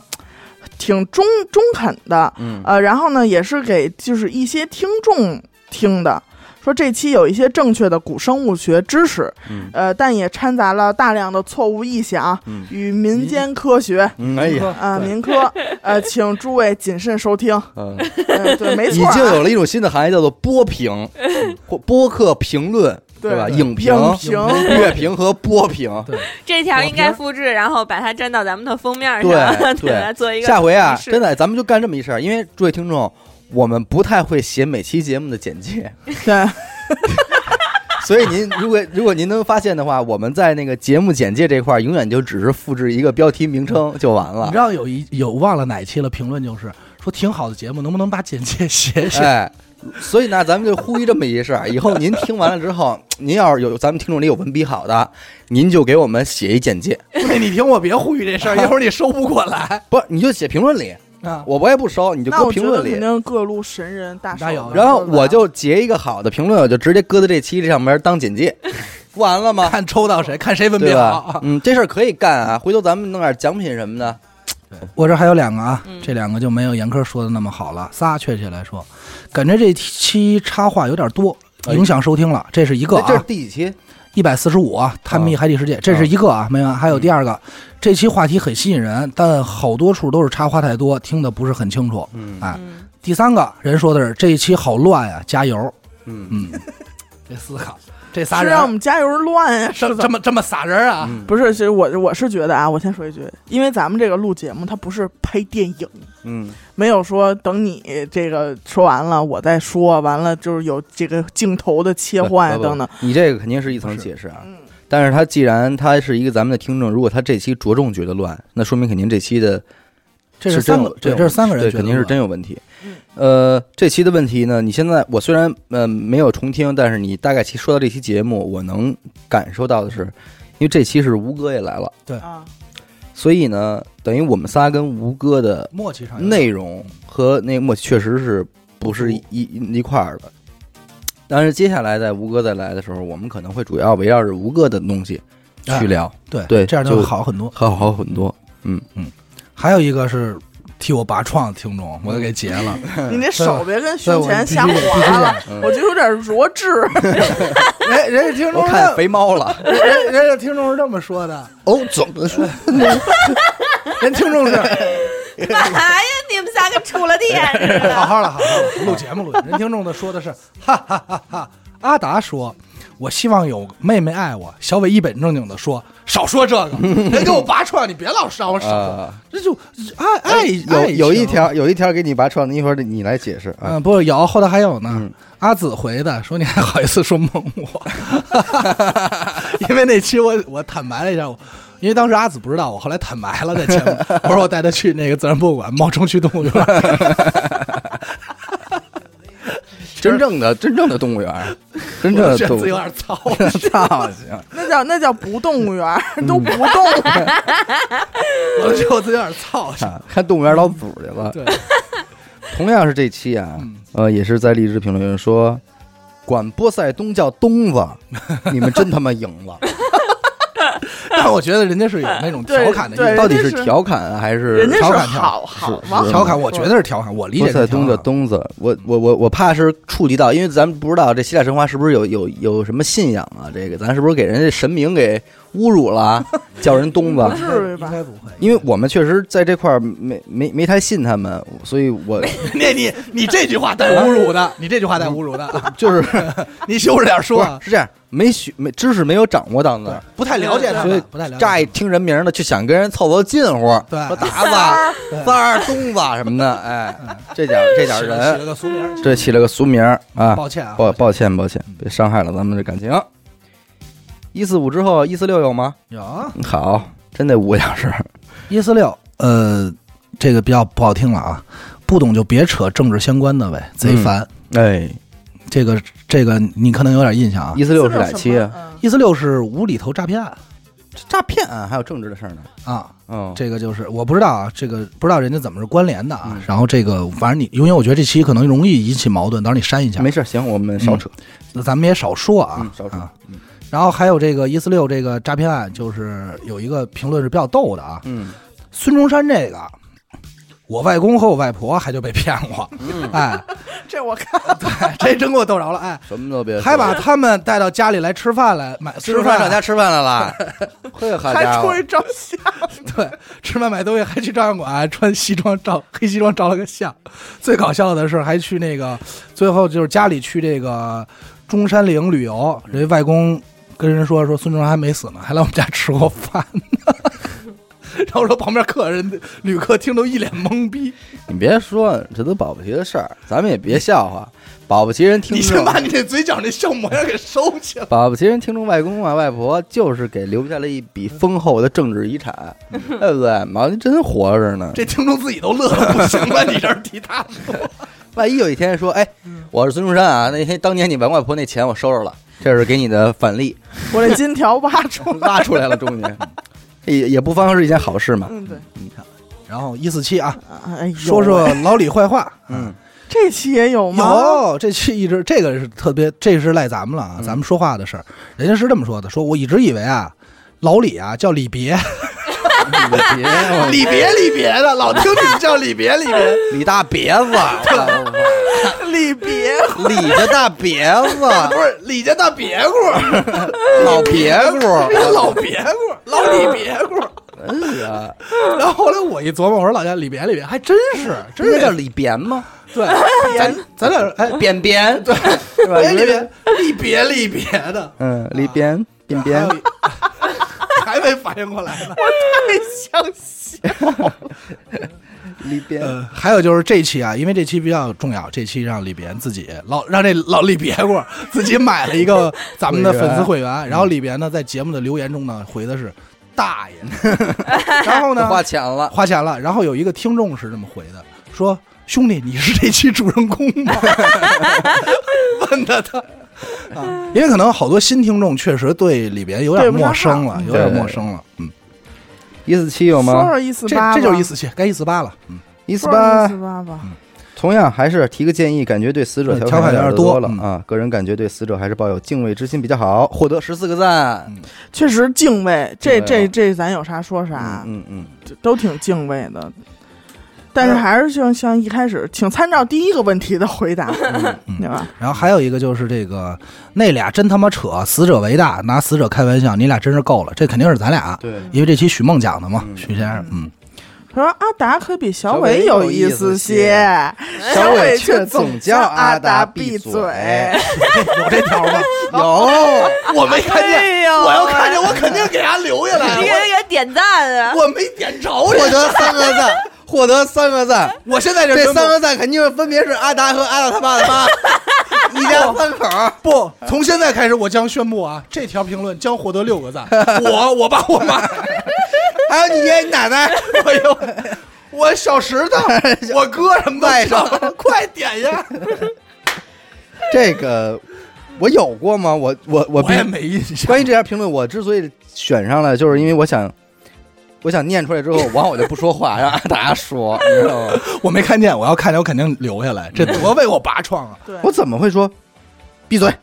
Speaker 3: 挺中中肯的，
Speaker 1: 嗯
Speaker 3: 呃，然后呢，也是给就是一些听众听的。说这期有一些正确的古生物学知识，
Speaker 1: 嗯
Speaker 3: 呃，但也掺杂了大量的错误臆想
Speaker 1: 嗯
Speaker 3: 与民间科学
Speaker 1: 嗯，哎呀，
Speaker 3: 啊、民科，
Speaker 1: [laughs]
Speaker 3: 呃，请诸位谨慎收听。
Speaker 1: 嗯，
Speaker 3: 呃、对，没
Speaker 1: 已
Speaker 3: 错啊、嗯
Speaker 1: 经有了一种新的行业，叫做播评或播客评论，
Speaker 3: 对
Speaker 1: 吧？
Speaker 3: 对
Speaker 1: 影评、
Speaker 3: 影评，
Speaker 1: 乐评和播评。
Speaker 4: 这条应该复制，然后把它粘到咱们的封面上， [laughs]
Speaker 1: 对
Speaker 4: 吧做一个
Speaker 1: 下回啊，
Speaker 4: 仪式
Speaker 1: 真
Speaker 4: [laughs]
Speaker 1: 的，咱们就干这么一事儿，因为诸位听众，我们不太会写每期节目的简介，
Speaker 3: 对，
Speaker 1: 所以您如果如果您能发现的话，我们在那个节目简介这块儿，永远就只是复制一个标题名称就完
Speaker 5: 你
Speaker 1: 了
Speaker 5: 知。道有一有忘了哪期了？评论就是说挺好的节目，能不能把简介写写？
Speaker 1: 哎，所以呢，咱们就呼吁这么一事儿，以后您听完了之后，您要是有咱们听众里有文笔好的，您就给我们写一简介，
Speaker 5: 对，你听我别呼吁这 [laughs] 事儿，一会儿你收不过来
Speaker 1: 不，你就写评论里，
Speaker 5: 啊。
Speaker 1: 我我也不收，你就
Speaker 3: 那
Speaker 1: 搁
Speaker 3: 我
Speaker 1: 评
Speaker 3: 觉得
Speaker 1: 论
Speaker 3: 肯
Speaker 1: 里。
Speaker 3: 定各路神人大手
Speaker 5: 那有
Speaker 3: 的
Speaker 1: 然后
Speaker 3: 都来
Speaker 1: 我就截一个好的评论，我就直接搁在这期这上面当简介，不完了吗？
Speaker 5: 看抽到谁，看谁文笔
Speaker 1: 对吧
Speaker 5: [laughs] 好？。
Speaker 1: 嗯，这事儿可以干啊，回头咱们弄点奖品什么的。
Speaker 5: 我这还有两个啊
Speaker 4: 嗯，
Speaker 5: 这两个就没有严科说的那么好了。仨确切来说，感觉这期插话有点多，
Speaker 1: 哎
Speaker 5: 影响收听了。这是一个
Speaker 1: 这这是
Speaker 5: 啊，
Speaker 1: 第几期？
Speaker 5: 一百四十五啊，探秘海底世界，这是一个啊，没完。还有第二个，这期话题很吸引人，但好多处都是插话太多，听得不是很清楚。
Speaker 1: 嗯
Speaker 5: 哎
Speaker 4: 嗯，
Speaker 5: 第三个人说的是这一期好乱呀，加油！
Speaker 1: 嗯
Speaker 5: 嗯，这四个， [laughs] 这仨
Speaker 3: 是让我
Speaker 5: 人，
Speaker 3: 们家有人乱啊呀、
Speaker 5: 这这么这么仨人啊，
Speaker 1: 嗯
Speaker 3: 不是，其实我我是觉得啊，我先说一句，因为咱们这个录节目，它不是拍电影，
Speaker 1: 嗯，
Speaker 3: 没有说等你这个说完了我再说，完了就是有这个镜头的切换啊
Speaker 1: 不不不
Speaker 3: 等等。
Speaker 1: 你这个肯定是一层解释啊。
Speaker 3: 嗯，
Speaker 1: 但是他既然他是一个咱们的听众，如果他这期着重觉得乱，那说明肯定这期的
Speaker 5: 这
Speaker 1: 是真
Speaker 5: 三
Speaker 1: 有
Speaker 5: 个，
Speaker 1: 真
Speaker 5: 对，
Speaker 1: 有
Speaker 5: 这是三个人
Speaker 1: 对
Speaker 5: 觉得
Speaker 1: 肯定是
Speaker 5: 乱
Speaker 1: 真有问题。呃，这期的问题呢，你现在我虽然呃没有重听，但是你大概其说到这期节目，我能感受到的是，因为这期是吴哥也来了，
Speaker 5: [laughs]
Speaker 3: 啊，
Speaker 1: 所以呢，等于我们仨跟吴哥的
Speaker 5: 默契上有
Speaker 1: 内容和那默契确实是不是一一一块儿的。但是接下来在吴哥再来的时候，我们可能会主要围绕着吴哥的东西
Speaker 5: 啊
Speaker 1: 去聊，
Speaker 5: 哎对
Speaker 1: 对
Speaker 5: 这样
Speaker 1: 就
Speaker 5: 就好很多。
Speaker 1: 好好很多。
Speaker 5: 还有一个是替我拔创的听众，我给截了，
Speaker 3: 你那手别跟
Speaker 5: 对
Speaker 3: 胸
Speaker 5: 我
Speaker 3: 前
Speaker 5: 必须
Speaker 3: 瞎
Speaker 5: 得必须
Speaker 3: 划
Speaker 5: 得
Speaker 3: 了，
Speaker 1: 嗯
Speaker 3: 我觉得有点弱智。
Speaker 5: [laughs]
Speaker 3: [laughs]
Speaker 5: 人人家听
Speaker 1: 我 [laughs]
Speaker 5: 众
Speaker 1: 看
Speaker 5: 是
Speaker 1: 肥猫了，
Speaker 5: 这人人家听众是这么说的，
Speaker 1: 哦，怎么说？
Speaker 5: [laughs] 人听众是
Speaker 4: 干嘛哎呀？你们仨跟杵了啊电似
Speaker 5: [laughs] 好
Speaker 1: [laughs]
Speaker 4: 的。
Speaker 5: 好了，好好了，录节目录节目，人听众的说的是哈哈哈哈。阿达说。我希望有妹妹爱我。小伟一本正经的说：“少说这
Speaker 1: [laughs]
Speaker 5: 个，人给我拔创，你别老哎伤我手。
Speaker 1: 啊
Speaker 5: 这就爱爱
Speaker 1: 有
Speaker 5: 爱
Speaker 1: 有一
Speaker 5: 情
Speaker 1: 条有一条给你拔创，一会儿你来解释啊。
Speaker 5: 嗯，不有后头还有呢。
Speaker 1: 嗯
Speaker 5: 阿紫回的说：“你还好意思说蒙我？” [laughs] 因为那期我我坦白了一下，我因为当时阿紫不知道，我后来坦白了在
Speaker 1: [laughs]
Speaker 5: 前面，我说我带她去那个自然博物馆猫城区动物园。
Speaker 1: 真正的真正的动物园
Speaker 3: [laughs]
Speaker 1: 儿，真正的
Speaker 5: 这
Speaker 1: 动物
Speaker 5: 字有
Speaker 1: 园儿，
Speaker 5: 点糙。
Speaker 1: [laughs] 操行，
Speaker 3: 那叫那叫不动物园儿，都
Speaker 5: [laughs]
Speaker 3: 不动。
Speaker 5: 我觉得我字有点糙。
Speaker 1: 啊看动物园老祖去
Speaker 5: [laughs]
Speaker 1: 了。
Speaker 5: 对，
Speaker 1: 同样是这期啊
Speaker 5: 嗯，
Speaker 1: 呃，也是在荔枝评论员说，管波塞冬叫东
Speaker 3: [laughs]
Speaker 1: 子，你们真他妈赢了！
Speaker 5: 但我觉得人家是有那种调侃的
Speaker 3: 对
Speaker 5: 意
Speaker 1: 到底是
Speaker 3: 人家是
Speaker 1: 调侃啊还是
Speaker 3: 人家
Speaker 5: 调
Speaker 3: 是
Speaker 5: 侃调侃
Speaker 3: 好好
Speaker 1: 是
Speaker 3: 往
Speaker 5: 思，
Speaker 1: 是
Speaker 5: 调
Speaker 3: 好
Speaker 5: 侃，我觉得是调侃，我理
Speaker 1: 波
Speaker 5: 解
Speaker 1: 塞
Speaker 5: 是
Speaker 1: 冬
Speaker 5: 调
Speaker 1: 叫
Speaker 5: 侃。
Speaker 1: 东子。我我我我怕是触及到，因为咱们不知道这希腊神话是不是有有有什么信仰啊？这个咱是不是给人家神明给侮辱了啊，叫人东子
Speaker 5: [laughs]
Speaker 3: 不？至于吧
Speaker 5: 应？该不会，
Speaker 1: 因为我们确实在这块儿没没没太信他们，所以
Speaker 5: [laughs]
Speaker 1: 我
Speaker 5: 那你你这句话带侮辱的， [laughs] 你这句话带侮辱的，
Speaker 1: 就是
Speaker 5: [laughs] 你羞着点
Speaker 1: 不
Speaker 5: 说
Speaker 1: 是
Speaker 5: 啊。
Speaker 1: 是这样，没学没知识没有掌握到那
Speaker 5: 对
Speaker 1: 儿，，
Speaker 5: [laughs] 不太了解他
Speaker 1: 所
Speaker 5: 们，
Speaker 1: 以
Speaker 5: 不太了解他
Speaker 1: 乍一
Speaker 5: 们。
Speaker 1: 听人名儿呢，就想跟人凑凑近乎，
Speaker 5: 对
Speaker 1: 说达子、三儿、东子什么的，
Speaker 5: 嗯
Speaker 1: 哎，这点儿这点儿
Speaker 5: 起
Speaker 1: 人，
Speaker 5: 了个俗名儿，
Speaker 1: 这起了个俗名儿啊，
Speaker 5: 抱歉啊，
Speaker 1: 抱抱歉抱歉，别伤害了咱们的感情。一四五之后，一四六有吗？
Speaker 5: 有
Speaker 1: 好，真得五个小时。
Speaker 5: 一四六，呃，这个比较不好听了啊，不懂就别扯政治相关的呗，贼烦。
Speaker 1: 哎，
Speaker 5: 这个这个你可能有点印象啊。
Speaker 1: 一四六是哪期啊？
Speaker 3: 嗯
Speaker 5: 一四六是无厘头诈骗案
Speaker 1: 诈骗案还有政治的事儿呢。
Speaker 5: 啊，
Speaker 1: 嗯，
Speaker 5: 这个就是我不知道啊，这个不知道人家怎么是关联的啊。
Speaker 1: 嗯
Speaker 5: 然后这个反正你，因为我觉得这期可能容易引起矛盾，到时候
Speaker 1: 嗯
Speaker 5: 你删一下，
Speaker 1: 没事儿，行，我们少扯。
Speaker 5: 那咱们也少说啊，
Speaker 1: 嗯少说
Speaker 5: 啊
Speaker 1: 嗯
Speaker 5: 然后还有这个一四六这个诈骗案，就是有一个评论是比较逗的啊，
Speaker 1: 嗯，
Speaker 5: 孙中山这个，我外公和我外婆还就被骗过，
Speaker 1: 嗯
Speaker 5: 哎， [laughs]
Speaker 3: 这我看
Speaker 5: 这真给我逗着了，哎，
Speaker 1: 什么都别说，
Speaker 5: 还把他们带到家里来吃饭啊来买
Speaker 1: 吃饭上家吃饭来了，呵，好
Speaker 3: 还
Speaker 1: 家伙啊
Speaker 3: 出！一照相，
Speaker 5: [laughs] 对，吃饭买东西还去照相馆，穿西装照黑西装照了个相。最搞笑的是还去那个，最后就是家里去这个中山陵旅游，人家外公跟人说说孙中山还没死呢，还来我们家吃过饭呢。 [laughs] 然后说旁边客人旅客听都一脸懵逼，
Speaker 1: 你别说，这都保不齐的事儿，咱们也别笑话。保不齐人听
Speaker 5: 你
Speaker 1: 众
Speaker 5: 先，把你这嘴角那笑模样给收起来。
Speaker 1: 保不齐人听众外公啊外婆就是给留下了一笔丰厚的政治遗 [laughs] 产，对不对？毛真活着呢，
Speaker 5: 这听众自己都乐得不行了，你这儿提他
Speaker 1: 万一有一天说，哎
Speaker 3: 嗯，
Speaker 1: 我是孙中山啊，那天当年你王外婆那钱我收着了，这是给你的返利，
Speaker 3: 我这金条挖出
Speaker 1: [laughs]
Speaker 3: 来。
Speaker 1: 拉出来了，终于，也也不妨是一件好事嘛。
Speaker 3: [laughs] 嗯，对，
Speaker 5: [laughs] 然后一四七啊，
Speaker 3: 啊哎呦，
Speaker 5: 说说老李坏话。
Speaker 1: 嗯，
Speaker 3: 这期也有吗？
Speaker 5: 有，这期一直这个是特别，这是赖咱们了啊，
Speaker 1: 嗯
Speaker 5: 咱们说话的事儿。人家是这么说的，说我一直以为啊，老李啊叫李别，
Speaker 1: 别我
Speaker 5: [laughs] 李别李别的，老听你们叫李别李别。
Speaker 1: 李大别子，
Speaker 3: 李别，
Speaker 1: 李家大别子，
Speaker 5: [laughs] 不是李家大别故，
Speaker 1: 老别故，
Speaker 5: 老别 [laughs] 故，老李别故。
Speaker 1: 哎呀，
Speaker 5: 然后后来我一琢磨，我说老家李别李别，还真 [laughs] 是，真
Speaker 1: 那
Speaker 5: 是
Speaker 1: 叫李扁吗？
Speaker 5: 对，咱咱俩哎，
Speaker 1: 扁扁，对，是吧？
Speaker 5: 别
Speaker 1: 你们
Speaker 5: 李别哎李别李别的，
Speaker 1: 嗯，李扁扁扁
Speaker 5: 还，有一 [laughs] 还没反应过来呢。
Speaker 3: 太相信。
Speaker 1: 李扁，
Speaker 5: 呃，还有就是这期啊，因为这期比较重要，这期让李别自己老让这老李别过自己买了一个咱们的粉丝会员，然后李别呢在节目的留言中呢回的是大爷， [laughs] 然后呢
Speaker 1: 花钱了，
Speaker 5: 花钱了，然后有一个听众是这么回的，说兄弟你是这期主人公吗？问的他。啊，因为可能好多新听众确实对李别有点
Speaker 3: 对不上
Speaker 5: 陌生了，
Speaker 3: 号
Speaker 5: 有点
Speaker 1: 对
Speaker 5: 陌生了。嗯，
Speaker 1: 一四七有
Speaker 3: 说
Speaker 1: 吗？
Speaker 3: 说一四
Speaker 5: 这
Speaker 3: 八吧，
Speaker 5: 这就是一四七，该一四八了。嗯，
Speaker 1: 一四
Speaker 3: 说说
Speaker 1: 八
Speaker 3: 一四，八吧。
Speaker 1: 同样还是提个建议，感觉对死者
Speaker 5: 嗯
Speaker 1: 调侃
Speaker 5: 调侃有
Speaker 1: 点
Speaker 5: 点
Speaker 1: 多
Speaker 5: 多
Speaker 1: 了
Speaker 5: 嗯
Speaker 1: 啊。个人感觉对死者还是抱有敬畏之心比较好。获得十四个赞，
Speaker 3: 确实敬畏，
Speaker 1: 敬
Speaker 3: 这
Speaker 1: 畏
Speaker 3: 这
Speaker 1: 啊
Speaker 3: 这咱有啥说啥，
Speaker 1: 嗯嗯
Speaker 3: 这都挺敬畏的。
Speaker 5: 嗯
Speaker 3: 但是还是像像一开始，请参照第一个问题的回答，
Speaker 5: 嗯
Speaker 3: 对吧？
Speaker 5: 然后还有一个就是这个，那俩真他妈扯，死者为大，拿死者开玩笑，你俩真是够了，这肯定是咱俩，
Speaker 1: 对
Speaker 5: 因为这期许梦讲的嘛，
Speaker 1: 嗯
Speaker 5: 许先生，嗯，
Speaker 3: 他说阿达可比小
Speaker 1: 伟
Speaker 3: 伟
Speaker 1: 有
Speaker 3: 意
Speaker 1: 思
Speaker 3: 思
Speaker 1: 些
Speaker 3: 些，
Speaker 1: 小伟
Speaker 3: 伟
Speaker 1: 却
Speaker 3: 却
Speaker 1: 总
Speaker 3: 总
Speaker 1: 叫
Speaker 3: 叫
Speaker 1: 阿达
Speaker 3: 阿达
Speaker 1: 闭
Speaker 3: 闭
Speaker 1: 嘴
Speaker 5: [laughs]
Speaker 1: [laughs]
Speaker 3: 嘴。
Speaker 5: 有这条吗？ [laughs]
Speaker 1: 有，
Speaker 5: 我没看见，
Speaker 4: 哎呦，
Speaker 5: 我要看见我肯定给他留下来，
Speaker 4: 你给给点赞啊！
Speaker 5: [laughs] 我我没点着
Speaker 1: 获得三个赞，获得三个赞，
Speaker 5: 我现在就
Speaker 1: 这
Speaker 5: 真不
Speaker 1: 三个赞肯定分别是阿达和阿达他爸的
Speaker 5: [laughs]
Speaker 1: 妈，一家三口儿。
Speaker 5: 不，从现在开始我将宣布啊，这条评论将获得六个赞， [laughs] 我我爸我妈，
Speaker 1: 还有你爷爷你奶奶，
Speaker 5: [laughs] 哎呦。 [laughs] 我小石头， [laughs] 我哥什么
Speaker 1: 外甥
Speaker 5: 的， [laughs] 快点哎呀！
Speaker 1: 这个我有过吗？我我我
Speaker 5: 我
Speaker 1: 并
Speaker 5: 也没印象。
Speaker 1: [laughs] 关于这条评论，我之所以选上了，就是因为我想，我想念出来之后，完我就不说话，让阿达说，你知道吗？
Speaker 5: 我没看见，我要看见我肯定留下来，这多为我拔创啊！
Speaker 3: 对，
Speaker 1: 我怎么会说闭嘴，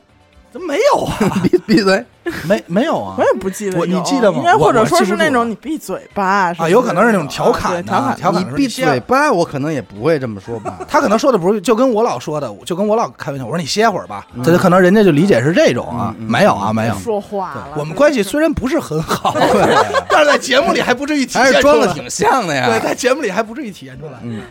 Speaker 5: 怎么没有啊？
Speaker 1: 闭闭嘴？
Speaker 5: [laughs] 没没有啊
Speaker 3: 我？也不记得有，
Speaker 5: 我你记得吗
Speaker 3: 应该
Speaker 5: 我
Speaker 3: 或者说
Speaker 5: 我记
Speaker 3: 是
Speaker 5: 不住
Speaker 3: 那
Speaker 5: 了
Speaker 3: 种你闭嘴吧，不
Speaker 5: 啊，有可能是那种调
Speaker 3: 啊
Speaker 5: 侃
Speaker 3: 对
Speaker 5: 的，
Speaker 3: 调侃的
Speaker 5: 调侃
Speaker 1: 你
Speaker 5: 的。
Speaker 1: 闭
Speaker 5: 歇会
Speaker 1: 嘴
Speaker 5: 儿。
Speaker 1: 吧，我可能也不会这么说
Speaker 5: [laughs]
Speaker 1: 吧。
Speaker 5: 他可能说的不是，就跟我老说的，就跟我老开玩笑，我说你歇会儿吧，这就可能人家就理解是这种啊，
Speaker 1: 嗯嗯嗯
Speaker 5: 没有啊，没有。
Speaker 3: 说话了。
Speaker 5: 我们关系
Speaker 3: 真是
Speaker 5: 虽然不是
Speaker 1: [laughs]
Speaker 5: 很好，但是在节目里还不至于体
Speaker 1: 还
Speaker 5: 现
Speaker 1: 是
Speaker 5: 出
Speaker 1: 装
Speaker 5: 来
Speaker 1: 的。挺像的
Speaker 5: 对，
Speaker 1: 呀。
Speaker 5: 在节目里还不至于体现出来。
Speaker 1: 嗯，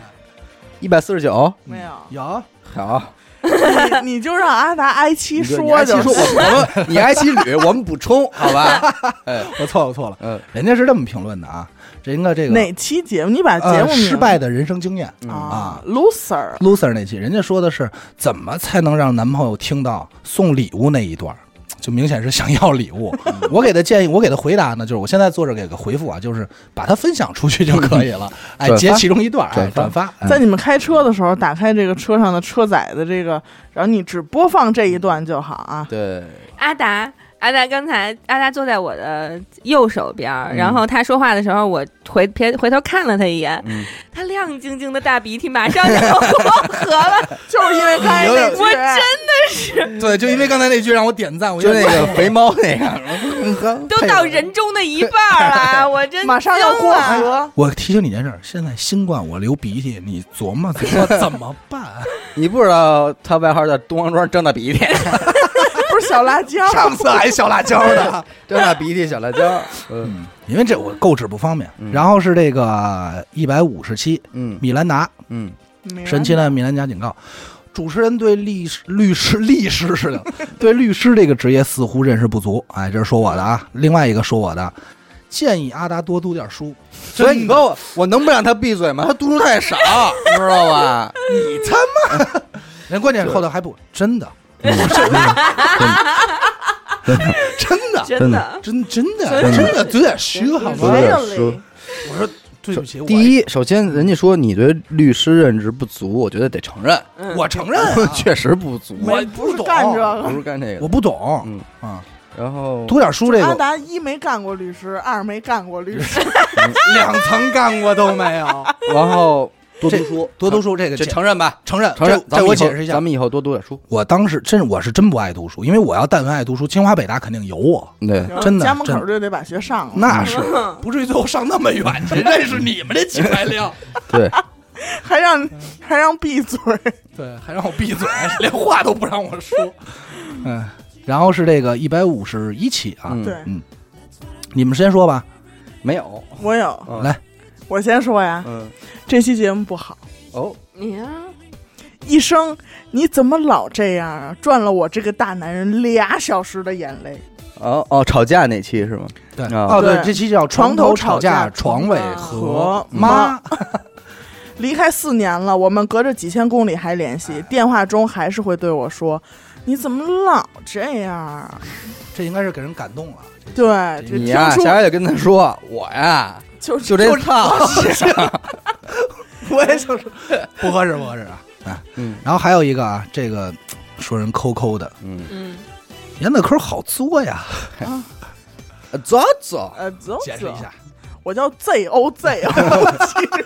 Speaker 1: 一百四十九，
Speaker 3: 没有，
Speaker 5: 有，
Speaker 1: 好，
Speaker 3: [laughs] 你你就让阿达挨七
Speaker 1: 你
Speaker 3: 说
Speaker 1: 就
Speaker 3: 就
Speaker 1: 说
Speaker 3: 行。
Speaker 1: 我我们你挨七捋，我们补充，好吧？哎
Speaker 5: 我错了，我错了。
Speaker 1: 嗯，
Speaker 5: 人家是这么评论的啊，人家这个
Speaker 3: 哪期节目？你把节
Speaker 5: 呃
Speaker 3: 目
Speaker 5: 失
Speaker 3: 名
Speaker 5: 败的人生经验
Speaker 1: 嗯
Speaker 3: 啊，loser
Speaker 5: loser 那期，人家说的是怎么才能让男朋友听到送礼物那一段儿，就明显是想要礼物。我给他建议，我给他回答呢，就是我现在坐这给个回复啊，就是把它分享出去就可以了。哎，
Speaker 1: 转发
Speaker 5: 截其中一段儿，哎，
Speaker 1: 转
Speaker 5: 转发。哎
Speaker 3: 在你们开车的时候，打开这个车上的车载的这个，然后你只播放这一段就好
Speaker 5: 嗯
Speaker 3: 啊。
Speaker 1: 对，
Speaker 4: 阿达，阿达刚才阿达坐在我的右手边儿，然后他说话的时候，我回偏回头看了他一眼，
Speaker 1: 嗯
Speaker 4: 他亮晶晶的大鼻涕马上就 [laughs] 要过
Speaker 1: [laughs]
Speaker 4: 河了，
Speaker 3: 就是因为刚才
Speaker 5: 有点
Speaker 3: 那句
Speaker 4: 哎我真
Speaker 5: 对，就因为刚才那句让我点赞，我
Speaker 1: 就那
Speaker 5: 有点
Speaker 1: 个肥猫那个，
Speaker 4: [laughs] 都到
Speaker 1: [laughs]
Speaker 4: 人中的一半儿了，我真
Speaker 3: 马上要过
Speaker 4: 惊了。
Speaker 3: 河，
Speaker 5: 我提醒你件事儿，现在新冠我流鼻涕，你琢磨琢 [laughs] 磨怎么办？
Speaker 1: 你不知道他外号叫东王庄张大鼻涕，
Speaker 3: 不是小辣椒，
Speaker 5: [laughs] 上次还小辣椒
Speaker 1: [laughs]
Speaker 5: 呢，
Speaker 1: 张大鼻涕小辣椒，嗯
Speaker 5: 嗯，因为这我购置不方便
Speaker 1: 嗯。
Speaker 5: 然后是这个一百五十七，
Speaker 1: 嗯
Speaker 5: 米兰达，
Speaker 1: 嗯，
Speaker 3: 没
Speaker 5: 神奇
Speaker 3: 完
Speaker 5: 的米兰加警告。主持人对律师、律师、律师似的，对律师这个职业似乎认识不足。哎，这是说我的啊。另外一个说我的，建议阿达多读点书。
Speaker 1: 所以你说我我能不让他闭嘴吗？他读书太
Speaker 5: [laughs]
Speaker 1: 少，你知道吧？
Speaker 5: 你他妈，人关键是后头还不真的，真的，
Speaker 1: [laughs]
Speaker 5: 真的，
Speaker 4: 真的，
Speaker 5: 真真的真的有点虚好
Speaker 3: 没
Speaker 5: 吗？
Speaker 3: 有嘞
Speaker 6: 说
Speaker 5: 我说
Speaker 2: 对不起，我
Speaker 6: 第一，首先人家说你对律师认知不足，我觉得得承
Speaker 5: [laughs]
Speaker 6: 认，
Speaker 4: 嗯
Speaker 5: 我承认啊
Speaker 6: 确实不足，
Speaker 5: 我
Speaker 3: 没
Speaker 5: 不
Speaker 3: 不是
Speaker 5: 懂啊
Speaker 3: 干这个
Speaker 1: 嗯不。是干这个
Speaker 5: 我
Speaker 1: 的。
Speaker 5: 不懂
Speaker 1: 嗯
Speaker 5: 啊，
Speaker 1: 然后
Speaker 5: 读点书这
Speaker 3: 阿
Speaker 5: 个
Speaker 3: 达一没干过律师，二没干过律师，
Speaker 5: 两层干过都没有，
Speaker 1: 然后
Speaker 5: 多
Speaker 1: 这
Speaker 5: 读书，多读书这个
Speaker 1: 就
Speaker 5: 解
Speaker 1: 承认吧，
Speaker 5: 承认，
Speaker 1: 承认。
Speaker 5: 这
Speaker 1: 咱
Speaker 5: 这
Speaker 1: 们
Speaker 5: 我
Speaker 1: 以后
Speaker 5: 解释一下
Speaker 1: 咱。们以后多读点书。
Speaker 5: 我当时真我是真不爱读书，因为我要但凡爱读书，清华北大肯定有我，
Speaker 1: 对，
Speaker 5: [laughs] 真的
Speaker 3: 啊家门
Speaker 5: 真
Speaker 3: 口
Speaker 5: 的
Speaker 3: 就得把学上了。
Speaker 5: 那是
Speaker 3: [laughs]
Speaker 5: 不至于最后上那么远去认识你们这几百辆。
Speaker 1: 对，
Speaker 3: 还让还让闭嘴，
Speaker 5: 对，还让我闭嘴，连话都不让我说。
Speaker 3: [laughs]
Speaker 5: 嗯，然后是这个一百五十一起啊，
Speaker 1: 嗯
Speaker 3: 对
Speaker 5: 你们先说吧。
Speaker 1: 没有。
Speaker 3: 我有，
Speaker 1: 嗯
Speaker 5: 来，
Speaker 3: 我先说呀，
Speaker 1: 嗯，
Speaker 3: 这期节目不好。
Speaker 1: 哦，
Speaker 4: 你呀，
Speaker 3: 医生，你怎么老这样啊？赚了我这个大男人俩小时的眼泪。
Speaker 1: 哦哦，吵架那期是吗？
Speaker 5: 对，
Speaker 1: 啊
Speaker 5: 哦，对，
Speaker 3: 对
Speaker 5: 这期叫
Speaker 3: 床
Speaker 5: 头
Speaker 3: 头
Speaker 5: 吵
Speaker 3: 吵
Speaker 5: 架，
Speaker 3: 架
Speaker 5: 床尾
Speaker 4: 床
Speaker 5: 和
Speaker 3: 和
Speaker 5: 妈
Speaker 3: 妈。离开四年了，我们隔着几千公里还联系，电话中还是会对我说：“你怎么老这样啊
Speaker 5: 这应该是给人感动了。？”
Speaker 3: 对，这
Speaker 1: 你
Speaker 3: 听
Speaker 1: 呀，
Speaker 3: 出
Speaker 1: 下回得跟他说，我呀，
Speaker 3: 就
Speaker 1: 就这
Speaker 5: [laughs]
Speaker 1: 套。
Speaker 5: 我也想说，不合适，不合适啊。哎，
Speaker 1: 嗯
Speaker 5: 然后还有一个啊，这个说人抠抠的，
Speaker 1: 嗯，
Speaker 4: 嗯，
Speaker 5: 严子科好作呀，
Speaker 1: 走走， [laughs]
Speaker 3: 呃，走
Speaker 5: 解释
Speaker 3: 走
Speaker 5: 一，下。
Speaker 3: 我叫 Z O [laughs] Z O，我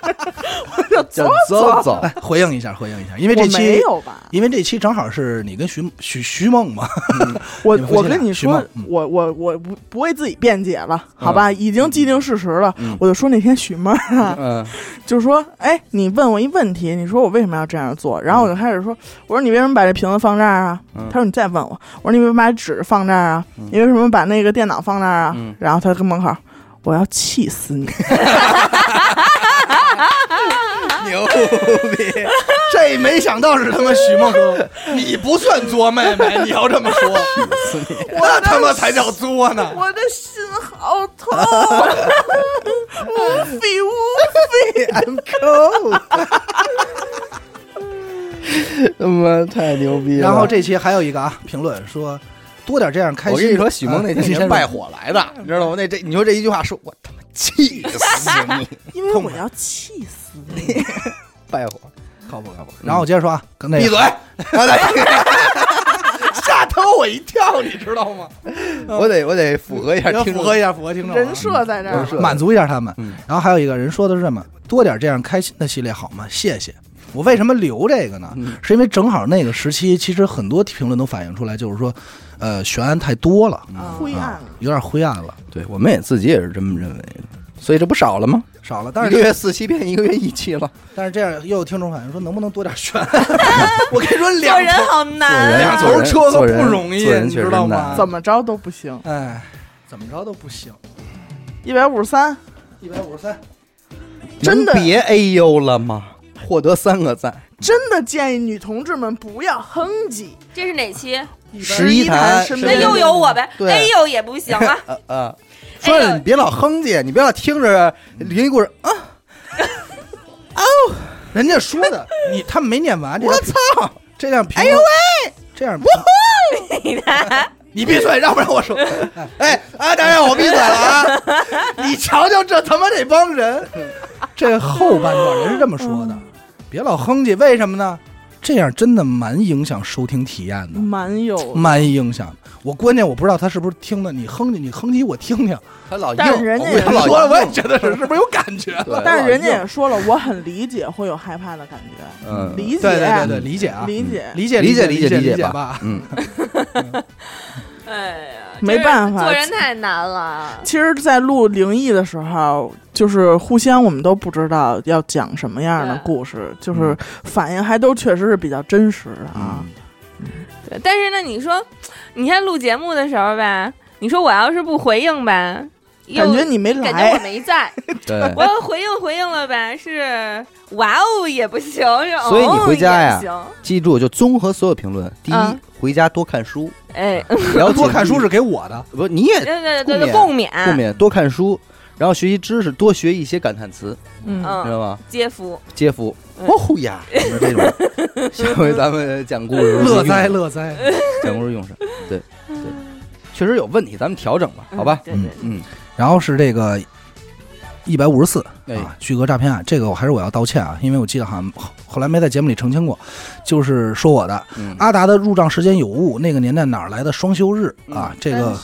Speaker 3: 叫
Speaker 1: 叫
Speaker 3: 走
Speaker 1: 走走
Speaker 5: 来，哎回应一下，回应一下，因为
Speaker 3: 我
Speaker 5: 这
Speaker 3: 没
Speaker 5: 期，
Speaker 3: 有吧？
Speaker 5: 因为这期正好是你跟徐徐徐梦
Speaker 1: [laughs]
Speaker 5: 嘛，
Speaker 3: 我
Speaker 5: 你们夫妻
Speaker 3: 我
Speaker 5: 俩
Speaker 3: 跟你
Speaker 5: 徐梦
Speaker 3: 说
Speaker 5: 嗯，
Speaker 3: 我我我不不为自己辩解了，好吧，已经既定事实了。
Speaker 1: 嗯
Speaker 3: 我就说那天许妹儿啊，
Speaker 1: 嗯，
Speaker 3: 就说，哎，你问我一问题，你说我为什么要这样做？然后我就开始说，我说你为什么把这瓶子放这儿啊？
Speaker 1: 嗯
Speaker 3: 他说你再问我，我说你为什么把纸放这儿啊？你为什么把那个电脑放这儿啊？
Speaker 1: 嗯
Speaker 3: 然后他跟门口，我要气死你！
Speaker 5: 牛逼！这没想到是他妈徐梦说， [laughs] 你不算作妹
Speaker 1: [laughs]
Speaker 5: 妹，你要这么说，那他妈才叫作呢。
Speaker 3: [laughs] 我的心好痛，无比无比。
Speaker 1: [laughs] 他妈太牛逼了。
Speaker 5: 然后这期还有一个啊，评论说多点这样开心
Speaker 1: 我
Speaker 5: 的。
Speaker 1: 跟你说，许梦那
Speaker 5: 啊你
Speaker 1: 天
Speaker 5: 先
Speaker 1: 是
Speaker 5: 说
Speaker 1: 败火来的，你知道吗？那这你说这一句话，说我他妈气死你，
Speaker 3: 因为
Speaker 5: 痛
Speaker 3: 我
Speaker 5: 快
Speaker 3: 要气死你！
Speaker 1: [laughs] 败火，
Speaker 5: 靠谱靠谱。 [laughs] 然后我接着说啊，跟那个
Speaker 1: 闭嘴！啊 [laughs]
Speaker 5: 吓他我一跳，你知道吗？
Speaker 1: 我得我得符合一下
Speaker 5: 要
Speaker 1: 听
Speaker 5: 符
Speaker 1: 众
Speaker 5: 合一下，符合听众啊
Speaker 3: 人设在这儿
Speaker 1: 人设
Speaker 5: 满足一下他们
Speaker 1: 嗯。
Speaker 5: 然后还有一个人说的是什么？多点这样开心的系列好吗？谢谢。我为什么留这个呢？
Speaker 1: 嗯
Speaker 5: 是因为正好那个时期，其实很多评论都反映出来，就是说，呃，悬案太多了，
Speaker 1: 嗯
Speaker 3: 灰暗了，
Speaker 5: 有点灰暗了，
Speaker 1: 对，我们也自己也是这么认为的，所以这不少了吗？
Speaker 5: 少了。但
Speaker 1: 一个
Speaker 5: 是，
Speaker 1: 月四期变一个月一期了，
Speaker 5: 但是这样又有听众反映说，能不能多点悬案？ [laughs] 我跟你说，
Speaker 4: 做
Speaker 5: 两
Speaker 4: 人
Speaker 5: 头
Speaker 4: 好
Speaker 1: 做
Speaker 4: 难
Speaker 1: 人
Speaker 5: 两
Speaker 4: 啊
Speaker 1: 做！
Speaker 5: 头车哎都
Speaker 1: 做人
Speaker 5: 不容易
Speaker 1: 做，人
Speaker 5: 你
Speaker 1: 确
Speaker 5: 知
Speaker 1: 实
Speaker 5: 道吗
Speaker 1: 难？
Speaker 3: 怎么着都不行。
Speaker 5: 哎，怎么着都不行。
Speaker 3: 一百五十三，
Speaker 5: 一百五十三，
Speaker 3: 真的
Speaker 1: 能别 A U 了吗？获得三个赞，
Speaker 3: 真的建议女同志们不要哼唧。
Speaker 4: 这是哪期？
Speaker 1: 十一
Speaker 3: 谈
Speaker 1: 谈，
Speaker 3: 身
Speaker 4: 那
Speaker 3: 边
Speaker 4: 又有我呗，
Speaker 1: 对！
Speaker 4: 哎呦也不行啊
Speaker 1: 呃呃，
Speaker 4: 哎
Speaker 1: 说
Speaker 4: 呦
Speaker 1: 了你别老哼唧，你别老听着灵异故事啊，
Speaker 5: 人家说的，你他们没念完。我操，这辆评论，哎呦喂，这样评论
Speaker 4: 你看，
Speaker 5: 你闭嘴，让不让我说？哎，啊，当然我闭嘴了啊！你瞧瞧这他妈这帮人，这后半段人是这么说的，别老哼唧，为什么呢？这样真的蛮影响收听体验的，
Speaker 3: 蛮有，
Speaker 5: 蛮影响的。我关键我不知道他是不是听的，你哼唧，你哼唧我听听。
Speaker 1: 他老
Speaker 3: 但是人家也
Speaker 1: [laughs] 他老
Speaker 5: 说了我也
Speaker 1: 硬
Speaker 5: 觉得是，是不是有感觉？
Speaker 1: 对
Speaker 3: 但是人家
Speaker 1: 老硬
Speaker 3: 也说了，我很理解会有害怕的感觉，
Speaker 1: 嗯
Speaker 3: 理解，
Speaker 5: 对对对对，理解啊，
Speaker 3: 理解，
Speaker 5: 理解
Speaker 1: 理
Speaker 5: 解
Speaker 1: 解理
Speaker 5: 解
Speaker 1: 解
Speaker 5: 理
Speaker 1: 理解
Speaker 5: 吧。
Speaker 1: 嗯，
Speaker 5: [laughs]
Speaker 4: 哎呀，
Speaker 3: 没办法
Speaker 4: 做人太难了。
Speaker 3: 其实，在录灵异的时候，就是互相我们都不知道要讲什么样的
Speaker 4: 对
Speaker 3: 故事，
Speaker 5: 嗯
Speaker 3: 就是反应还都确实是比较真实的啊。
Speaker 4: 对，但是呢，你说，你看录节目的时候吧，你说我要是不回应吧，又
Speaker 3: 感觉你没
Speaker 4: 感觉我
Speaker 3: 来，
Speaker 4: 没在，
Speaker 1: 对
Speaker 4: 我要回应回应了吧，是哇哦也不行，是
Speaker 1: 所以你回家呀
Speaker 4: 哦也不
Speaker 1: 记住，就综合所有评论。第一
Speaker 4: 嗯，
Speaker 1: 回家多看
Speaker 5: [laughs]
Speaker 1: 书，
Speaker 4: 行，哎，嗯
Speaker 1: 了解
Speaker 5: 啊多看书
Speaker 1: 历
Speaker 5: 是给我的，
Speaker 1: 不？你也
Speaker 5: [laughs]
Speaker 4: 对对对对，
Speaker 1: 共
Speaker 4: 共勉，
Speaker 1: 不免多看书，然后学习知识，多学一些感叹词，
Speaker 3: 嗯，
Speaker 1: 知
Speaker 4: 嗯，
Speaker 1: 道吗？
Speaker 4: 接福，
Speaker 1: 接福，
Speaker 4: 嗯
Speaker 1: 哦呀，就是这
Speaker 5: [laughs]
Speaker 1: 种。下回咱们讲故事的时候
Speaker 5: 乐哉
Speaker 1: 用
Speaker 5: 乐哉。
Speaker 1: 讲故事用上，对对，确
Speaker 5: 嗯
Speaker 4: 啊
Speaker 1: 实有问题，咱们调整吧，好吧？
Speaker 4: 嗯对对对，
Speaker 1: 嗯，
Speaker 5: 然后是这个一百五十四，
Speaker 1: 哎
Speaker 5: 啊，巨额诈骗案，这个我还是我要道歉啊，因为我记得好像后后来没在节目里澄清过，就是说我的
Speaker 1: 嗯
Speaker 5: 阿达的入账时间有误，那个年代哪儿来的双休日
Speaker 1: 嗯
Speaker 5: 啊？这个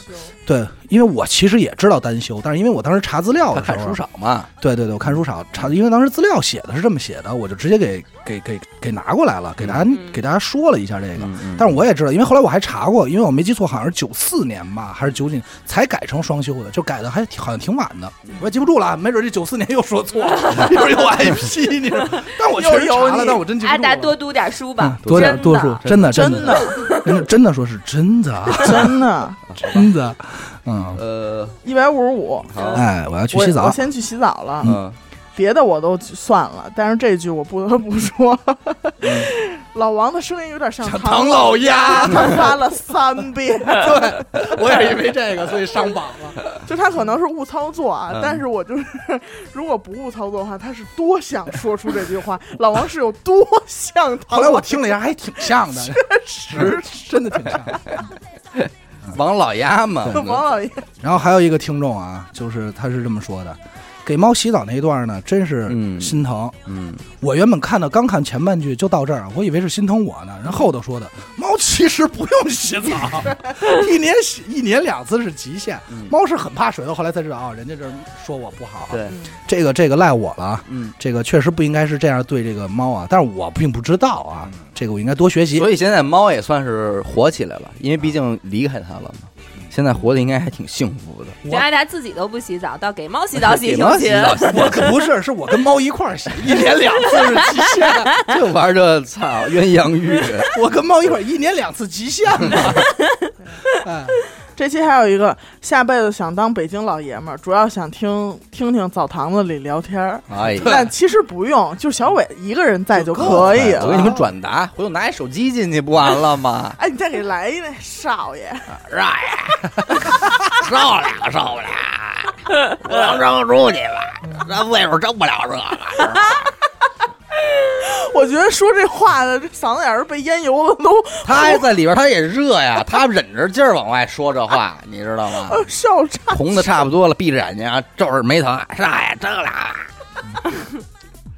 Speaker 5: 对，因为我其实也知道单休，但是因为我当时查资料
Speaker 1: 他
Speaker 5: 的时
Speaker 1: 看
Speaker 5: 候啊
Speaker 1: 书，少嘛，
Speaker 5: 对对对，我看书少查，因为当时资料写的是这么写的，我就直接给给给给拿过来了，给大家、
Speaker 4: 嗯
Speaker 5: 给大家说了一下这个。
Speaker 1: 嗯
Speaker 5: 但是我也知道，因为后来我还查过，因为我没记错，好像是九四年吧，还是九几年才改成双休的，就改的还挺好像挺晚的，我也记不住了，没准这九四年又说错 [laughs] 了，一会儿又挨批，你知道吗？但我确实查 [laughs] 了，但我真记不
Speaker 4: 阿
Speaker 5: 住了。
Speaker 4: 达多读点书
Speaker 5: 嗯
Speaker 4: 吧，
Speaker 5: 多点
Speaker 4: 真
Speaker 5: 多
Speaker 4: 的
Speaker 5: 数，真的
Speaker 3: 真
Speaker 5: 的
Speaker 3: 的
Speaker 5: 真的真的说是真的啊 [laughs]
Speaker 3: 真的
Speaker 5: 真的，嗯，
Speaker 1: 呃，
Speaker 3: 一百五十五。
Speaker 1: 好，
Speaker 5: 哎，我要去
Speaker 3: 我
Speaker 5: 洗澡
Speaker 3: 我，先去洗澡了。
Speaker 1: 嗯，
Speaker 3: 别的我都算了，但是这句我不 [laughs] 得不说，老王的声音有点像唐老
Speaker 5: 嗯老鸭，
Speaker 3: 他发了三遍，
Speaker 5: [laughs] 我也是因为这个所以上榜了。
Speaker 3: 就他可能是误操作啊，
Speaker 1: 嗯
Speaker 3: 但是我就是如果不误操作的话，他是多想说出这句
Speaker 5: [laughs]
Speaker 3: 话，老王是有多像唐
Speaker 5: 后来
Speaker 3: 老
Speaker 5: 我听了一下，还挺像的，
Speaker 3: 实
Speaker 5: [laughs] 真的挺像的。
Speaker 1: [laughs] 王老鸭嘛，
Speaker 3: 王老爷，
Speaker 5: 然后还有一个听众啊，就是他是这么说的：给猫洗澡那一段呢，真是
Speaker 1: 嗯
Speaker 5: 心疼。
Speaker 1: 嗯，
Speaker 5: 我原本看到刚看前半句就到这儿啊，我以为是心疼我呢。然后后头说的，
Speaker 1: 嗯
Speaker 5: 猫其实不用洗
Speaker 1: [laughs]
Speaker 5: 澡，一年洗一年两次是极限。
Speaker 1: 嗯
Speaker 5: 猫是很怕水的，后来才知道啊，人家这说我不好啊，
Speaker 1: 对，
Speaker 5: 这个这个赖我了啊。
Speaker 1: 嗯，
Speaker 5: 这个确实不应该是这样对这个猫啊，但是我并不知道啊，这个我应该多学习。
Speaker 1: 嗯所以现在猫也算是火起来了，因为毕竟离开它了嘛，现在活的应该还挺幸福的。
Speaker 4: 这阿达自己都不洗澡，倒给猫洗澡洗
Speaker 1: [laughs] 给
Speaker 4: 挺
Speaker 1: 猫洗
Speaker 4: 勤。
Speaker 1: 澡洗，
Speaker 5: 我可不是，是我跟猫一块儿洗，一年两次是极限。
Speaker 1: 就玩这操鸳鸯
Speaker 5: [laughs]
Speaker 1: 浴，
Speaker 5: 我跟猫一块儿一年两次极限嘛。哎，
Speaker 3: 这期还有一个下辈子想当北京老爷们儿，主要想听听听澡堂子里聊天儿，
Speaker 1: 哎呀，
Speaker 3: 但其实不用，就小伟一个人在就
Speaker 2: 哎
Speaker 3: 可以
Speaker 1: [laughs]
Speaker 3: 了。？
Speaker 1: 我给你们转达，回头拿一手机进去不完了
Speaker 5: [laughs]
Speaker 1: 吗
Speaker 3: 哎，你再给来一位少 [laughs] 爷，
Speaker 2: 受不了，受不了，我要扔出去了，那岁数争不了这个。
Speaker 3: 我觉得说这话的这嗓子眼儿被烟油子都
Speaker 2: 他还在里边，他也热呀，他忍着劲儿往外说这话，你知道吗？
Speaker 3: 呃笑岔。
Speaker 2: 红的差不多了，闭着眼睛啊，皱着眉头，是呀，这个了。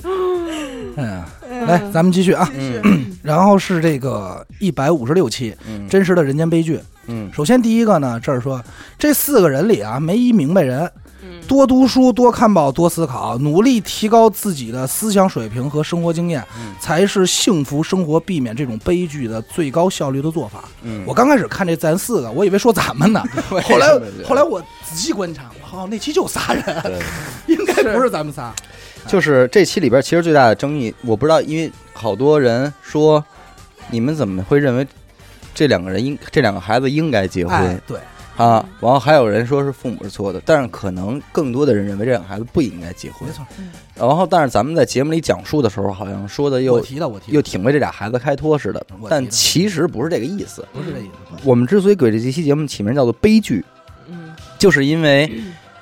Speaker 5: [laughs] 嗯，来，咱们继续啊。 [clears throat] 然后是这个一百五十六期
Speaker 1: 嗯
Speaker 5: 真实的人间悲剧。
Speaker 1: 嗯，
Speaker 5: 首先第一个呢，这儿说这四个人里啊，没一明白人，
Speaker 4: 嗯
Speaker 5: 多读书、多看报、多思考，努力提高自己的思想水平和生活经验，
Speaker 1: 嗯
Speaker 5: 才是幸福生活、避免这种悲剧的最高效率的做法。
Speaker 1: 嗯
Speaker 5: 我刚开始看这咱四个，我以为说咱们呢，
Speaker 2: 嗯
Speaker 5: [laughs] 后来后来我仔细观察，哇，那期就仨人， [laughs]
Speaker 1: 对
Speaker 5: 应该不是咱们仨。
Speaker 1: 就是这期里边其实最大的争议，我不知道，因为好多人说你们怎么会认为这两个人应这两个孩子应该结婚、
Speaker 5: 哎，对，
Speaker 1: 啊？然后还有人说是父母是错的，但是可能更多的人认为这两个孩子不应该结婚
Speaker 5: 没。错，
Speaker 1: 然后，但是咱们在节目里讲述的时候，好像说的
Speaker 5: 我
Speaker 1: 又
Speaker 5: 提到我提
Speaker 1: 又
Speaker 5: 到，
Speaker 1: 挺为这俩孩子开脱似的
Speaker 5: 我，
Speaker 1: 但
Speaker 5: 提的
Speaker 1: 其实不是这个意思。
Speaker 5: 不是这意思。
Speaker 1: 我们之所以给这期节目起名叫做悲剧，
Speaker 4: 嗯，
Speaker 1: 就是因为，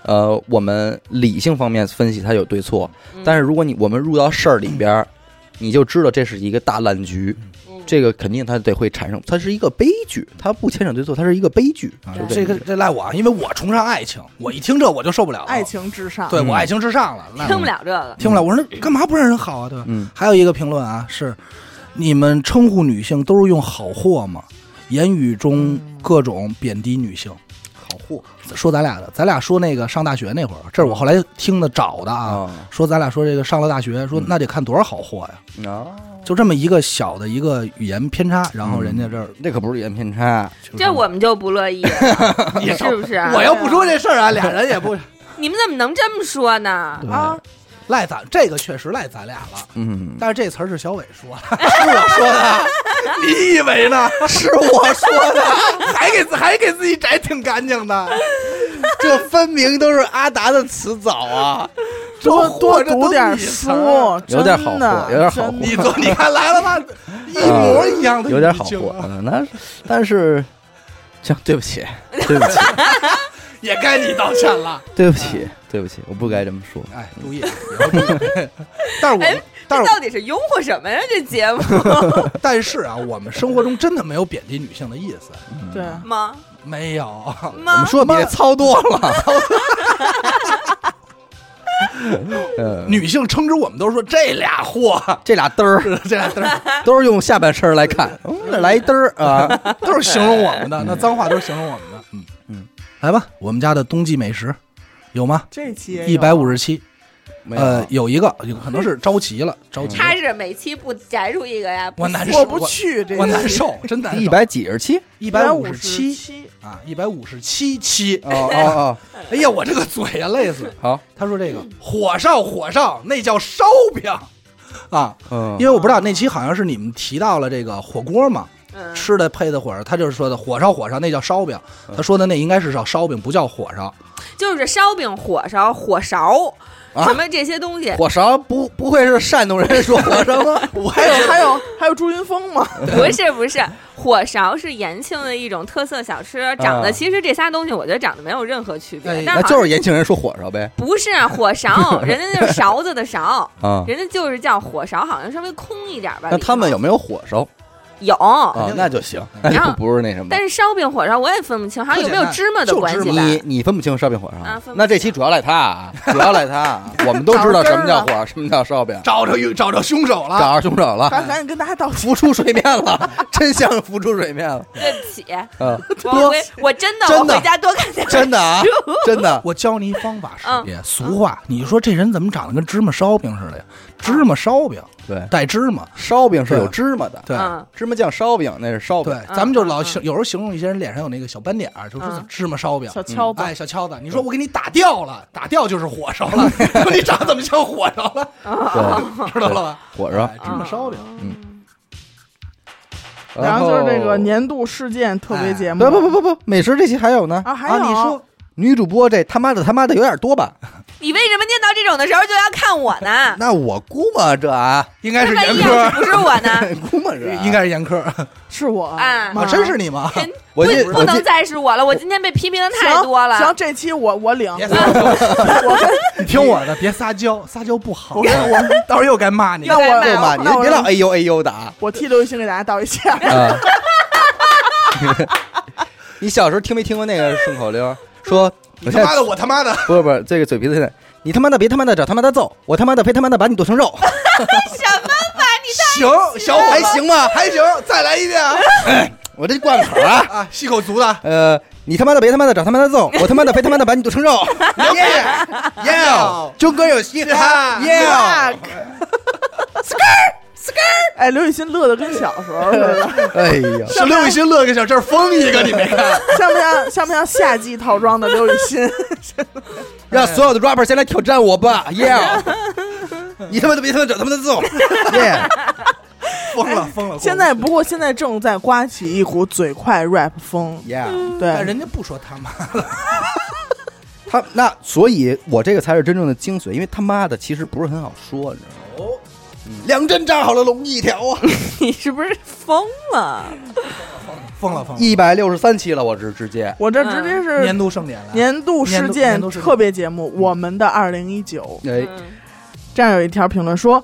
Speaker 1: 呃，我们理性方面分析它有对错，但是如果你我们入到事儿里边儿，你就知道这是一个大烂局，
Speaker 4: 嗯
Speaker 1: 这个肯定它得会产生，它是一个悲剧，它不牵扯对错，它是一个悲剧。
Speaker 5: 啊
Speaker 4: 对
Speaker 5: 这个这赖我啊，因为我崇尚爱情，我一听这我就受不了了。
Speaker 3: 爱，情至上。
Speaker 5: 对
Speaker 1: 嗯
Speaker 5: 我爱情至上了，赖我
Speaker 4: 听不了这个，
Speaker 5: 听不了。我说那干嘛不让人好啊？对吧？
Speaker 1: 嗯
Speaker 5: 还有一个评论啊，是你们称呼女性都是用好货吗？言语中各种贬低女性。好货，说咱俩的，咱俩说那个上大学那会儿，这是我后来听的找的啊。
Speaker 1: 啊
Speaker 5: 说咱俩说这个上了大学，说
Speaker 1: 嗯
Speaker 5: 那得看多少好货呀？
Speaker 1: 啊，
Speaker 3: 哦
Speaker 5: 就这么一个小的一个语言偏差，然
Speaker 1: 嗯
Speaker 5: 后人家这儿
Speaker 1: 这可不是语言偏差，
Speaker 5: 就是
Speaker 4: 这我们就不乐意了，是不是啊？
Speaker 5: 我要不说这事儿啊，俩人也不
Speaker 1: [laughs]
Speaker 4: 你们怎么能这么说呢？
Speaker 3: 啊，
Speaker 5: 赖咱这个确实赖咱俩了。
Speaker 1: 嗯，
Speaker 5: 但是这词儿是小伟说的，是我说的，
Speaker 1: [laughs]
Speaker 5: 你以为呢？是我说的，还给自还给自己摘挺干净的，
Speaker 1: 这分明都是阿达的词藻啊，
Speaker 3: 多多
Speaker 5: 这都
Speaker 3: 读点
Speaker 5: 你
Speaker 3: 书
Speaker 5: 词儿，啊
Speaker 1: 有点好
Speaker 3: 真的
Speaker 1: 货有点好货
Speaker 3: 真的
Speaker 5: 你昨你看来了
Speaker 1: [laughs]
Speaker 5: 吧，一模一样的
Speaker 1: 嗯
Speaker 5: 语境啊，
Speaker 1: 有点好货。嗯那但是，这对不起，对不 [laughs] 起，
Speaker 5: 也该你道歉了。
Speaker 1: 对不起，对不起，我不该这么说。
Speaker 5: 哎，注
Speaker 4: [laughs]
Speaker 5: 意，以后注意。但是我们
Speaker 4: 哎，
Speaker 5: 但
Speaker 4: 这
Speaker 5: 是
Speaker 4: 到底是拥护什么呀？这节目
Speaker 5: 但是啊，我们生活中真的没有贬低女性的意思，
Speaker 1: 嗯
Speaker 3: 对，
Speaker 4: 吗？ [laughs]
Speaker 5: 没有。
Speaker 1: 我们
Speaker 4: 吗？
Speaker 1: 说比这操多了，
Speaker 7: 呃，
Speaker 5: 女性称之我们都说这俩货，
Speaker 1: 嗯
Speaker 5: [laughs]
Speaker 1: 这俩嘚儿 [laughs]
Speaker 5: 这俩都是
Speaker 1: 都是用下半身来 [laughs] 看，嗯来一嘚儿 [laughs] 啊，
Speaker 5: 都是形容我们的，那脏话都是形容我们的。嗯
Speaker 1: 嗯，
Speaker 5: 来吧，我们家的冬季美食有吗？
Speaker 3: 这期也有啊
Speaker 5: 一百五十七，
Speaker 1: 没有
Speaker 5: 呃，有一个有可能是着急了，着急了，
Speaker 4: 他是每期不摘入一个呀，
Speaker 5: 我难受，
Speaker 3: 过不去这
Speaker 5: 我，我难受，真难受，
Speaker 1: 一百几十七，
Speaker 5: 一
Speaker 3: 一
Speaker 5: 百
Speaker 3: 五
Speaker 5: 五十七
Speaker 3: 七，
Speaker 5: 啊，一百五十七期。
Speaker 1: 哦哦
Speaker 5: 哎呀，我这个嘴呀，累死了。
Speaker 1: [laughs] 好，
Speaker 5: 他说这个
Speaker 4: 嗯
Speaker 5: 火烧火烧，那叫烧饼啊，
Speaker 1: 哦，
Speaker 5: 因为我不知道那期好像是你们提到了这个火锅嘛，
Speaker 4: 嗯
Speaker 5: 吃的配的火烧，他就是说的火烧火烧，那叫烧饼。
Speaker 1: 嗯
Speaker 5: 他说的那应该是叫烧饼，不叫火烧。
Speaker 4: 就是烧饼、火烧、火勺，
Speaker 1: 啊
Speaker 4: 什么这些东西，
Speaker 1: 火勺不不会是山东人说火烧 [laughs] 吗？
Speaker 5: 我
Speaker 3: 还有还有还有朱云峰嘛，
Speaker 4: 不是不是，火勺是延庆的一种特色小吃，长
Speaker 1: 啊
Speaker 4: 得其实这仨东西我觉得长得没有任何区别
Speaker 5: 哎，
Speaker 4: 但
Speaker 1: 那
Speaker 4: 好
Speaker 1: 就
Speaker 4: 像
Speaker 1: 是延庆人说火烧呗，
Speaker 4: 不是啊火
Speaker 1: [laughs]
Speaker 4: 勺，人家就是勺子的勺，
Speaker 1: 啊，
Speaker 4: [laughs] 人家就是叫火勺，好像稍微空一点吧。
Speaker 1: 那他们
Speaker 4: 有
Speaker 1: 有没有火烧
Speaker 4: 有，
Speaker 5: 哎
Speaker 1: 啊？那就行，那
Speaker 4: 然后
Speaker 1: 就不是那什么
Speaker 4: 但。是烧饼火烧我也分不清，好像有没有
Speaker 5: 特
Speaker 4: 芝麻的
Speaker 5: 就
Speaker 4: 关
Speaker 5: 芝
Speaker 4: 系吧？
Speaker 1: 你你分不清烧饼火烧
Speaker 4: 啊分不清
Speaker 1: 那这期主要赖他啊，主要赖他
Speaker 4: [laughs]
Speaker 1: 啊。我们都知道什么
Speaker 4: 啊
Speaker 1: 叫火烧，什么叫烧饼，
Speaker 5: 找着找着凶手了，
Speaker 1: 找着凶手
Speaker 3: 赶
Speaker 1: 了，
Speaker 3: 赶紧跟大家道歉。
Speaker 1: 浮出水面了，真相浮出水面了。
Speaker 4: 对不起，
Speaker 1: 嗯，
Speaker 4: 我
Speaker 1: [laughs] 多
Speaker 4: 回我真的
Speaker 1: 真
Speaker 4: 我
Speaker 1: 的
Speaker 4: 回家多看点儿
Speaker 1: 真的
Speaker 4: [laughs]
Speaker 1: 啊，真的
Speaker 5: 我教你一方法识
Speaker 4: 嗯
Speaker 5: 别。俗话，你说这人怎么长得跟芝麻烧饼似的呀？芝麻烧饼
Speaker 1: 对。
Speaker 5: 带芝麻，
Speaker 1: 烧嗯饼是有芝麻的，
Speaker 5: 对
Speaker 4: 嗯，
Speaker 1: 芝麻酱烧饼那是烧
Speaker 5: 对
Speaker 1: 饼，，
Speaker 5: 咱们就老
Speaker 4: 嗯
Speaker 5: 形有时候形容一些人脸上有那个小斑点儿，就说
Speaker 4: 嗯
Speaker 5: 芝麻烧饼。
Speaker 3: 小敲吧，
Speaker 5: 哎，小敲子，你说我给你打掉了，打掉就是火烧 [laughs] 了。说你长得怎么像火烧了，
Speaker 4: [laughs]
Speaker 1: 对，
Speaker 5: 知道了吧？
Speaker 1: 火烧
Speaker 5: 哎。芝麻烧饼，
Speaker 4: 嗯，
Speaker 3: 然后就是这个年度事件特别节目，
Speaker 1: 哎不不不不不，美食这期还有呢
Speaker 3: 啊还有
Speaker 1: 你说女主播这他妈的他妈的有点多吧？
Speaker 4: 你为什么念到这种的时候就要看我
Speaker 1: [laughs]
Speaker 4: 呢？
Speaker 1: 那我估摸着啊，
Speaker 5: 应该
Speaker 4: 这
Speaker 5: 是
Speaker 4: 万
Speaker 5: 严
Speaker 4: 一要
Speaker 5: 苛
Speaker 4: 是，不是我呢？
Speaker 1: [laughs] 估摸着啊
Speaker 5: 应该是严苛。 [laughs]
Speaker 3: 是我
Speaker 4: 啊
Speaker 5: 我真是你吗？
Speaker 4: 不
Speaker 1: 我记
Speaker 4: 不
Speaker 1: 我
Speaker 4: 能
Speaker 1: 记
Speaker 4: 再是我了，我今天被批评的
Speaker 3: 行
Speaker 4: 太多
Speaker 3: 行，
Speaker 4: 了。
Speaker 3: 这期我我领，
Speaker 5: 别撒 [laughs] 娇，你听我的，别撒娇，撒娇不好。我我 [laughs] 到时候又该骂你。
Speaker 4: 要
Speaker 3: 我
Speaker 1: 对吧？
Speaker 3: 我
Speaker 1: 你
Speaker 3: 那我
Speaker 1: 别老哎呦哎呦的啊！
Speaker 3: 我替刘雨欣给大家道一歉。
Speaker 1: 啊 [laughs] 你小时候听没听过那个顺口溜？说
Speaker 5: 你
Speaker 1: 我现在
Speaker 5: 他妈的，我他妈的，
Speaker 1: 不是不是这个嘴皮子现在，你他妈的别他妈的找他妈的揍，我他妈的非他妈的把你剁成肉，
Speaker 4: 什么吧？你
Speaker 5: 行，小伙
Speaker 1: 还
Speaker 5: 子
Speaker 1: 行吗？
Speaker 5: 还行，再来一遍 [laughs] 啊！
Speaker 1: 我这贯口啊。
Speaker 5: 啊，吸口族的，
Speaker 1: 呃，你他妈的别他妈的找他妈的揍，我他妈的非他妈的把你剁成 [laughs] 肉。耶耶，中国有 [laughs] 啊嘻哈耶！
Speaker 3: [laughs] 哎，刘雨欣乐的跟小时候似的，
Speaker 1: 哎呀，
Speaker 5: 是刘雨欣乐个小，这儿疯一个，你没 [laughs] 看？
Speaker 3: 像不像像不像夏季套装的刘雨欣？
Speaker 1: 让所有的 rapper 先来挑战我吧耶！ [laughs] 你他妈的别他妈找他妈的 [laughs] 揍耶！
Speaker 5: 疯了，疯了。
Speaker 3: 现在不过现在正在刮起一股嘴快 rap 风，
Speaker 1: 耶！
Speaker 5: 但
Speaker 3: 对，
Speaker 5: 人家不说他妈， [laughs]
Speaker 1: 他那所以，我这个才是真正的精髓，因为他妈的其实不是很好说，你知道吗？
Speaker 5: 哦两针扎好了龙一条啊！
Speaker 4: 你是不是疯了？
Speaker 5: 疯了，疯了。
Speaker 1: 一百六十三期了，我直直接
Speaker 3: 我这直接
Speaker 5: 嗯年
Speaker 3: 是
Speaker 5: 度盛典了，
Speaker 3: 年度事
Speaker 5: 年
Speaker 3: 件
Speaker 5: 度事件
Speaker 3: 特别节目《我们的二零一九》。
Speaker 1: 哎，
Speaker 4: 嗯
Speaker 3: 这样有一条评论说，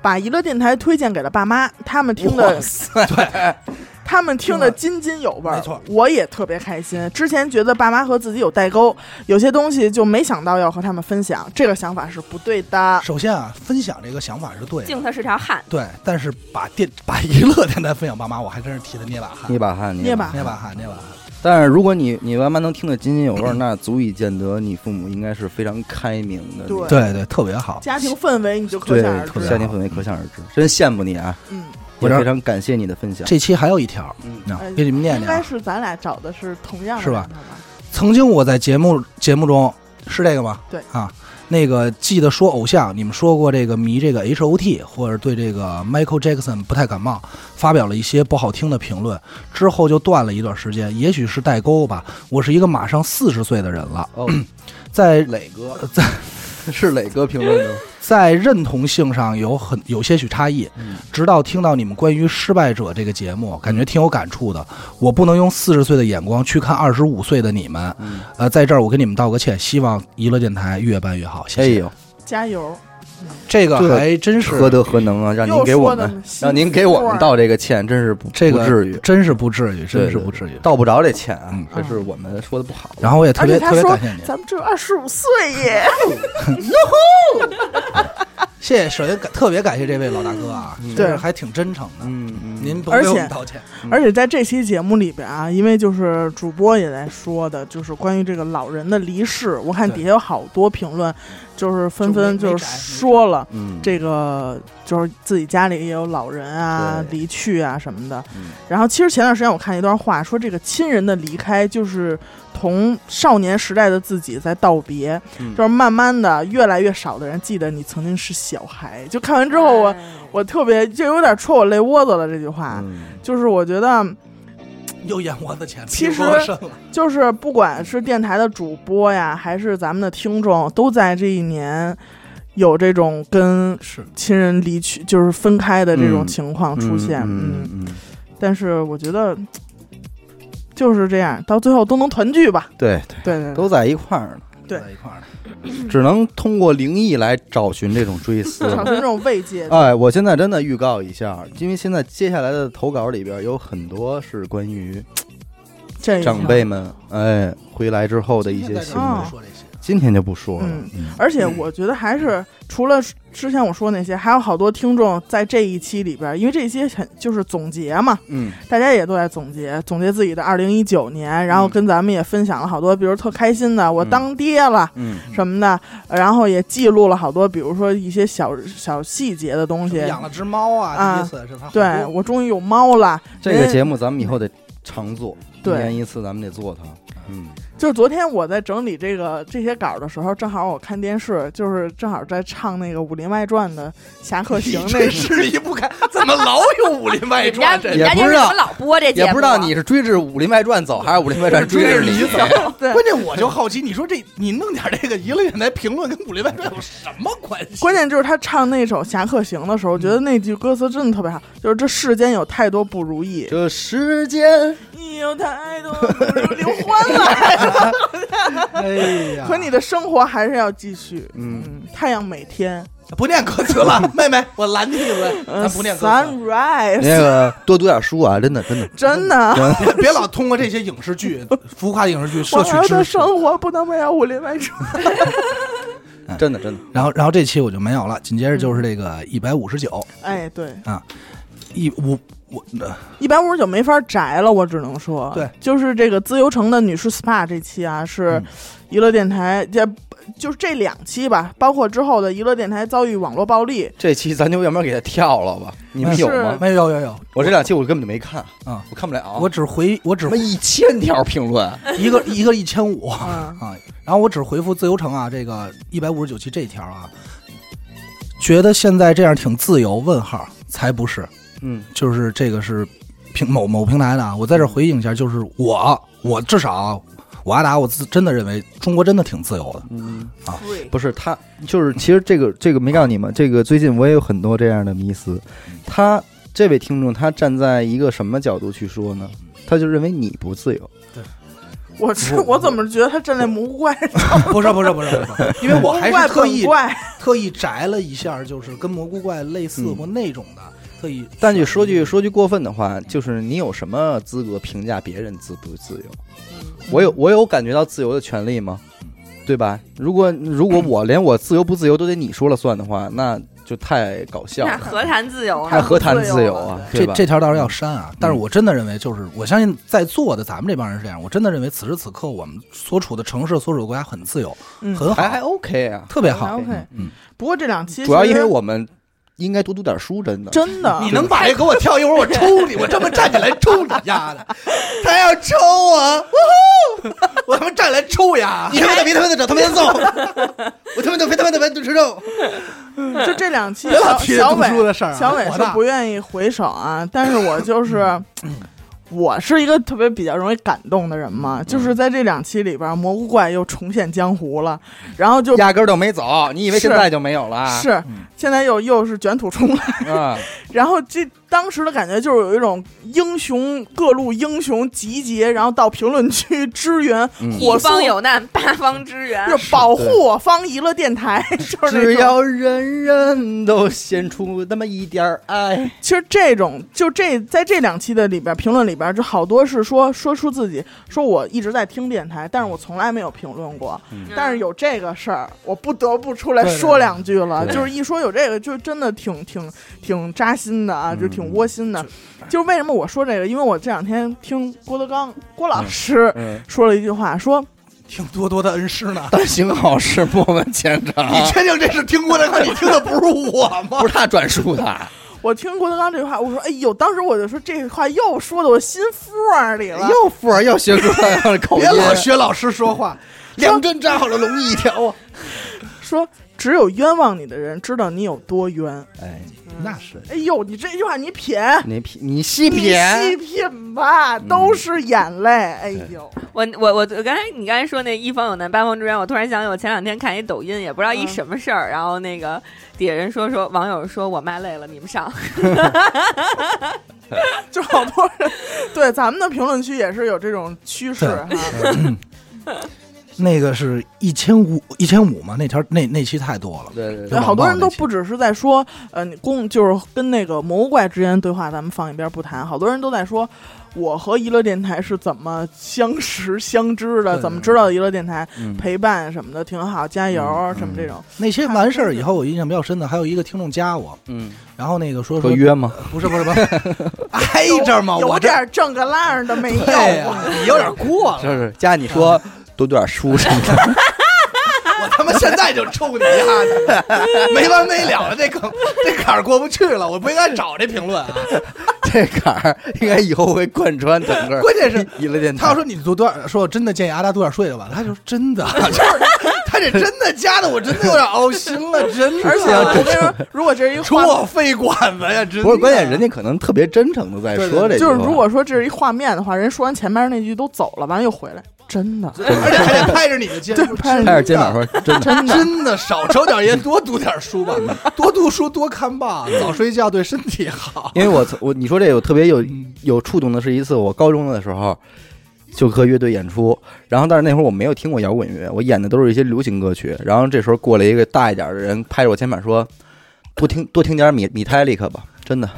Speaker 3: 把娱乐电台推荐给了爸妈，他们听的
Speaker 1: 哇塞，
Speaker 5: [laughs]
Speaker 3: 他们听得津津有味儿，
Speaker 5: 没错
Speaker 3: 我也特别开心。之前觉得爸妈和自己有代沟，有些东西就没想到要和他们分享，这个想法是不对的。
Speaker 5: 首先啊，分享这个想法是对的，
Speaker 4: 敬他是条汉子。
Speaker 5: 对，但是把电 [laughs] 把娱乐电台分享爸妈，我还真是替他捏把汗，
Speaker 1: 捏把汗，
Speaker 3: 捏把汗
Speaker 5: 捏把汗，捏把汗。
Speaker 1: 但是如果你你慢慢能听得津津有味儿，那足以见得你父母应该是非常开明的那种。
Speaker 3: 对
Speaker 5: 对对，特别好。
Speaker 3: 家庭氛围你就可
Speaker 1: 对
Speaker 3: 想而，
Speaker 5: 特别
Speaker 1: 夏
Speaker 5: 好
Speaker 3: 知。啊
Speaker 1: 天氛围可想而知，真羡慕你啊！
Speaker 3: 嗯，
Speaker 1: 也
Speaker 5: 我这儿
Speaker 1: 非常感谢你的分享。
Speaker 5: 这期还有一条，
Speaker 1: 嗯
Speaker 5: 那
Speaker 3: 哎
Speaker 5: 给你们念
Speaker 3: 应
Speaker 5: 念
Speaker 3: 该
Speaker 5: 啊。
Speaker 3: 是咱俩找的是同样的
Speaker 5: 是吧
Speaker 3: 人吧？
Speaker 5: 曾经我在节目节目中是这个吗？
Speaker 3: 对
Speaker 5: 啊，那个记得说偶像，你们说过这个迷这个 H O T 或者对这个 Michael Jackson 不太感冒，发表了一些不好听的评论，之后就断了一段时间，也许是代沟吧。我是一个马上四十岁的人了，
Speaker 1: 哦，
Speaker 5: 在
Speaker 1: 磊哥
Speaker 5: 在
Speaker 1: 是磊哥评论的吗，
Speaker 5: 在认同性上有很有些许差异
Speaker 1: 嗯，
Speaker 5: 直到听到你们关于《失败者》这个节目，感觉挺有感触的。我不能用四十岁的眼光去看二十五岁的你们，
Speaker 1: 嗯
Speaker 5: 呃，在这儿我跟你们道个歉，希望娱乐电台越办越好，谢
Speaker 1: [clears throat] 哎
Speaker 5: 谢。
Speaker 1: 呦，
Speaker 3: 加油！
Speaker 5: 这个
Speaker 6: 这
Speaker 5: 还真是
Speaker 6: 何德何能啊，让您
Speaker 3: 又
Speaker 6: 给我
Speaker 3: 说的
Speaker 6: 们，
Speaker 3: 心
Speaker 1: 让您给我
Speaker 3: 酸
Speaker 1: 们
Speaker 3: 儿
Speaker 1: 道这个歉，真是不
Speaker 5: 这
Speaker 1: 不
Speaker 5: 个
Speaker 1: 至于，
Speaker 5: 真是不至于，
Speaker 1: 对
Speaker 5: 真
Speaker 1: 对
Speaker 5: 是不至于。
Speaker 1: 道不着这歉啊
Speaker 5: 嗯，
Speaker 1: 这是我们说的不好。
Speaker 5: 然后我也特
Speaker 3: 而
Speaker 5: 别
Speaker 3: 且
Speaker 5: 特
Speaker 3: 他
Speaker 5: 别
Speaker 3: 说
Speaker 5: 感谢您，
Speaker 3: 咱们只有二十五岁耶，
Speaker 5: 谢谢，首先感特别感谢这位老大哥啊，真是还挺真诚的。
Speaker 1: 嗯嗯，
Speaker 5: 您不
Speaker 3: 嗯而
Speaker 5: 给我
Speaker 3: 且
Speaker 5: 们道歉，
Speaker 3: 而且在这期节目里边啊，因为就是主播也在说的，就是关于这个老人的离世，我看
Speaker 5: 对
Speaker 3: 底下有好多评论，就是纷纷
Speaker 5: 就没
Speaker 3: 就是说了。
Speaker 1: 嗯
Speaker 3: 这个就是自己家里也有老人啊、
Speaker 1: 对
Speaker 3: 离去啊什么的。
Speaker 1: 嗯
Speaker 3: 然后其实前段时间我看一段话，说这个亲人的离开就是同少年时代的自己在道别，
Speaker 1: 嗯
Speaker 3: 就是慢慢的越来越少的人记得你曾经是小孩。就看完之后
Speaker 4: 哎
Speaker 3: 我，我特别就有点戳我泪窝子了这句话，
Speaker 1: 哎嗯
Speaker 3: 就是我觉得。
Speaker 5: 又眼窝子钱，
Speaker 3: 其
Speaker 5: 屁股
Speaker 3: 实
Speaker 5: 往上了
Speaker 3: 就是不管是电台的主播呀，还是咱们的听众，都在这一年有这种跟
Speaker 5: 是
Speaker 3: 亲人离去，就是分开的这种
Speaker 1: 嗯
Speaker 3: 情况出现。
Speaker 1: 嗯嗯嗯，
Speaker 3: 但是我觉得就是这样，到最后都能团聚吧。
Speaker 1: 对对，
Speaker 3: 对对对，
Speaker 1: 都在一块儿呢，
Speaker 3: 对
Speaker 5: 在一块儿呢。
Speaker 1: 只能通过灵异来找寻这种追思。
Speaker 3: 嗯 [laughs] 找寻这种慰藉。
Speaker 1: 哎，我现在真的预告一下，因为现在接下来的投稿里边有很多是关于
Speaker 3: 这一
Speaker 1: 长
Speaker 3: 条
Speaker 1: 辈们哎回来之后的一些
Speaker 5: 现在
Speaker 1: 行
Speaker 5: 咱
Speaker 1: 为
Speaker 3: 哦
Speaker 5: 们，说这些，
Speaker 1: 今天就不说了。
Speaker 3: 嗯而且我觉得还是除了之前我说那些，还有好多听众在这一期里边，因为这些很就是总结嘛，
Speaker 1: 嗯
Speaker 3: 大家也都在总结总结自己的二零一九年，然后跟咱们也分享了好多，比如特开心的，我当爹了。
Speaker 1: 嗯，
Speaker 3: 什么的，然后也记录了好多，比如说一些小小细节的东西。
Speaker 5: 养了只猫啊，
Speaker 3: 啊
Speaker 5: 第一次是吧？
Speaker 3: 对我终于有猫了，
Speaker 1: 这个
Speaker 3: 人
Speaker 1: 节目咱们以后得常做，一
Speaker 3: 对
Speaker 1: 年一次，咱们得做它。嗯
Speaker 3: 就是昨天我在整理这个这些稿的时候，正好我看电视，就是正好在唱那个《武林外传》的《侠客行》
Speaker 5: [laughs]
Speaker 3: 那
Speaker 5: 真是离不开，怎么老有《武林外
Speaker 3: [laughs]
Speaker 4: 人
Speaker 5: 传》
Speaker 4: 家
Speaker 5: 这
Speaker 4: 人家
Speaker 1: 也不
Speaker 4: 这
Speaker 1: 知
Speaker 4: 怎
Speaker 1: 道
Speaker 4: 么老播这节目啊，
Speaker 1: 也不知道你是追至《武林外传》走， [laughs] 还是《武林外传》追着你走。
Speaker 3: 对
Speaker 5: 关键我就好奇，你说这你弄点这个娱乐电台评论跟《武林外传》有什么关系？
Speaker 3: 关键就是他唱那首《侠客行》的时候，我觉
Speaker 5: 嗯
Speaker 3: 得那句歌词真的特别好，就是这世间有太多不如意，
Speaker 1: 这时间，
Speaker 3: 有太多不如刘欢
Speaker 5: [laughs]
Speaker 3: 了，
Speaker 5: 哎呀
Speaker 3: 可你的生活还是要继续。
Speaker 1: 嗯，
Speaker 3: 嗯，太阳每天。
Speaker 5: 不念歌词了，妹妹，我拦你一回，咱
Speaker 3: 呃
Speaker 5: 不念歌词啊
Speaker 3: Sunrise，
Speaker 1: 那个多读点书啊，真的真 [laughs] 的。
Speaker 3: 真的，
Speaker 5: 了，别别老通过这些影视剧、浮夸的影视剧
Speaker 3: 我
Speaker 5: 摄取
Speaker 3: 儿
Speaker 5: 知
Speaker 3: 的
Speaker 5: 识。
Speaker 3: 生活不能没有武林外
Speaker 5: [laughs]
Speaker 3: 传。
Speaker 1: 真的真的，
Speaker 5: 然后，然后这期我就没有了，紧接着
Speaker 3: 嗯
Speaker 5: 就是这个一百五十九，
Speaker 3: 哎，对，
Speaker 5: 一五我呃
Speaker 3: 一百五十九没法摘了，我只能说，
Speaker 5: 对，
Speaker 3: 就是这个自由城的女士 SPA 这期啊，是
Speaker 5: 嗯
Speaker 3: 娱乐电台，这、就是这两期吧，包括之后的娱乐电台遭遇网络暴力，
Speaker 1: 这期咱就要不然给它跳了 [laughs] 吧？你们有
Speaker 3: 呃
Speaker 1: 吗？
Speaker 5: 没有有有，
Speaker 1: 我这两期我根本就没看
Speaker 5: 啊，
Speaker 1: 我看不
Speaker 3: 哦
Speaker 1: 了。
Speaker 5: 我只回我只
Speaker 1: 什么一千条评论，
Speaker 5: 一个一个一千五啊
Speaker 3: 嗯，
Speaker 5: 然后我只回复自由城啊，这个一百五十九期这一条啊，觉得现在这样挺自由？问号才不是，
Speaker 1: [laughs] 嗯
Speaker 5: 就是这个是平某某平台的啊，我在这儿回应一下，就是我我至少啊我阿达我自真的认为中国真的挺自由的，
Speaker 1: 嗯，
Speaker 4: 对
Speaker 1: 不是他，就是其实这个这个没告诉你们，这个最近我也有很多这样的迷思。他这位听众，他站在一个什么角度去说呢？他就认为你不自由，
Speaker 3: 我是
Speaker 5: 我
Speaker 3: 我怎么觉得她站在魔怪，
Speaker 5: [laughs] 不是不是不是不 [laughs] 是，因为我
Speaker 3: 魔
Speaker 5: 还
Speaker 3: 怪
Speaker 5: 是特
Speaker 3: 本
Speaker 5: 意
Speaker 3: 怪，
Speaker 5: 特意摘了一下，就是跟蘑菇怪类似或那种的，特意。
Speaker 1: 但你说句，说句过分的话，就是你有什么资格评价别人自不自由？我有我有感觉到自由的权利吗？对吧？如果如果我连我自由不自由都得你说了算的话，那就太搞笑
Speaker 4: 那
Speaker 1: 了，
Speaker 4: 何谈自由
Speaker 1: 还
Speaker 4: 呢？
Speaker 1: 何谈自由啊？
Speaker 5: 这
Speaker 1: 对吧？
Speaker 5: 这条倒是要删啊，但是我真的认为，就是我相信在座的咱们这帮人是这样，我真的认为此时此刻我们所处的城市、所处的国家很自由，
Speaker 3: 嗯
Speaker 5: 很
Speaker 1: 还还
Speaker 5: 好，
Speaker 1: OK 啊，
Speaker 5: [laughs] 特别好。
Speaker 3: OK，
Speaker 5: 嗯，
Speaker 3: 不过这两期
Speaker 1: 主要
Speaker 3: 其
Speaker 1: 因
Speaker 3: 实
Speaker 1: 为我们应该多读点书，真的。
Speaker 3: 真的
Speaker 5: 你能把这给我跳一会儿，我抽你！我这么站起来抽你
Speaker 1: [laughs]
Speaker 5: 丫的，他要抽我，呜呼我他妈站起来抽 [laughs] 丫！
Speaker 2: 你他妈的别他妈的找他妈的
Speaker 5: [laughs]
Speaker 2: 揍，我他妈的别他妈的别吃肉。
Speaker 3: 就这两期
Speaker 5: 别老
Speaker 3: 小
Speaker 5: 提
Speaker 3: 小
Speaker 5: 这读书
Speaker 3: 伟
Speaker 5: 的事儿啊
Speaker 3: 小伟
Speaker 5: 火
Speaker 3: 是
Speaker 5: 大嗯
Speaker 3: 不愿意回首啊，但是
Speaker 5: [laughs]
Speaker 3: 我就是。我是一个特别比较容易感动的人嘛，
Speaker 5: 嗯
Speaker 3: 就是在这两期里边，蘑菇怪又重现江湖了，然后就
Speaker 1: [laughs] 压根儿就没
Speaker 5: 嗯
Speaker 1: 走，你以为现在就没有了？
Speaker 3: 是现在又又是卷土重来，
Speaker 1: 啊，
Speaker 3: 然后这当时的感觉就是有一种英雄各路英雄集结，然后到评论区支援，
Speaker 6: 嗯
Speaker 3: 火
Speaker 4: 一
Speaker 3: 速
Speaker 4: 方有难，八方支援。
Speaker 3: 就是保护我方娱乐电台， [laughs] 就是那
Speaker 1: 只
Speaker 3: 种。
Speaker 1: 要人人都献出那么一点儿爱，
Speaker 3: 其实这种就这在这两期的里边评论里边，就好多是说说出自己说我一直在听电台，但是我从来没有评论过。
Speaker 1: 嗯
Speaker 3: 但是有这个事儿，我不得不出来
Speaker 5: 对对
Speaker 3: 说两句了。
Speaker 1: 对
Speaker 3: 就是一说有这个，就真的挺挺挺扎心的啊，
Speaker 1: 嗯
Speaker 3: 就挺窝心的。就是为什么我说这个？因为我这两天听郭德纲郭老师
Speaker 1: 嗯，
Speaker 3: 说了一句话，说
Speaker 5: 听多多的恩师呢。
Speaker 6: 但行好事，莫问前程。
Speaker 5: [laughs] 你确定这是听郭德纲？你听的不是我吗？
Speaker 6: 不是他转述的，
Speaker 3: 我听郭德纲这句话，我说哎呦，当时我就说这话又说的我心腹儿里了。
Speaker 6: 又富儿又学哥又口音
Speaker 5: 别，老学老师说话，两针扎好了，龙一条啊！
Speaker 3: 说只有冤枉你的人知道你有多冤。
Speaker 6: 哎，
Speaker 5: 那是
Speaker 3: 哎呦，你这句话你品，
Speaker 1: 你品你细
Speaker 3: 你
Speaker 1: 品，
Speaker 3: 细品吧，都是眼泪。哎呦，
Speaker 4: 我我我我刚才你刚才说那一方有难八方支援，我突然想起我前两天看一抖音，也不知道一
Speaker 3: 嗯
Speaker 4: 什么事儿，然后那个底下人说说网友说我妈累了，你们上，
Speaker 3: 就好多人对咱们的评论区也是有这种趋势哈。
Speaker 5: 嗯那个是一千五一千五嘛？那条那那期太多了。
Speaker 1: 对对
Speaker 3: 对，
Speaker 1: 对，
Speaker 3: 好多人都不只是在说，呃，你公就是跟那个蘑菇怪之间的对话，咱们放一边不谈。好多人都在说，我和娱乐电台是怎么相识相知的，
Speaker 5: 对
Speaker 3: 怎么知道娱乐电台
Speaker 1: 嗯
Speaker 3: 陪伴什么的，挺好，加油、
Speaker 1: 嗯
Speaker 3: 什么这种。
Speaker 5: 那些完事儿以后，我印象比较深的还有一个听众加我，
Speaker 1: 嗯，
Speaker 5: 然后那个说
Speaker 1: 合
Speaker 5: 说
Speaker 1: 约吗？
Speaker 5: 不是不是不是， [laughs] 挨着嘛，
Speaker 3: 有
Speaker 5: 我这
Speaker 3: 点正个浪儿的没有
Speaker 5: 对呀、你有点过了，
Speaker 1: 就是加你说
Speaker 5: 嗯
Speaker 1: 读点书什
Speaker 5: [laughs]
Speaker 1: 么的，
Speaker 5: 我他妈现在就抽你一下子，没完没了了，这坎这坎儿过不去了，我不应该找这评论啊。
Speaker 1: 这坎儿应该以后会贯穿整个。
Speaker 5: 关
Speaker 1: [laughs]
Speaker 5: 键是
Speaker 1: 一了电台，
Speaker 5: [laughs] 他要说你读多少，说我真的建议阿达读点睡就完了，他就真的， [laughs] 就是他这真的加的，我真的有点呕心了，真
Speaker 3: 而且我
Speaker 5: 的。
Speaker 3: 跟你说，如果这 [laughs] 是一个
Speaker 5: 戳
Speaker 3: 画
Speaker 5: 我肺管子呀！真
Speaker 6: 不是关键，人家可能特别真诚的在说这句话，
Speaker 3: 就是如果说这是一画面的话，人说完前面那句都走了，完了又回来，真的，
Speaker 5: 而且还得拍着你的肩
Speaker 3: 对，
Speaker 5: 膀，
Speaker 3: 拍
Speaker 1: 拍着肩膀说真的，
Speaker 5: [laughs] 真的少抽点烟，多读点书吧，多读书多看报，早睡觉对身体好。
Speaker 1: [laughs]
Speaker 5: [laughs]
Speaker 1: 因为我曾我你说这个我特别有有触动的是一次我高中的时候。就和乐队演出，然后但是那会儿我没有听过摇滚乐，我演的都是一些流行歌曲。然后这时候过来一个大一点的人，拍着我肩膀说：“多听多听点米米泰利克吧，真的，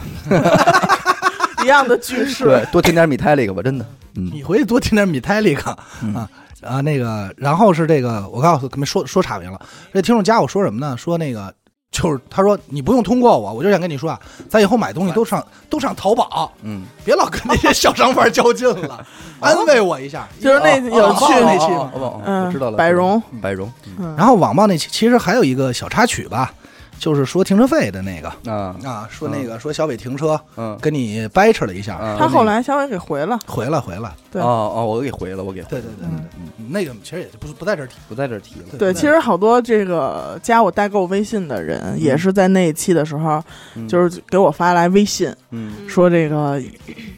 Speaker 3: 一样的句式
Speaker 1: 对，，多听点米泰利克吧，真的。”嗯，
Speaker 5: 你回去多听点米泰利克啊啊，那个，然后是这个，我告诉他们说说岔名了。这听众加我说什么呢？说那个就是他说你不用通过我，我就想跟你说啊，咱以后买东西都上都上淘宝，
Speaker 1: 嗯，
Speaker 5: 别老跟那些小商贩较劲了，安慰我一下。
Speaker 3: 就是 [laughs] 那有趣
Speaker 5: 哦
Speaker 3: 那
Speaker 5: 哦
Speaker 3: 期
Speaker 5: 哦
Speaker 3: 嘛，
Speaker 1: 哦，
Speaker 3: 嗯，
Speaker 1: 我知道了，
Speaker 3: 百荣，
Speaker 1: 百荣
Speaker 3: 嗯
Speaker 5: 然后网暴那期其实还有一个小插曲吧，就是说停车费的那个
Speaker 1: 啊，
Speaker 5: 啊，说那个说小北停车
Speaker 1: 嗯，
Speaker 5: 跟你掰扯了一下，
Speaker 1: 啊
Speaker 3: 他后来小伟给回了，
Speaker 5: 回了回了。
Speaker 3: 对
Speaker 1: 哦哦，我给回了，我给回了
Speaker 5: 对对对对对，嗯那个其实也就不不在这儿提。
Speaker 1: 不在这儿提了。
Speaker 3: 对，其实好多这个加我代购微信的
Speaker 5: 嗯
Speaker 3: 人，也是在那一期的时候，
Speaker 1: 嗯
Speaker 3: 就是给我发来微信
Speaker 1: 嗯，
Speaker 3: 说这个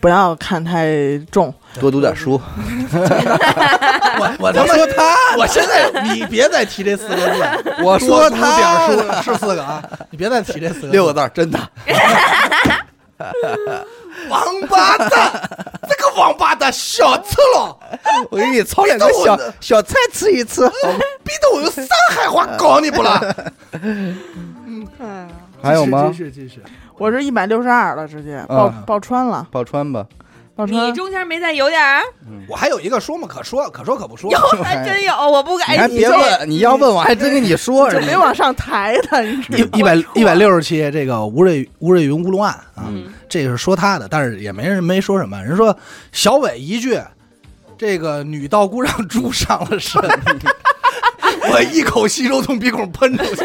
Speaker 3: 不要看太重，
Speaker 1: 多读点
Speaker 3: [laughs]
Speaker 1: 书，
Speaker 5: 哎我我他妈说 [laughs] 他，我现在你别再提这四个 [laughs] 字，
Speaker 1: 我
Speaker 5: 多
Speaker 1: 说
Speaker 5: 读
Speaker 1: 他
Speaker 5: 点书是四个啊，你别再提这四个
Speaker 1: 六个字儿，真的。
Speaker 5: 王八 [laughs] 蛋，这个王八蛋小赤佬，
Speaker 1: 我给你炒两个小小菜吃一吃。
Speaker 5: 逼得我用上海话搞你不啦？
Speaker 1: [laughs]
Speaker 5: [laughs]
Speaker 1: 还有吗
Speaker 5: 继？续继续，
Speaker 3: 我这一百六十二了，直接
Speaker 5: 嗯
Speaker 3: 爆
Speaker 1: 啊
Speaker 3: 爆穿了，
Speaker 1: 报川吧，
Speaker 3: 爆
Speaker 4: 你
Speaker 3: 穿。
Speaker 4: 中间没再有点儿，
Speaker 5: 我还有一个说嘛可说可说可不说，
Speaker 4: 有还真有，哎我不
Speaker 1: 哎你还
Speaker 4: 敢，
Speaker 1: 别
Speaker 4: 就
Speaker 1: 问，你要问我还真跟你说
Speaker 3: [laughs] 就
Speaker 1: 着呢
Speaker 3: 没。往上抬的，你知道吗
Speaker 5: 一一百一百六十期这个吴瑞吴瑞云乌龙案啊，
Speaker 4: 嗯
Speaker 5: 这个是说他的，但是也没人没说什么。人说小伟一句，这个女道姑让猪上了身，我一口吸肉从鼻孔喷出去，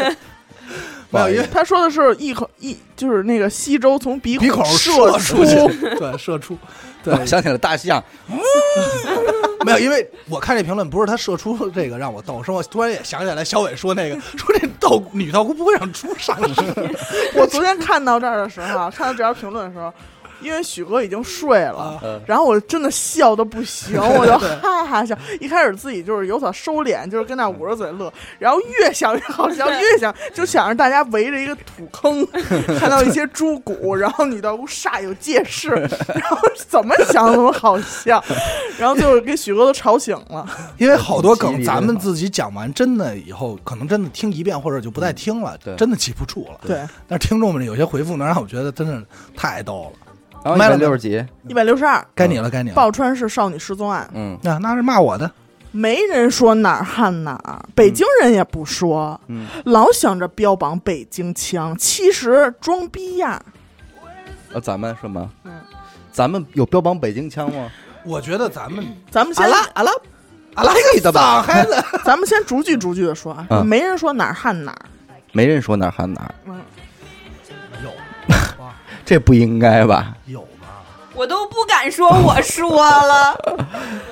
Speaker 1: 不
Speaker 5: [laughs] 没
Speaker 1: 好
Speaker 5: 有
Speaker 1: 意
Speaker 5: 因
Speaker 1: 思
Speaker 5: 为
Speaker 3: [laughs] 他说的是一口一，就是那个西周从鼻
Speaker 5: 鼻孔
Speaker 3: 射
Speaker 5: 出去，对，射出，对，
Speaker 1: 我想起了大象，
Speaker 5: 没有，因为我看这评论不是他射出这个让我逗，说我突然也想起来小伟说那个说这道女道姑不会让猪上身，
Speaker 3: 啊我昨天看到这儿的时候，看到这条评论的时候，因为许哥已经睡了。
Speaker 5: 啊，
Speaker 1: 嗯
Speaker 3: 然后我真的笑的不行，我就哈哈笑。一开始自己就是有所收敛，就是跟那捂着嘴乐，然后越想越好笑，越想就想着大家围着一个土坑，看到一些猪骨，然后女道姑煞有介事，然后怎么想怎么好笑，然后最后给许哥都吵醒了。
Speaker 5: 因为好多梗
Speaker 6: 记忆力
Speaker 5: 咱
Speaker 6: 真
Speaker 5: 们
Speaker 6: 好
Speaker 5: 自己讲完，真的以后可能真的听一遍或者就不再听了，
Speaker 1: 对
Speaker 5: 真的记不住了。
Speaker 3: 对，
Speaker 5: 但是听众们有些回复能让我觉得真是太逗了。
Speaker 1: 然后
Speaker 5: 卖
Speaker 1: 卖
Speaker 5: 了
Speaker 1: 了六十几，
Speaker 3: 一百六十二，
Speaker 5: 该你了，该你了。
Speaker 3: 报川市少女失踪案，
Speaker 1: 嗯
Speaker 5: 那、那是骂我的，
Speaker 3: 没人说哪儿旱哪儿，北京人也不说，
Speaker 1: 嗯，
Speaker 3: 老想着标榜北京腔，其实装逼样儿。
Speaker 1: 呃，咱们是吗？
Speaker 3: 嗯，
Speaker 1: 咱们有标榜北京腔吗？
Speaker 5: 我觉得咱们
Speaker 3: 咱们先
Speaker 5: 阿拉阿拉个的吧，孩子，
Speaker 3: [laughs] 咱们先逐句逐句的说啊，
Speaker 1: 嗯
Speaker 3: 没人说哪儿旱哪儿。
Speaker 1: 没人说哪儿喊哪儿，
Speaker 3: 嗯，
Speaker 5: 有吧
Speaker 1: 这不应该吧？
Speaker 5: 有吧？
Speaker 4: 我都不敢说，我说了，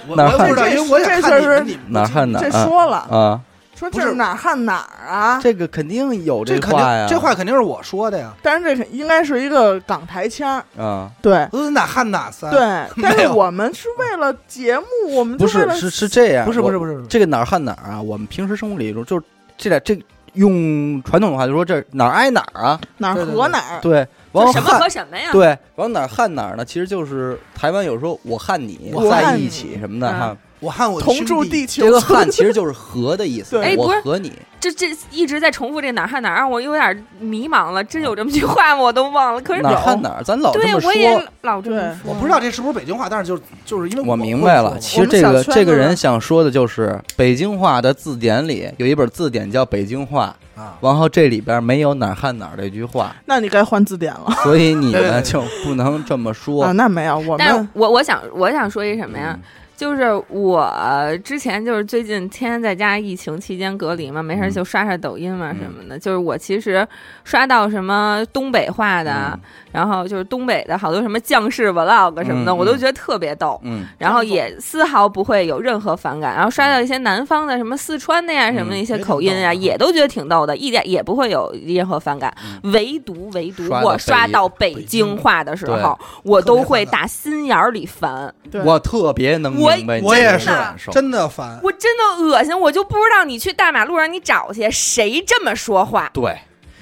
Speaker 5: 我
Speaker 1: 哪儿
Speaker 5: 我也不知道，
Speaker 3: 这
Speaker 5: 因为我也
Speaker 3: 这
Speaker 5: 看你
Speaker 3: 事儿
Speaker 5: 们你们
Speaker 1: 哪儿喊哪儿？
Speaker 3: 这
Speaker 1: 啊
Speaker 3: 说了，
Speaker 1: 啊，
Speaker 3: 说
Speaker 5: 不
Speaker 3: 这是
Speaker 5: 是
Speaker 3: 哪儿旱哪儿啊？
Speaker 1: 这个肯定有
Speaker 5: 这肯
Speaker 1: 话
Speaker 5: 定
Speaker 1: 呀，
Speaker 5: 这话肯定是我说的呀。
Speaker 3: 但是这应该是一个港台腔儿，
Speaker 1: 啊，
Speaker 3: 对
Speaker 5: 呃，哪汉哪
Speaker 1: [laughs]
Speaker 5: 三？
Speaker 3: 对，但
Speaker 5: 没
Speaker 3: 是
Speaker 5: 有
Speaker 3: 我们是为了节目，我们就
Speaker 1: 不
Speaker 3: 为
Speaker 1: 是
Speaker 3: 了
Speaker 1: 是是这样，
Speaker 5: 不是不是
Speaker 1: 我
Speaker 5: 不是，不是
Speaker 1: 这个哪儿喊哪儿啊？我们平时生活里中就是这俩这用传统的话就说这哪儿挨哪儿啊？
Speaker 3: 哪儿
Speaker 5: 对对
Speaker 3: 和
Speaker 5: 对
Speaker 3: 哪儿，
Speaker 1: 对，
Speaker 4: 这
Speaker 1: 往
Speaker 4: 什么
Speaker 1: 汉
Speaker 4: 和什么呀？
Speaker 1: 对往哪儿焊哪儿呢？其实就是台湾有时候我焊你，
Speaker 3: 我
Speaker 1: 在
Speaker 3: 焊
Speaker 1: 一
Speaker 3: 你
Speaker 1: 起什么的
Speaker 3: 嗯
Speaker 1: 哈。
Speaker 5: 我汉我的
Speaker 3: 同
Speaker 5: 兄
Speaker 3: 住
Speaker 5: 弟
Speaker 3: 地球。
Speaker 1: 这个焊其实就是和的意思
Speaker 3: 对
Speaker 4: 哎，不
Speaker 1: 我
Speaker 4: 是
Speaker 1: 和你。
Speaker 4: 这这一直在重复这哪儿和哪儿，让我有点迷茫了。真有这么句话吗？我都忘了。可
Speaker 1: 嗯
Speaker 4: 是
Speaker 1: 哪儿焊哪儿，咱老这
Speaker 4: 对
Speaker 1: 么
Speaker 4: 我也
Speaker 1: 说。
Speaker 4: 老这么
Speaker 3: 对
Speaker 4: 说，
Speaker 5: 我不知道这是不是北京话，但是就是就是因为
Speaker 1: 我
Speaker 5: 我
Speaker 1: 明白
Speaker 5: 会
Speaker 1: 了，
Speaker 5: 说
Speaker 1: 其实这个
Speaker 3: 我们小圈子
Speaker 1: 这个人想说的就是北京话的字典里有一本字典叫《北京话
Speaker 5: 啊》，，
Speaker 1: 然后这里边没有哪儿焊哪儿这句话，
Speaker 3: [laughs] 那你该换字典了
Speaker 1: 所以你
Speaker 5: 对对
Speaker 1: 们
Speaker 5: 对
Speaker 1: 就不能这么
Speaker 3: 啊？
Speaker 1: 说。
Speaker 3: 那没有，我
Speaker 4: 但是
Speaker 3: 们
Speaker 4: 我我想我想说一什么呀？
Speaker 1: 嗯
Speaker 4: 就是我之前就是最近天天在家疫情期间隔离嘛，没事儿就刷刷抖音嘛
Speaker 1: 嗯
Speaker 4: 什么的。就是我其实刷到什么东北话的，
Speaker 1: 嗯
Speaker 4: 然后就是东北的好多什么将士 vlog 什么的，
Speaker 1: 嗯
Speaker 4: 我都觉得特别逗。
Speaker 1: 嗯，
Speaker 4: 然后也丝毫不会有任何反感，然后刷到一些南方的什么四川的呀，
Speaker 1: 嗯
Speaker 4: 什么一些口音啊，
Speaker 5: 也挺逗
Speaker 4: 也都觉得挺逗的，一点也不会有任何反感。唯独唯独
Speaker 1: 刷到
Speaker 4: 我
Speaker 1: 北
Speaker 4: 刷到北
Speaker 5: 北
Speaker 4: 京
Speaker 5: 京
Speaker 4: 话的时
Speaker 1: 对
Speaker 4: 候，我
Speaker 5: 特别
Speaker 4: 都会
Speaker 5: 反感
Speaker 4: 打心眼儿里烦。
Speaker 3: 对
Speaker 1: 我特别能
Speaker 4: 我
Speaker 1: 明白你
Speaker 5: 我
Speaker 1: 这
Speaker 5: 也
Speaker 1: 种
Speaker 5: 是
Speaker 1: 感受，
Speaker 5: 真的烦。
Speaker 4: 我真的恶心，我就不知道你去大马路上你找去，谁这么说话？
Speaker 1: 对，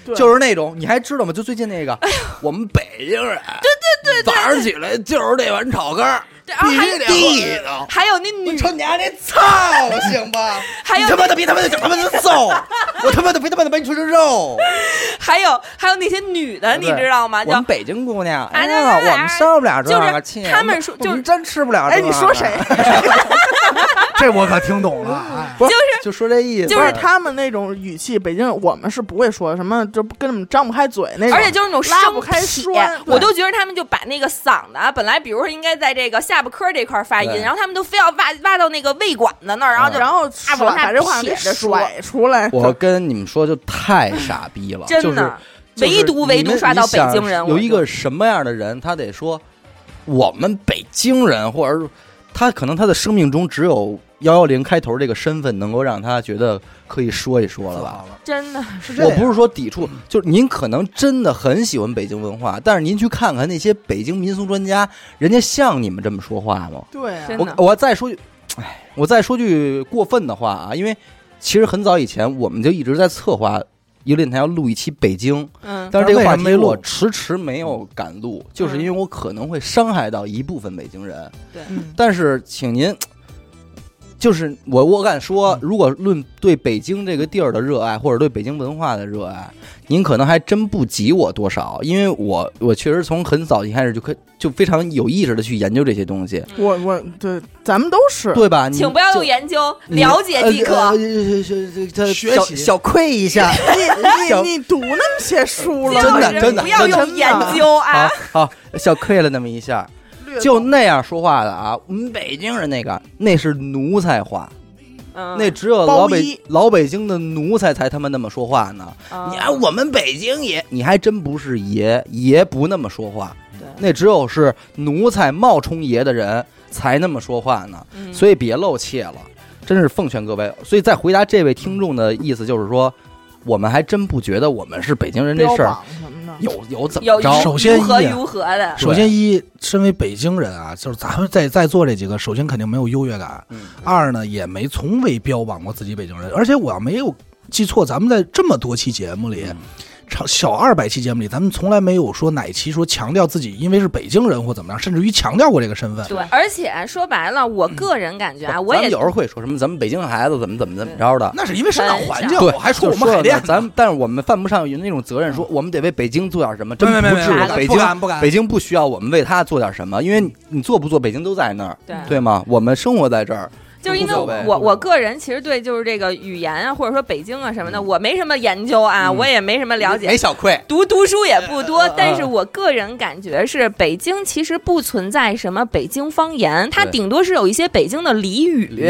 Speaker 3: 对
Speaker 1: 就是那种，你还知道吗？就最近那个，我们北京人，对对对，早上起来就是这碗炒肝儿，
Speaker 4: 对，然后还有
Speaker 1: 地道。
Speaker 4: 还有那女，
Speaker 5: 你家那操，行吧？
Speaker 4: 还
Speaker 1: [laughs] 你
Speaker 4: 有
Speaker 1: 他妈的别他妈的整他妈的揍，我他妈的别他妈的把你吃成肉。
Speaker 4: 还有还有那些女的，你
Speaker 1: 对
Speaker 4: 知道吗？
Speaker 1: 我
Speaker 4: 啊叫
Speaker 1: 们北京姑娘，哎
Speaker 4: 对对对
Speaker 1: 呀，我们受不了这
Speaker 4: 就是
Speaker 1: 个气，
Speaker 4: 他们说就是
Speaker 1: 我们真吃不了这
Speaker 3: 哎，
Speaker 1: 个。
Speaker 3: 你说谁？？
Speaker 5: [laughs] 这我可听懂了。哎，
Speaker 1: 不是，就说这意思，
Speaker 4: 就
Speaker 3: 不是他们那种语气，北京我们是不会说什么，就不跟他们张不开嘴
Speaker 1: 哎
Speaker 3: 那种。
Speaker 4: 而且就是那种
Speaker 3: 拉不
Speaker 4: 生
Speaker 3: 开
Speaker 4: 僻
Speaker 3: 栓，对
Speaker 4: 我都觉得他们就把那个嗓子啊，本来比如说应该在这个下巴颏儿这块儿发
Speaker 1: 对
Speaker 4: 音，然后他们都非要挖挖到那个胃管子那儿，然后就
Speaker 3: 然后甩
Speaker 4: 往下
Speaker 3: 把这话
Speaker 4: 撇
Speaker 3: 给
Speaker 4: 着说
Speaker 3: 甩出来。
Speaker 1: 我跟你们说，就太傻逼了，
Speaker 4: 真
Speaker 1: 就是
Speaker 4: 的唯独唯独刷到北京人，
Speaker 1: 有
Speaker 4: 我
Speaker 1: 一
Speaker 4: 就
Speaker 1: 个什么样的人，他得说我们北京人，或者是他可能他的生命中只有幺幺零开头这个身份能够让他觉得可以说一说了吧？
Speaker 5: 好了
Speaker 4: 真的
Speaker 5: 是这
Speaker 1: 我
Speaker 5: 样
Speaker 1: 不是说抵触，就是您可能真的很喜欢北京文化，但是您去看看那些北京民俗专家，人家像你们这么说话吗？
Speaker 3: 对啊
Speaker 4: 真
Speaker 1: 我
Speaker 4: 的
Speaker 1: 我再说句，哎，我再说句过分的话啊，因为其实很早以前我们就一直在策划一个电台要录一期北京，
Speaker 4: 嗯
Speaker 1: 但是这个话题
Speaker 5: 为什么没录
Speaker 1: 我迟迟没有敢录，就是因为我可能会伤害到一部分北京人。
Speaker 3: 嗯
Speaker 1: 但是，请您，就是我我敢
Speaker 4: 嗯
Speaker 1: 说，如果论对北京这个地儿的热爱，或者对北京文化的热爱，您可能还真不及我多少，因为我我确实从很早一开始就可就非常有意识的去研究这些东西，
Speaker 3: 我我对，咱们都是
Speaker 1: 对吧？你
Speaker 4: 请不要
Speaker 1: 就
Speaker 4: 用研究，
Speaker 1: 你
Speaker 4: 了解即可。
Speaker 1: 呃呃呃呃呃呃
Speaker 5: 学
Speaker 1: 小
Speaker 5: 习
Speaker 1: 小愧一下。小
Speaker 3: 你你你读那么些
Speaker 4: [laughs]
Speaker 3: 书了，
Speaker 1: 呃真的
Speaker 4: 就是
Speaker 1: 真的
Speaker 4: 不要
Speaker 1: 真的
Speaker 4: 用研究 [laughs] 啊
Speaker 1: 好！好，小愧了那么一下，
Speaker 3: 略懂
Speaker 1: 就那样说话的啊，我们北京人那个那是奴才话，
Speaker 4: 嗯
Speaker 1: 那只有
Speaker 3: 包
Speaker 1: 老北
Speaker 3: 衣
Speaker 1: 老北京的奴才才他妈那么说话呢。
Speaker 4: 啊
Speaker 1: 你看我们北京爷，你还真不是爷，爷不那么说话
Speaker 4: 对，
Speaker 1: 那只有是奴才冒充爷的人才那么说话呢。
Speaker 4: 嗯
Speaker 1: 所以别露怯了，真是奉劝各位。所以再回答这位听众的意思就是说，我们还真不觉得我们是北京人这
Speaker 3: 标
Speaker 1: 事儿
Speaker 3: 榜什么的，
Speaker 1: 有有怎么
Speaker 4: 有
Speaker 1: 着
Speaker 5: 有。首先
Speaker 4: 如何
Speaker 5: 一啊
Speaker 4: 如何的，
Speaker 5: 首先一，身为北京人啊， [laughs] 就是咱们在在座这几个，首先肯定没有优越感。二呢，也没从未标榜过自己北京人，而且我要没有记错，咱们在这么多期节目里，超小二百期节目里，咱们从来没有说哪期说强调自己因为是北京人或怎么样，甚至于强调过这个身份。
Speaker 4: 对，而且说白了，我个人感觉啊，我
Speaker 1: 嗯咱们
Speaker 4: 也
Speaker 1: 有时候会说什么咱们北京孩子怎么怎么怎么着的，
Speaker 5: 那是因为生长环
Speaker 1: [laughs]
Speaker 5: 境，
Speaker 1: 对，
Speaker 5: 我还说
Speaker 1: 就
Speaker 5: 我们海
Speaker 1: 了
Speaker 5: 淀呢，嗯
Speaker 1: 咱们但是我们犯不上有那种责任，说我们得为北京做点什么，真
Speaker 5: 没没
Speaker 1: 不
Speaker 5: 没
Speaker 1: 至
Speaker 5: 没
Speaker 1: 于
Speaker 5: 没。啊
Speaker 1: 北
Speaker 5: 不
Speaker 1: 京
Speaker 5: 敢不敢
Speaker 1: 北京不需要我们为他做点什么，因为你你做不做，北京都在那儿，
Speaker 4: 对
Speaker 1: 对吗？我们生活在这儿，
Speaker 4: 就是因为
Speaker 1: 无所谓
Speaker 4: 我我个人其实对就是这个语言啊，或者说北京啊什么的，
Speaker 1: 嗯
Speaker 4: 我没什么研究啊，我也没什么了
Speaker 5: 哎
Speaker 4: 解
Speaker 2: 没。小愧，
Speaker 4: 读读书也不
Speaker 1: 嗯
Speaker 4: 多，但是我个人感觉是北京其实不存在什么北京方言，它
Speaker 1: 对嗯
Speaker 4: 顶多是有一些北京的俚语，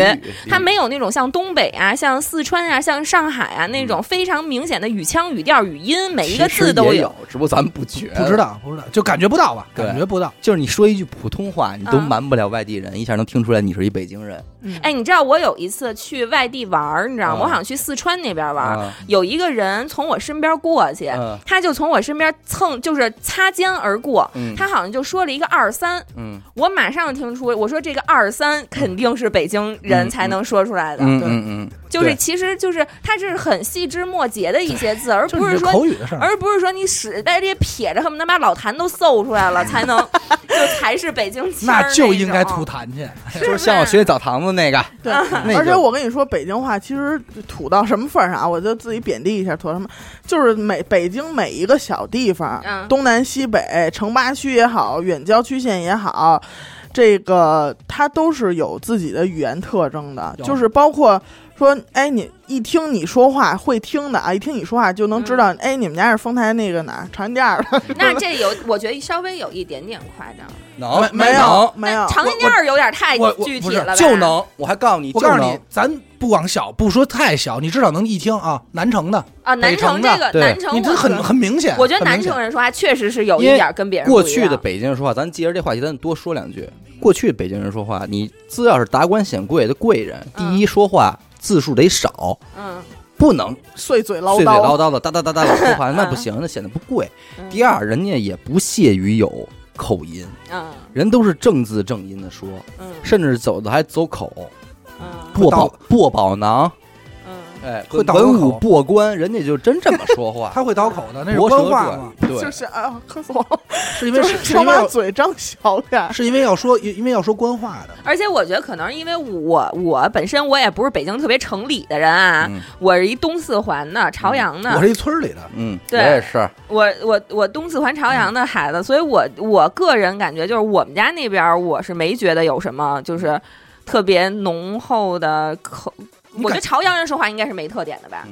Speaker 4: 它没有那种像东北啊、像四川啊、像上海啊那种非常明显的语腔、语调、语音，每一个
Speaker 1: 嗯其实
Speaker 4: 字都
Speaker 1: 也
Speaker 4: 有。
Speaker 1: 有，只不过咱们不觉
Speaker 5: 不知。道不知道，就感觉不到吧，
Speaker 1: 对
Speaker 5: 感觉不到。
Speaker 1: 就是你说一句普通话，你都
Speaker 4: 啊
Speaker 1: 瞒不了外地人，一下能听出来你是一北京人。
Speaker 3: 嗯
Speaker 4: 哎，你知道我有一次去外地玩儿，你知道吗？
Speaker 1: 啊
Speaker 4: 我好像去四川那边玩儿，
Speaker 1: 啊
Speaker 4: 有一个人从我身边过去，
Speaker 1: 嗯
Speaker 4: 他就从我身边蹭，就是擦肩而过。
Speaker 1: 嗯
Speaker 4: 他好像就说了一个二三，
Speaker 1: 嗯
Speaker 4: 我马上听出，我说这个二三肯
Speaker 5: 嗯
Speaker 4: 定是北京人才能说出来的，
Speaker 1: 嗯
Speaker 3: 对
Speaker 1: 嗯
Speaker 4: 就是
Speaker 1: 对
Speaker 4: 其实就是他是很细枝末节的一些字，而
Speaker 5: 就是
Speaker 4: 不
Speaker 5: 你
Speaker 4: 是
Speaker 5: 的
Speaker 4: 说
Speaker 5: 口语的事儿，
Speaker 4: 而不是说你使在这撇着，恨不得把老痰都搜出来了，才
Speaker 5: [laughs]
Speaker 4: 能就才是北京腔儿
Speaker 5: 那
Speaker 4: 那
Speaker 5: 就应该
Speaker 4: 种啊
Speaker 5: 吐痰去。
Speaker 1: 嗯，就是像我学澡堂子那个，
Speaker 3: 对
Speaker 1: 那个
Speaker 3: 啊而且我跟你说，北京话其实土到什么份儿上啊，我就自己贬低一下，土到什么，就是每北京每一个小地方，
Speaker 4: 嗯
Speaker 3: 东南西北、城八区也好，远郊区县也好，这个它都是有自己的语言特征的，
Speaker 5: 有
Speaker 3: 就是包括说，哎，你一听你说话会听的啊，一听你说话就能知道，哎，你们家是丰台那个哪儿长安店儿的，
Speaker 4: 那这有，我觉得稍微有一点点夸张。
Speaker 1: 能能
Speaker 5: 没
Speaker 3: 有，没有
Speaker 4: 那，长安店儿有点太
Speaker 5: 我我
Speaker 4: 具
Speaker 5: 不
Speaker 4: 体
Speaker 5: 是
Speaker 4: 了吧？
Speaker 1: 就能，我还告诉你，
Speaker 5: 我
Speaker 1: 就
Speaker 5: 告诉
Speaker 1: 能
Speaker 5: 你，咱不往小，不说太小，你至少能一听啊，南城的，
Speaker 4: 啊，南
Speaker 5: 北城
Speaker 4: 城这
Speaker 5: 的
Speaker 4: 个
Speaker 1: 对
Speaker 4: 南城
Speaker 5: 你
Speaker 4: 我
Speaker 5: 这
Speaker 4: 觉得
Speaker 5: 很很明显。
Speaker 4: 我觉得
Speaker 5: 很
Speaker 4: 南
Speaker 5: 明显
Speaker 4: 城人说话确实是有一
Speaker 1: 因为
Speaker 4: 点儿跟别人
Speaker 1: 过
Speaker 4: 不一
Speaker 1: 去的
Speaker 4: 样
Speaker 1: 北京人说话，咱借着这话题，咱多说两句。过去北京人说话，你只要是达官显贵的贵人，第
Speaker 4: 嗯
Speaker 1: 一说话字数得少，
Speaker 4: 嗯，
Speaker 1: 不能
Speaker 3: 碎嘴唠
Speaker 1: 碎嘴唠
Speaker 3: 叨，
Speaker 1: 叨的哒哒哒哒老说话，那不行，那显得不贵。第二，人家也不屑于有口音，
Speaker 4: 嗯
Speaker 1: 人都是正字正音的说，
Speaker 4: 嗯
Speaker 1: 甚至走的还走口，
Speaker 4: 嗯
Speaker 1: 过
Speaker 5: 倒
Speaker 1: 保过保囊，
Speaker 4: 嗯
Speaker 1: 哎，
Speaker 5: 会倒
Speaker 1: 文
Speaker 5: 口
Speaker 1: 武过关，人家就真这么说话，
Speaker 5: [laughs] 他会倒口的，那是
Speaker 1: 博
Speaker 5: 官
Speaker 1: 舌
Speaker 5: 话嘛
Speaker 1: 传，，对，
Speaker 3: 就是啊，咳嗽，
Speaker 5: 是因为
Speaker 3: 就是是
Speaker 5: 是
Speaker 3: 说
Speaker 5: 因为
Speaker 3: 话
Speaker 5: 要
Speaker 3: 嘴张小点儿。
Speaker 5: 是因为要说因为要说官话的，
Speaker 4: 而且我觉得可能是因为我我本身我也不是北京特别城里的人啊，
Speaker 1: 嗯
Speaker 4: 我是一东四环的朝阳的，
Speaker 5: 嗯我是一村儿里的，
Speaker 1: 嗯，我
Speaker 4: 对
Speaker 1: 也是，
Speaker 4: 我我我东四环朝阳的孩子，所以我我个人感觉就是我们家那边儿我是没觉得有什么就是特别浓厚的口，
Speaker 5: 你
Speaker 4: 我觉
Speaker 5: 感
Speaker 4: 得朝阳人说话应该是没特点的吧？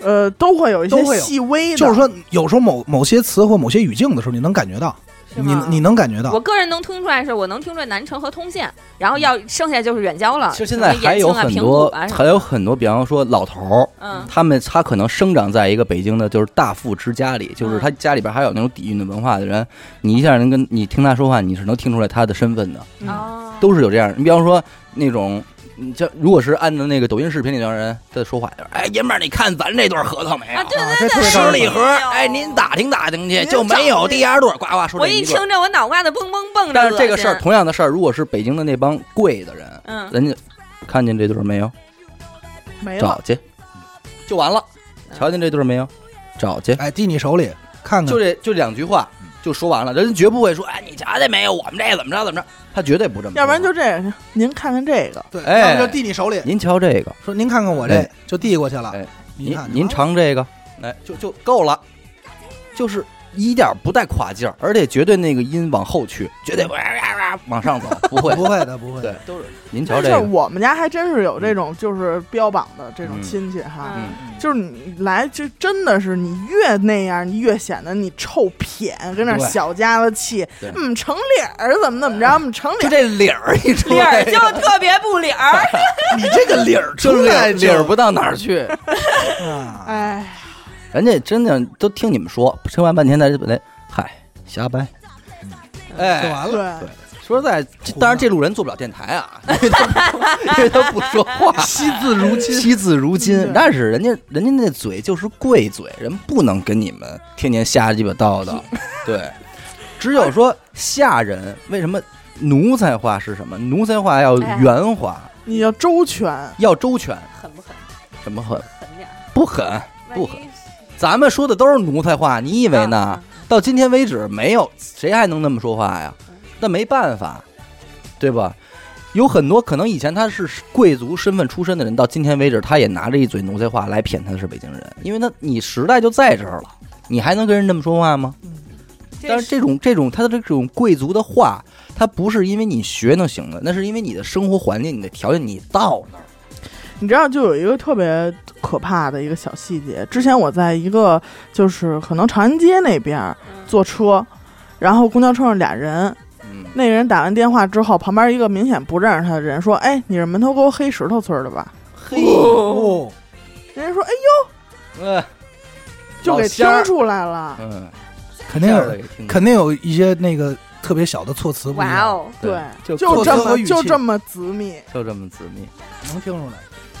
Speaker 3: 呃，都会有一些
Speaker 5: 都会有
Speaker 3: 细微的，
Speaker 5: 就是说有时候某某些词或某些语境的时候，你能感觉到，
Speaker 4: 是
Speaker 5: 你
Speaker 4: 吗
Speaker 5: 你能感觉
Speaker 4: 我
Speaker 5: 到。
Speaker 4: 个人能听出来是，我能听出来南城和通县，然后要剩下就是远郊了。
Speaker 1: 其实现在
Speaker 4: 什么延
Speaker 1: 还有
Speaker 4: 庆啊
Speaker 1: 很
Speaker 4: 平谷
Speaker 1: 多
Speaker 4: 啊，什么
Speaker 1: 还有很多，比方说老头儿，
Speaker 4: 嗯
Speaker 1: 他们他可能生长在一个北京的，就是大富之家里，
Speaker 4: 嗯
Speaker 1: 就是他家里边还有那种底蕴的文化的人，你一下能跟你听他说话，你是能听出来他的身份的，
Speaker 3: 嗯
Speaker 4: 哦，
Speaker 1: 都是有这样。你比方说那种，你像如果是按照那个抖音视频里那帮人的说话，就是哎爷们儿，你看咱这对核桃没有
Speaker 4: 啊，？对
Speaker 5: 啊
Speaker 4: 对
Speaker 5: 这
Speaker 4: 对，
Speaker 5: 特别
Speaker 4: 对
Speaker 2: 十
Speaker 5: 招人
Speaker 2: 里河，
Speaker 4: 哎呦
Speaker 2: 哎，您打听打听去，
Speaker 3: 您
Speaker 2: 就没有第二对，呱呱说
Speaker 4: 我
Speaker 2: 这
Speaker 4: 一
Speaker 2: 一个
Speaker 4: 听着我脑瓜子蹦蹦蹦着。
Speaker 1: 但是这个事儿，，同样的事儿，如果是北京的那帮贵的人，
Speaker 4: 嗯，
Speaker 1: 人家看见这对儿没有，
Speaker 3: 没了
Speaker 1: 找。去，就完了。瞧见这对儿没有，找去。嗯
Speaker 5: 哎，递你手里看看，
Speaker 1: 就这就两句话就说完了，人家绝不会说，哎，你瞧见没有，我们这怎么着怎么着，他绝对不这么说。
Speaker 3: 要不然就这样，您看看这个，
Speaker 5: 对，
Speaker 1: 哎
Speaker 5: 要不就递你手里，
Speaker 1: 您瞧这个，
Speaker 5: 说您看看我这
Speaker 1: 哎，
Speaker 5: 就递过去了
Speaker 1: 哎。
Speaker 5: 您
Speaker 1: 您
Speaker 5: 看
Speaker 1: 您尝这个，哎，就就够了，就是一点不带垮劲儿，而且绝对那个音往后去，绝对哇哇哇往上走，嗯 [laughs] 不会
Speaker 5: 不。会的，不会
Speaker 1: 对
Speaker 5: 的。，
Speaker 1: 都是您瞧
Speaker 3: 但
Speaker 1: 这
Speaker 3: 是
Speaker 1: 个，
Speaker 3: 我们家还真是有这种就是标榜的这种
Speaker 1: 嗯
Speaker 3: 亲戚哈，
Speaker 1: 嗯
Speaker 3: 就是你来就真的是你越那样，你越显得你臭谝，跟那儿
Speaker 5: 对哎
Speaker 3: 小家子气
Speaker 1: 对，
Speaker 3: 嗯，成理儿怎么怎么着，嗯，成理
Speaker 1: 就
Speaker 3: 儿。
Speaker 1: 这理儿一出 [laughs]
Speaker 4: 理儿
Speaker 1: 来，
Speaker 4: 就特别不理
Speaker 1: [laughs]
Speaker 4: 儿。
Speaker 5: 你这个理儿
Speaker 1: 就
Speaker 5: 出
Speaker 1: 理
Speaker 5: 来
Speaker 1: 儿
Speaker 5: 就，
Speaker 1: 理儿不到哪儿去，
Speaker 5: 啊，
Speaker 3: 哎，
Speaker 1: 人家真的都听你们说，听完半天再来，嗨，瞎掰，
Speaker 5: 就
Speaker 1: 哎，
Speaker 5: 完了。
Speaker 3: 对，
Speaker 1: 说实在，这当然这路人做不了电台 [laughs] 啊，因为他不因为他不说话，惜字如金，惜字如金
Speaker 3: 对。
Speaker 1: 但是人家人家那嘴就是贵嘴，人不能跟你们天天瞎鸡巴叨叨。 [laughs] 对，只有说下人为什么奴才话是什么？奴才话要圆滑，
Speaker 3: 你要周全，
Speaker 1: 要周全，
Speaker 4: 狠不狠？
Speaker 1: 怎么狠？
Speaker 4: 狠点儿，
Speaker 1: 不狠，不
Speaker 4: 万
Speaker 1: 狠。
Speaker 4: 一
Speaker 1: 咱们说的都是奴才话，你以为呢？
Speaker 4: 啊
Speaker 1: 到今天为止，没有谁还能那么说话呀？那没办法，对吧？有很多可能以前他是贵族身份出身的人，到今天为止，他也拿着一嘴奴才话来骗他是北京人，因为他你时代就在这儿了，你还能跟人这么说话吗？但是这种这种他的这种贵族的话，他不是因为你学能行的，那是因为你的生活环境、你的条件，你到那儿
Speaker 3: 你知道，就有一个特别可怕的一个小细节。之前我在一个就是可能长安街那边儿坐车，然后公交车上俩人，
Speaker 1: 嗯
Speaker 3: 那个人打完电话之后，旁边一个明显不认识他的人说：“哎，你是门头沟黑石头村的吧
Speaker 1: 嘿，
Speaker 5: 哦，？”
Speaker 3: 人家说：“哎
Speaker 1: 呃
Speaker 3: 呦，就给听出来了。
Speaker 1: 嗯，
Speaker 5: 肯定
Speaker 1: 这样的
Speaker 5: 有，
Speaker 1: 也挺
Speaker 5: 肯定有一些那个特别小的措辞不一
Speaker 4: 哇
Speaker 5: 样，
Speaker 4: 哦，”
Speaker 1: 对
Speaker 3: 对，
Speaker 5: 就
Speaker 3: 就
Speaker 5: 措
Speaker 3: 这
Speaker 5: 辞呃和
Speaker 3: 么
Speaker 5: 语
Speaker 3: 就
Speaker 5: 气
Speaker 3: 这么紫密。
Speaker 1: 就这么自密，
Speaker 5: 能听出来。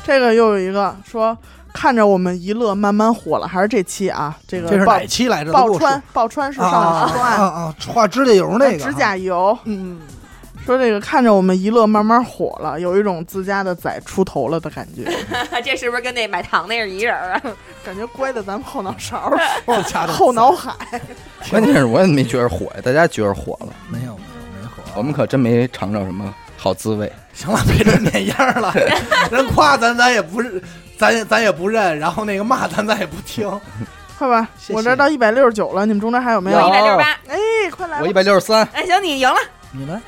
Speaker 3: 这个又有一个说，看着我们一乐慢慢火了，还是这期啊，这个
Speaker 5: 这是
Speaker 3: 爆
Speaker 5: 哪期来着？
Speaker 3: 爆川爆川是
Speaker 5: 啊
Speaker 3: 上
Speaker 5: 啊
Speaker 3: 海说案
Speaker 5: 啊啊！画指甲油那个
Speaker 3: 指甲油，
Speaker 5: 嗯，
Speaker 3: 说这个看着我们一乐慢慢火了，有一种自家的崽出头了的感
Speaker 5: [laughs]
Speaker 3: 觉，
Speaker 4: [laughs] 这是不是跟那买糖那是一人儿啊？
Speaker 3: 感觉乖在咱们后脑
Speaker 5: [laughs]
Speaker 3: 勺儿、
Speaker 5: 我家的
Speaker 3: 后脑海。
Speaker 1: [laughs] 关键是我也没觉着火呀，大家觉着火了。
Speaker 5: [laughs] 没有没火，啊
Speaker 1: 我们可真没尝着什么好滋味。
Speaker 5: 行了，别这面样
Speaker 3: [laughs]
Speaker 5: 了，人夸咱咱也不是，咱也咱也不认，然后那个骂咱咱也不听，
Speaker 3: 快吧，
Speaker 5: 谢谢
Speaker 3: 我这儿到一百六十九了，你们中间还有没有
Speaker 4: 我一？百六十
Speaker 1: 有
Speaker 4: 八，
Speaker 3: 哎，快来吧
Speaker 1: 我一！百六十三，
Speaker 4: 哎，行，你赢了，
Speaker 5: 你们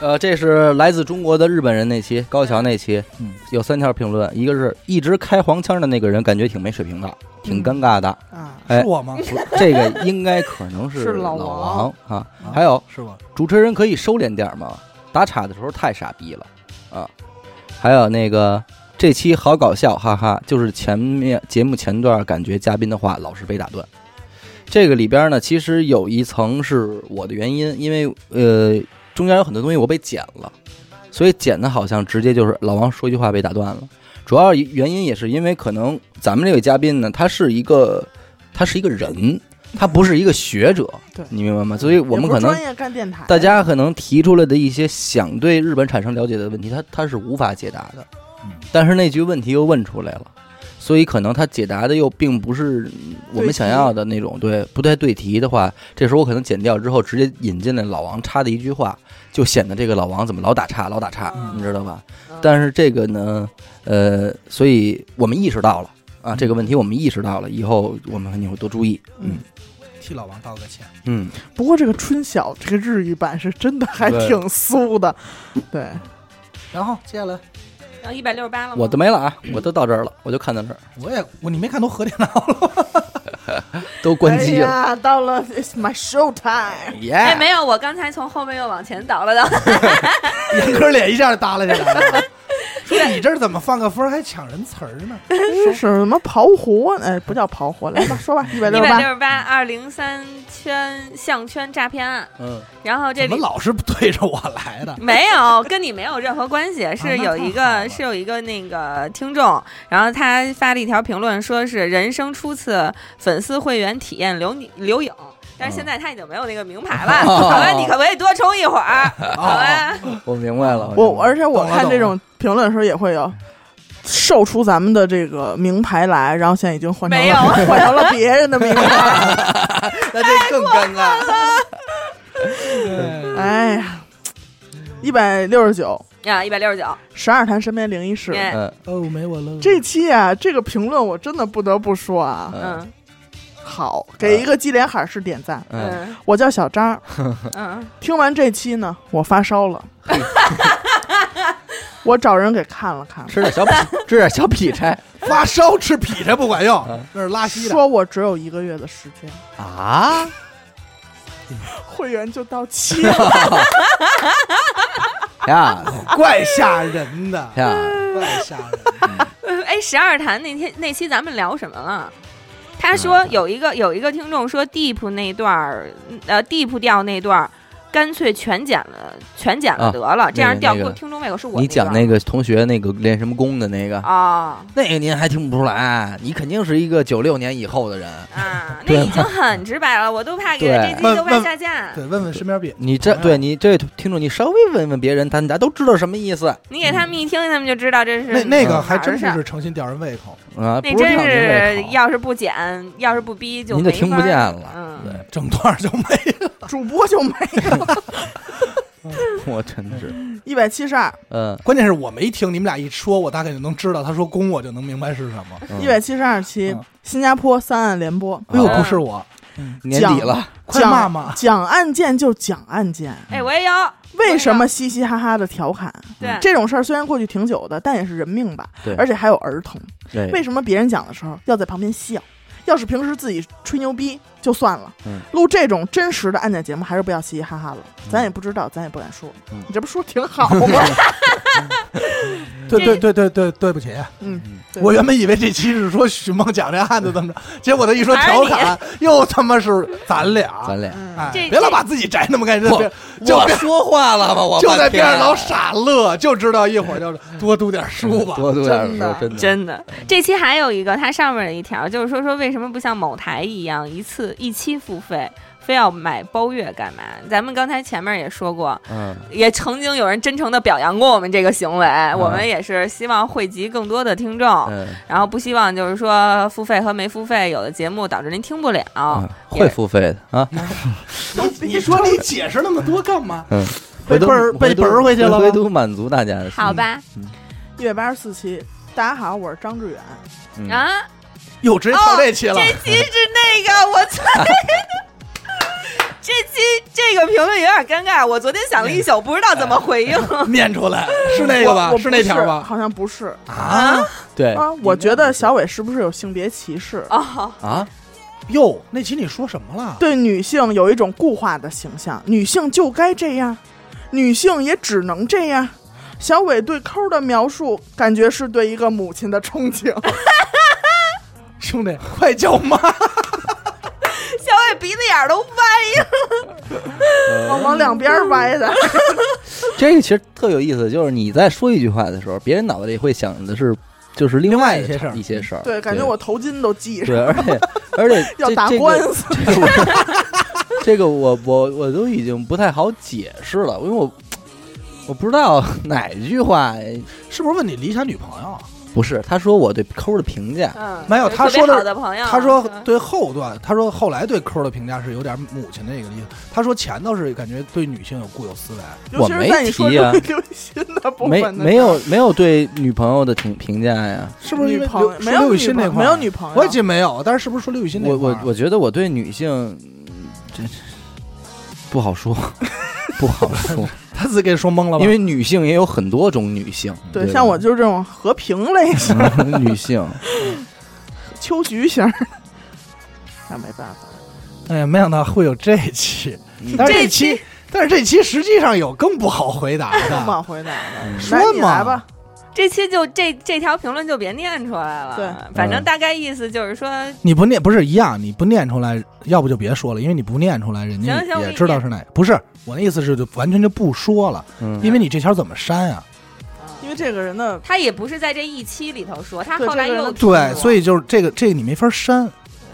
Speaker 1: 呃，这是来自中国的日本人那期，高桥那期，
Speaker 5: 嗯
Speaker 1: 有三条评论，一个是一直开黄腔的那个人，感觉挺没水平的，
Speaker 3: 嗯
Speaker 1: 挺尴尬
Speaker 3: [laughs]
Speaker 1: 的，
Speaker 3: 啊，
Speaker 1: 哎
Speaker 5: 是我吗？
Speaker 1: 这个应该可能是
Speaker 3: 是
Speaker 1: 老
Speaker 3: 老
Speaker 1: 王
Speaker 3: 王
Speaker 1: 啊。还有
Speaker 5: 是我，
Speaker 1: 主持人可以收敛点儿吗？打岔的时候太傻逼了啊！还有那个这期好搞笑，哈哈，就是前面节目前段感觉嘉宾的话老是被打断。这个里边呢，其实有一层是我的原因，因为呃中间有很多东西我被剪了，所以剪的好像直接就是老王说一句话被打断了。主要原因也是因为可能咱们这位嘉宾呢，他是一个他是一个人，他不是一个学者，
Speaker 3: 对
Speaker 1: 你明白吗？所以我
Speaker 3: 也
Speaker 1: 们
Speaker 3: 不
Speaker 1: 可
Speaker 3: 是
Speaker 1: 能
Speaker 3: 专业干电台，
Speaker 1: 大家可能提出来的一些想对日本产生了解的问题，他他是无法解答的
Speaker 5: 嗯。
Speaker 1: 但是那句问题又问出来了，所以可能他解答的又并不是我们想要的那种，对，不太对题的话，这时候我可能剪掉之后，直接引进了老王插的一句话，就显得这个老王怎么老打岔，老打岔，
Speaker 4: 嗯
Speaker 1: 你知道吧？但是这个呢，呃，所以我们意识到了啊，这个问题我们意识到了，以后我们肯定会多注意。
Speaker 3: 嗯，
Speaker 5: 替老王道个歉。
Speaker 1: 嗯，
Speaker 3: 不过这个春晓这个日语版是真的还
Speaker 1: 对
Speaker 3: 挺酥的，对，
Speaker 5: 然后接下来
Speaker 4: 然后一百六十八了吗，
Speaker 1: 我都没了啊，我都到这儿了，我就看到这儿，
Speaker 5: 我也我你没看都合电脑
Speaker 3: [laughs]
Speaker 5: 了，
Speaker 1: 都关机了。
Speaker 3: 哎呀，到了 It's my show time。
Speaker 1: 耶、
Speaker 4: 哎，没有，我刚才从后面又往前倒
Speaker 1: [laughs]
Speaker 4: 了倒，
Speaker 5: 严哥脸一下就耷拉下来
Speaker 3: [laughs]
Speaker 5: 了。说你这儿怎么放个风还抢人词儿呢？
Speaker 3: 这是什么刨活？哎，不叫刨活，来吧，说吧， [laughs] 一百
Speaker 4: 一
Speaker 3: 六十
Speaker 4: 百
Speaker 3: 八
Speaker 4: 六，十八二零三圈项圈诈骗案，
Speaker 1: 嗯，
Speaker 4: 然后这
Speaker 5: 怎么
Speaker 4: 里
Speaker 5: 老是对着我来 [laughs] 的？
Speaker 4: 没有，跟你没有任何关系，是
Speaker 5: 那
Speaker 4: 有
Speaker 5: 太
Speaker 4: 一
Speaker 5: 好
Speaker 4: 个
Speaker 5: 了
Speaker 4: 是有一个那个听众，然后他发了一条评论，说是人生初次粉丝会员体验留你留影。但是现在他已经没有那个名牌了，
Speaker 1: 哦
Speaker 4: 好吧？你可不可以多充一会儿？
Speaker 5: [laughs]
Speaker 4: 好
Speaker 5: 哦啊
Speaker 4: [laughs] 吧？
Speaker 1: 我明白了。
Speaker 3: 我而且我
Speaker 5: 懂了
Speaker 3: 看这
Speaker 5: 懂
Speaker 3: 种评论的时候也会有。售出咱们的这个名牌来，然后现在已经换成
Speaker 4: 没有
Speaker 3: 了 [laughs] 换成了别人的名 [laughs] 牌。
Speaker 1: 那这更尴尬。
Speaker 3: 哎呀，一百六十九，
Speaker 4: 呀，一百六十九，
Speaker 3: 十二谈身边灵异事。
Speaker 4: 哎
Speaker 1: 嗯
Speaker 5: 哦，没我了。
Speaker 3: 这期啊，这个评论我真的不得不说啊，
Speaker 1: 嗯
Speaker 4: 嗯
Speaker 3: 好，给一个鸡脸海式点赞。
Speaker 1: 嗯，
Speaker 3: 我叫小张，
Speaker 4: 嗯
Speaker 3: 听完这期呢，我发烧
Speaker 5: [laughs]
Speaker 3: 了，我找人给看了看，
Speaker 1: 吃点小吃点小 [laughs] 劈柴
Speaker 5: 发烧吃劈柴不管用
Speaker 1: 嗯，
Speaker 5: 那是拉稀的。
Speaker 3: 说我只有一个月的时间，
Speaker 1: 啊！
Speaker 3: 会员就到期
Speaker 5: [laughs]
Speaker 3: 了。
Speaker 1: 呀
Speaker 5: 怪吓
Speaker 1: [laughs]
Speaker 5: 人的，
Speaker 1: 呀，
Speaker 5: 怪吓人的。
Speaker 4: 嗯。 [laughs] 哎，十二谈那天那期咱们聊什么了？
Speaker 1: 嗯
Speaker 4: 他说有一个有一个听众说 Deep 那段儿，呃，Deep 调那段儿干脆全剪了，全剪了
Speaker 1: 啊
Speaker 4: 得了，这样吊
Speaker 1: 那
Speaker 4: 过、
Speaker 1: 个
Speaker 4: 听众胃口是我
Speaker 1: 你讲
Speaker 4: 那
Speaker 1: 那个同学那个练什么功的那个，
Speaker 4: 啊
Speaker 1: 那个您还听不出来，啊你肯定是一个九六年以后的人。
Speaker 4: 啊，那
Speaker 1: 对
Speaker 4: 已经很直白了，我都怕给
Speaker 1: 对
Speaker 4: 这期
Speaker 5: 问
Speaker 4: 都快
Speaker 5: 问
Speaker 4: 下架。
Speaker 5: [laughs] 对，问问身边别
Speaker 1: 你这对你这位听众，你稍微问问别人，大家都知道什么意思
Speaker 4: 你给
Speaker 1: 嗯
Speaker 4: 他们一听，他们就知道这
Speaker 5: 那
Speaker 4: 是
Speaker 5: 那个
Speaker 4: 哪
Speaker 5: 还
Speaker 4: 嗯儿的
Speaker 5: 真
Speaker 4: 事
Speaker 5: 不
Speaker 4: 儿
Speaker 5: 是诚心吊人胃口，
Speaker 1: 啊？
Speaker 4: 那
Speaker 1: 嗯不
Speaker 4: 真
Speaker 1: 让您
Speaker 4: 是
Speaker 1: 胃口
Speaker 4: 要是不剪，要是不逼就
Speaker 1: 您就
Speaker 4: 没
Speaker 1: 听不
Speaker 4: 法儿
Speaker 1: 见了。
Speaker 4: 嗯，
Speaker 5: 整段儿就没了。
Speaker 3: 主播就没
Speaker 1: 对，我真是， [laughs]
Speaker 3: 一百七十二、
Speaker 1: 嗯，
Speaker 5: 关键是我没听，你们俩一说，我大概就能知道。他说攻，我就能明白是什么。
Speaker 1: 嗯
Speaker 3: 一百七十二期
Speaker 5: 嗯，
Speaker 3: 新加坡三案联播，
Speaker 5: 哎呦，
Speaker 1: 啊
Speaker 5: 不是我，
Speaker 1: 年
Speaker 3: 讲
Speaker 1: 底了，
Speaker 5: 快
Speaker 3: 讲
Speaker 5: 骂骂
Speaker 3: 讲案件就讲案件，
Speaker 4: 哎，我也有。
Speaker 1: 嗯
Speaker 3: 为什么嘻嘻哈哈的调侃？
Speaker 5: 嗯
Speaker 4: 对，
Speaker 3: 这种事儿虽然过去挺久的，但也是人命吧
Speaker 1: 对，
Speaker 3: 而且还有儿童。
Speaker 1: 对
Speaker 3: 为什么别人讲的时候要在旁边笑？要是平时自己吹牛逼就算了，
Speaker 1: 嗯
Speaker 3: 录这种真实的案件节目还是不要嘻嘻哈哈了。咱也不知道，咱也不敢说。
Speaker 1: 嗯
Speaker 3: 你这不说挺
Speaker 1: [laughs]
Speaker 3: 好吗？
Speaker 5: 对对对对对，对不起，
Speaker 3: 嗯，对
Speaker 5: 我原本以为这期是说寻梦讲这案子怎么着，结果他一说调侃，又他妈是咱俩。
Speaker 1: 咱俩
Speaker 5: 哎，
Speaker 4: 这
Speaker 5: 别老把自己宅那么干，这
Speaker 1: 嗯我
Speaker 5: 别就别
Speaker 1: 说话了吧？我啊
Speaker 5: 就在边上老傻乐，就知道一会儿就是
Speaker 3: 哎
Speaker 5: 多读点书吧。
Speaker 1: 多读点书
Speaker 3: 真的，
Speaker 1: 真的
Speaker 4: 真的，这期还有一个，它上面有一条，就是说说为什么不像某台一样一次一期付费，非要买包月干嘛？咱们刚才前面也说过，
Speaker 1: 嗯，
Speaker 4: 也曾经有人真诚的表扬过我们这个行为，我们也是希望汇集更多的听众，
Speaker 1: 嗯
Speaker 4: 然后不希望就是说付费和没付费有的节目导致您听不了。
Speaker 1: 啊，会付费的啊，
Speaker 5: 哎你说你解释那么多干嘛？
Speaker 1: 嗯，
Speaker 5: 被
Speaker 1: 回头
Speaker 5: 本儿被
Speaker 1: 回头
Speaker 5: 本儿回去了吧
Speaker 1: 回头满足大家的心
Speaker 4: 好吧，
Speaker 3: 一百八十四期，大家好，我是张志远。
Speaker 1: 嗯
Speaker 4: 啊，
Speaker 5: 又直接跳
Speaker 3: 哦
Speaker 5: 这期了，
Speaker 4: 这期是那个，我猜的。 [laughs] 这期这个评论有点尴尬，我昨天想了一宿，不知道怎么回应。
Speaker 5: 念出来是那个
Speaker 3: 我
Speaker 5: 吧？
Speaker 3: 我
Speaker 5: 是那条
Speaker 3: 不
Speaker 5: 吧？
Speaker 3: 好像不是
Speaker 5: 啊
Speaker 1: 对
Speaker 3: 啊。我觉得小伟是不是有性别歧视？
Speaker 4: 哦，
Speaker 1: 啊，
Speaker 5: 哟，那期你说什么了？
Speaker 3: 对女性有一种固化的形象，女性就该这样，女性也只能这样。小伟对抠的描述，感觉是对一个母亲的憧憬。
Speaker 5: [laughs] 兄弟，快叫妈！
Speaker 4: [laughs] 小伟鼻子眼儿都歪了。
Speaker 3: 往往两
Speaker 5: 哎
Speaker 3: 边歪的。
Speaker 1: 这个其实特有意思，就是你在说一句话的时候，别人脑子里会想的是就是另
Speaker 5: 外
Speaker 1: 外
Speaker 5: 一些事儿
Speaker 1: 一些事儿，
Speaker 3: [laughs] 对，感觉我头巾都系上，
Speaker 1: 对，而且而且
Speaker 3: 要
Speaker 1: 这
Speaker 3: 打
Speaker 1: 这个
Speaker 3: 官司。
Speaker 1: 这个我这个我我我都已经不太好解释了，因为我我不知道哪句话
Speaker 5: [laughs] 是不是问你理想女朋友啊？
Speaker 1: 不是他说我对抠的评价，
Speaker 4: 嗯
Speaker 5: 没有他
Speaker 4: 特别
Speaker 5: 说的
Speaker 4: 好的朋友，
Speaker 5: 他说
Speaker 4: 嗯
Speaker 5: 对后段，他说后来对抠的评价是有点母亲的一个意思。他说前头是感觉对女性有固有思维，
Speaker 3: 尤其是在你说
Speaker 1: 我没提啊
Speaker 3: 刘刘雨欣的部分
Speaker 1: 没
Speaker 3: 的时候
Speaker 1: 没有没有对女朋友的评评价呀。
Speaker 5: 是不是因
Speaker 3: 女
Speaker 5: 为
Speaker 3: 朋友
Speaker 5: 刘，
Speaker 3: 没
Speaker 5: 说
Speaker 3: 有
Speaker 5: 刘雨
Speaker 3: 女
Speaker 5: 欣
Speaker 3: 朋
Speaker 5: 那
Speaker 3: 友，
Speaker 5: 块
Speaker 3: 没
Speaker 5: 儿啊
Speaker 3: 有女朋友，
Speaker 5: 我也记得没有，但是是不是说刘雨欣那
Speaker 1: 我
Speaker 5: 块儿
Speaker 1: 我我觉得我对女性嗯这不好
Speaker 3: [laughs]
Speaker 1: 说，不好说，
Speaker 5: 他自己给说懵了吧？
Speaker 1: 因为女性也有很多种女性，
Speaker 3: 对，
Speaker 1: 吧嗯
Speaker 3: 像我就是这种和平类型、
Speaker 1: 女性，
Speaker 3: 秋菊型。那没办法，
Speaker 5: 哎呀，没想到会有这期，但是
Speaker 4: 这
Speaker 5: 这期，但是这期实际上有更不好回答
Speaker 3: 不
Speaker 5: 的。
Speaker 3: [laughs] 好回答了。
Speaker 5: 嗯说
Speaker 3: 来，你
Speaker 5: 嘛
Speaker 3: 来吧，
Speaker 4: 这期就这这条评论就别念出来了。
Speaker 3: 对，
Speaker 4: 反正大概意思就是说，
Speaker 5: 你不念不是一样，你不念出来，要不就别说了，因为你不念出来，人家
Speaker 4: 行行
Speaker 5: 也知道是哪个。不是我的意思是，就完全就不说了，
Speaker 3: [laughs]
Speaker 1: 嗯
Speaker 5: 因为你这条怎么删啊？
Speaker 3: 因为这个人的
Speaker 4: 他也不是在这一期里头说，他
Speaker 3: 对
Speaker 4: 后来
Speaker 3: 这个
Speaker 4: 又
Speaker 3: 人
Speaker 5: 对， [laughs] 所
Speaker 4: 以
Speaker 5: 以就是这个这个你没法删。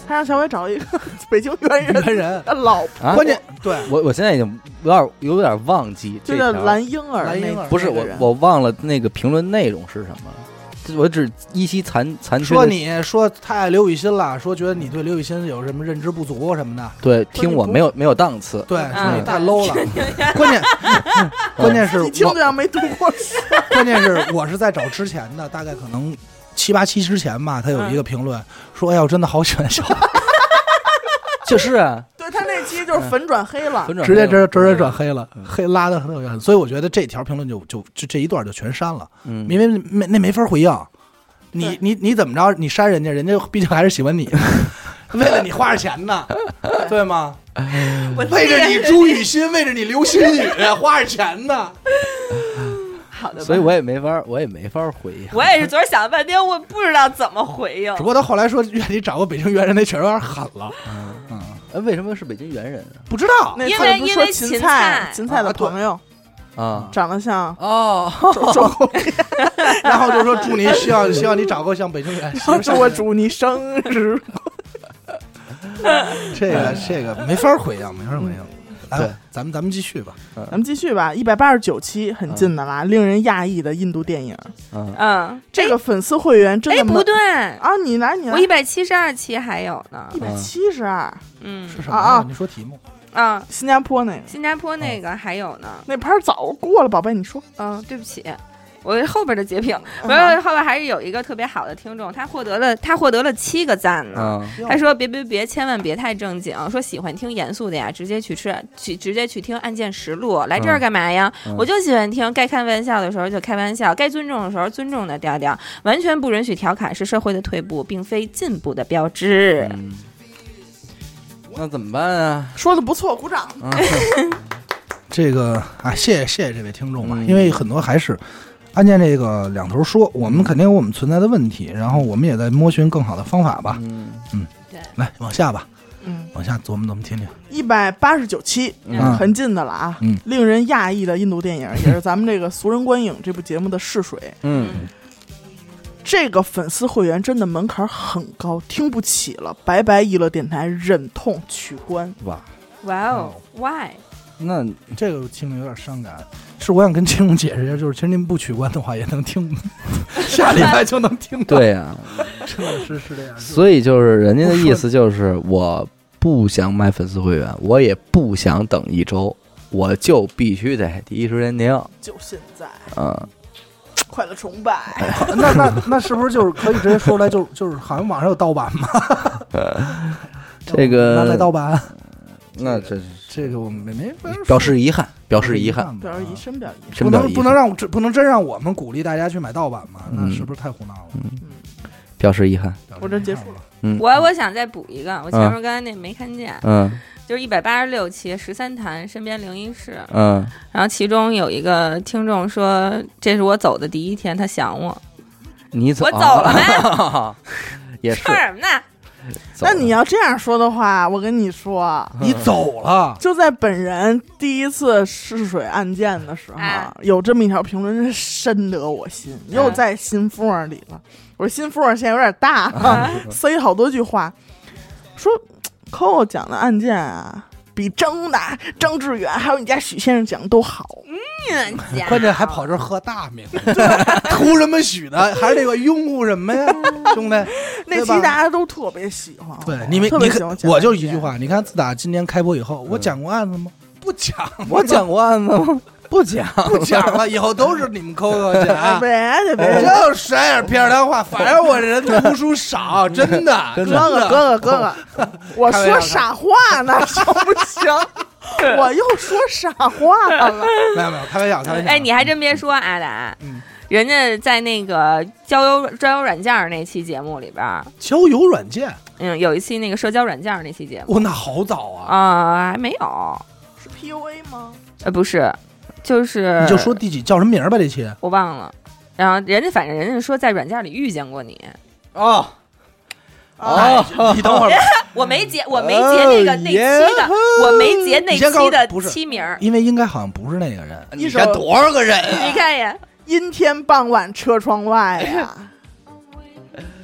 Speaker 3: 他让小伟找一个 [laughs] 北京猿人
Speaker 5: 原人，
Speaker 3: 的老婆，
Speaker 1: 啊，
Speaker 5: 关键对
Speaker 1: 我我现在已经有点有点忘记
Speaker 3: 就
Speaker 1: 这
Speaker 3: 叫
Speaker 1: 条，
Speaker 3: 蓝婴儿
Speaker 5: 蓝婴
Speaker 3: 那
Speaker 5: 儿
Speaker 1: 不是
Speaker 3: 那个
Speaker 1: 我
Speaker 3: 人
Speaker 1: 我忘了那个评论内容是什么了，这我只依稀残残缺
Speaker 5: 说
Speaker 1: 的
Speaker 5: 你说太爱刘雨欣了，说觉得你对刘雨欣有什么认知不足什么的，
Speaker 1: 对
Speaker 3: 你
Speaker 1: 听我
Speaker 3: 不
Speaker 1: 没有没有档
Speaker 3: [laughs]
Speaker 1: 次，
Speaker 5: 对，
Speaker 4: 嗯
Speaker 5: 说你太 low
Speaker 4: [laughs]
Speaker 5: 了。关键嗯关键是
Speaker 3: 一听
Speaker 5: 我
Speaker 3: 就像没读过书。
Speaker 5: [laughs] 关键是我是在找之前的，大概可能七八期之前吧，他有一个评论说：“哎呀，我真的好喜欢小孩
Speaker 1: 就是啊，
Speaker 3: 对他那期
Speaker 5: 嗯
Speaker 3: 就是粉转黑了
Speaker 1: 粉，转
Speaker 5: 直接
Speaker 1: 黑
Speaker 5: 直
Speaker 1: 了
Speaker 5: 接直接转黑了，黑拉的特别狠。所以我觉得这条评论就就就这一段就全删了，
Speaker 1: 嗯，
Speaker 5: 因为没那没法回应。你
Speaker 3: 对
Speaker 5: 你你怎么着？你删人家，人家毕竟还是喜欢你，为了你花着钱呢，对吗？
Speaker 4: 我
Speaker 5: 为着你朱雨欣，为着你刘欣雨，花着钱呢。
Speaker 4: 好的吧，
Speaker 1: 所以我也没法我也没法回应，
Speaker 4: [laughs] 我也是昨儿想了半天，我不知道怎么回应
Speaker 5: 只不。过他后来说愿意找个北京猿人，那确实有点狠了。嗯，
Speaker 1: 哎，为什么是北京猿人
Speaker 5: 不知道
Speaker 3: 那
Speaker 4: 因
Speaker 3: 次
Speaker 4: 为
Speaker 3: 不是
Speaker 4: 因
Speaker 3: 说
Speaker 4: 为
Speaker 3: 芹
Speaker 4: 芹
Speaker 3: 菜
Speaker 4: 菜
Speaker 3: 芹菜的
Speaker 5: 啊对
Speaker 3: 朋友
Speaker 1: 啊？
Speaker 3: 长得像
Speaker 1: 哦，
Speaker 3: 周周 [laughs] 公，
Speaker 5: 然后就说祝你希望希望你找个像北京人，
Speaker 3: 然后说我祝你生日
Speaker 5: 这个这个没法回应，没法回应。来
Speaker 1: 对
Speaker 5: 吧，咱们咱们继续吧。
Speaker 3: [laughs] 咱们继续吧，一百八十九期很近的啦，令人讶异的印度电影。
Speaker 1: 嗯，
Speaker 4: 嗯，
Speaker 3: 这个粉丝会员真
Speaker 4: 哎
Speaker 3: 的
Speaker 4: 不
Speaker 3: 蛮
Speaker 4: 对，
Speaker 3: 啊！你来，你来，
Speaker 4: 我一百七十二期还有呢
Speaker 3: 一，百七十二，
Speaker 4: 嗯
Speaker 5: 是什
Speaker 3: 啊啊
Speaker 5: 么？你说题目。
Speaker 4: 啊，
Speaker 3: 新加坡那个
Speaker 4: 新加坡那个还有呢，
Speaker 3: 那拍儿早过了，宝贝，你说
Speaker 4: 嗯，对不起。我后边的截屏，
Speaker 3: 嗯
Speaker 4: 不是后边还是有一个特别好的听众，他获得了他获得了七个赞呢。
Speaker 1: 嗯，
Speaker 4: 他说：“别别别，千万别太正经。说喜欢听严肃的呀，直接去吃，去直接去听《案件实录》。来这儿干嘛呀？
Speaker 1: 嗯嗯
Speaker 4: 我就喜欢听，该开玩笑的时候就开玩笑，该尊重的时候尊重的调调，完全不允许调侃，是社会的退步，并非进步的标志。
Speaker 1: 嗯那怎么办啊？
Speaker 3: 说的不错，鼓掌。
Speaker 1: 嗯
Speaker 5: 这个啊，谢谢谢谢这位听众吧，啊
Speaker 1: 嗯
Speaker 5: 因为很多还是案件这个两头说，我们肯定有我们存在的问题，然后我们也在摸寻更好的方法吧。
Speaker 1: 嗯
Speaker 5: 来，往下吧，
Speaker 3: 嗯，
Speaker 5: 往下琢磨琢磨，听听。
Speaker 3: 一百八十九期，
Speaker 1: 嗯
Speaker 3: 很近的了啊。
Speaker 5: 嗯
Speaker 3: 令人讶异的印度电影，也是咱们这个《俗人观影》这部节目的试水。
Speaker 1: 嗯
Speaker 3: 这个粉丝会员真的门槛很高，听不起了，拜拜娱乐电台，忍痛取关。
Speaker 1: 哇，
Speaker 4: 哇哦，Why？
Speaker 1: 嗯那
Speaker 5: 这个听着有点伤感，是我想跟听众解释一下，就是其实您不取关的话也能听，下礼拜就能听到。
Speaker 1: 对呀，
Speaker 5: 真的是是这样。
Speaker 1: 所以就是人家的意思就是，我不想买粉丝会员，我也不想等一周，我就必须得第一时间听。
Speaker 3: 就现在，
Speaker 1: 嗯，
Speaker 3: 快乐崇拜！
Speaker 5: [laughs] 那那那是不是就是可以直接说出来？就就是好像网上有盗版嘛？
Speaker 1: [laughs] 这个
Speaker 5: 拿来盗版，
Speaker 1: 那这是
Speaker 5: 这个我们没没法说
Speaker 1: 表示遗憾，表示遗憾，
Speaker 3: 表示遗，深表遗
Speaker 1: 真
Speaker 5: 不
Speaker 1: 表示
Speaker 5: 能
Speaker 1: 遗
Speaker 5: 不
Speaker 1: 憾
Speaker 5: 能让这不能真让我们鼓励大家去买盗版嘛？那
Speaker 1: 嗯
Speaker 5: 是不是太胡闹了？
Speaker 1: 表示遗憾。
Speaker 5: 表示
Speaker 3: 我这
Speaker 5: 遗憾
Speaker 3: 结束了。
Speaker 4: 我我想再补一个，我前面刚才那没看见，
Speaker 1: 嗯
Speaker 4: 就是一百八十六期十三谈身边灵异事，
Speaker 1: 嗯，
Speaker 4: 然后其中有一个听众说，这是我走的第一天，他想我，
Speaker 1: 你走
Speaker 4: 我走了呗，
Speaker 1: 啊 [laughs] 也是
Speaker 4: 事，儿呢。
Speaker 1: 走
Speaker 3: 那
Speaker 1: 了
Speaker 3: 你要这样说的话，我跟你说，
Speaker 5: 你走了，
Speaker 3: 就在本人第一次试水案件的时候，
Speaker 4: 哎
Speaker 3: 有这么一条评论，真是深得我心，又在心腹儿里了。我说心腹儿现在有点大， [laughs] 塞好多句话，说 Coco 讲的案件啊，比张的、张志远还有你家许先生讲的都好。
Speaker 5: 关键还跑这儿喝大 [laughs] 名，图什么许的？还是那个拥护什么呀，兄弟？
Speaker 3: 那
Speaker 5: 对
Speaker 3: 期
Speaker 5: 吧
Speaker 3: 大家都特别喜欢我，
Speaker 5: 对，你们
Speaker 3: 特
Speaker 5: 你
Speaker 3: 别喜
Speaker 5: 看
Speaker 3: 欢，讲
Speaker 5: 我就一
Speaker 3: 案
Speaker 5: 句
Speaker 3: 件，
Speaker 5: 话，你看自打今年开播以后，
Speaker 1: 嗯
Speaker 5: 我讲过案子吗？不讲，
Speaker 1: 我讲过案子吗？不讲，
Speaker 5: 不讲了，以后都是你们扣扣 [laughs]
Speaker 3: 哎
Speaker 5: 讲。
Speaker 3: 别别别，
Speaker 5: 就甩点片儿汤话，反正我人读书 [laughs] 少，真的，真
Speaker 3: 哥哥
Speaker 5: 的。
Speaker 3: 哥哥哥
Speaker 5: [laughs]
Speaker 3: 哥，我
Speaker 5: 开玩笑
Speaker 3: 说傻
Speaker 5: [laughs]
Speaker 3: 话呢，行不行？我又说傻
Speaker 5: [laughs]
Speaker 3: 话了，
Speaker 5: 没有没有，开玩笑，开玩笑。
Speaker 4: 哎，你还真别说，阿达，
Speaker 5: 嗯
Speaker 4: 人家在那个交友交友软件儿那期节目里边儿，
Speaker 5: 交友软件，
Speaker 4: 嗯，有一期那个社交软件儿那期节目
Speaker 5: 我那好早啊！
Speaker 4: 啊、还没有，
Speaker 3: 是 PUA 吗？
Speaker 4: 呃，不是，就是
Speaker 3: 哎
Speaker 5: 你就说第几叫什么名儿吧，这期
Speaker 4: 我忘了。然后人家反正人家说在软件里遇见过你，
Speaker 1: 哦，
Speaker 5: 哦
Speaker 3: 啊，
Speaker 5: 你等会儿吧，
Speaker 4: 我没截，我没截那个、那期的，我没截那
Speaker 5: 嗯哦你先告诉
Speaker 4: 期的
Speaker 5: 不是
Speaker 4: 期名儿，
Speaker 5: 因为应该好像不是那个人。
Speaker 3: 一首
Speaker 2: 看多少个人啊？
Speaker 4: 你看一眼，
Speaker 3: 阴天傍晚车窗外
Speaker 5: [laughs]
Speaker 3: 啊呀，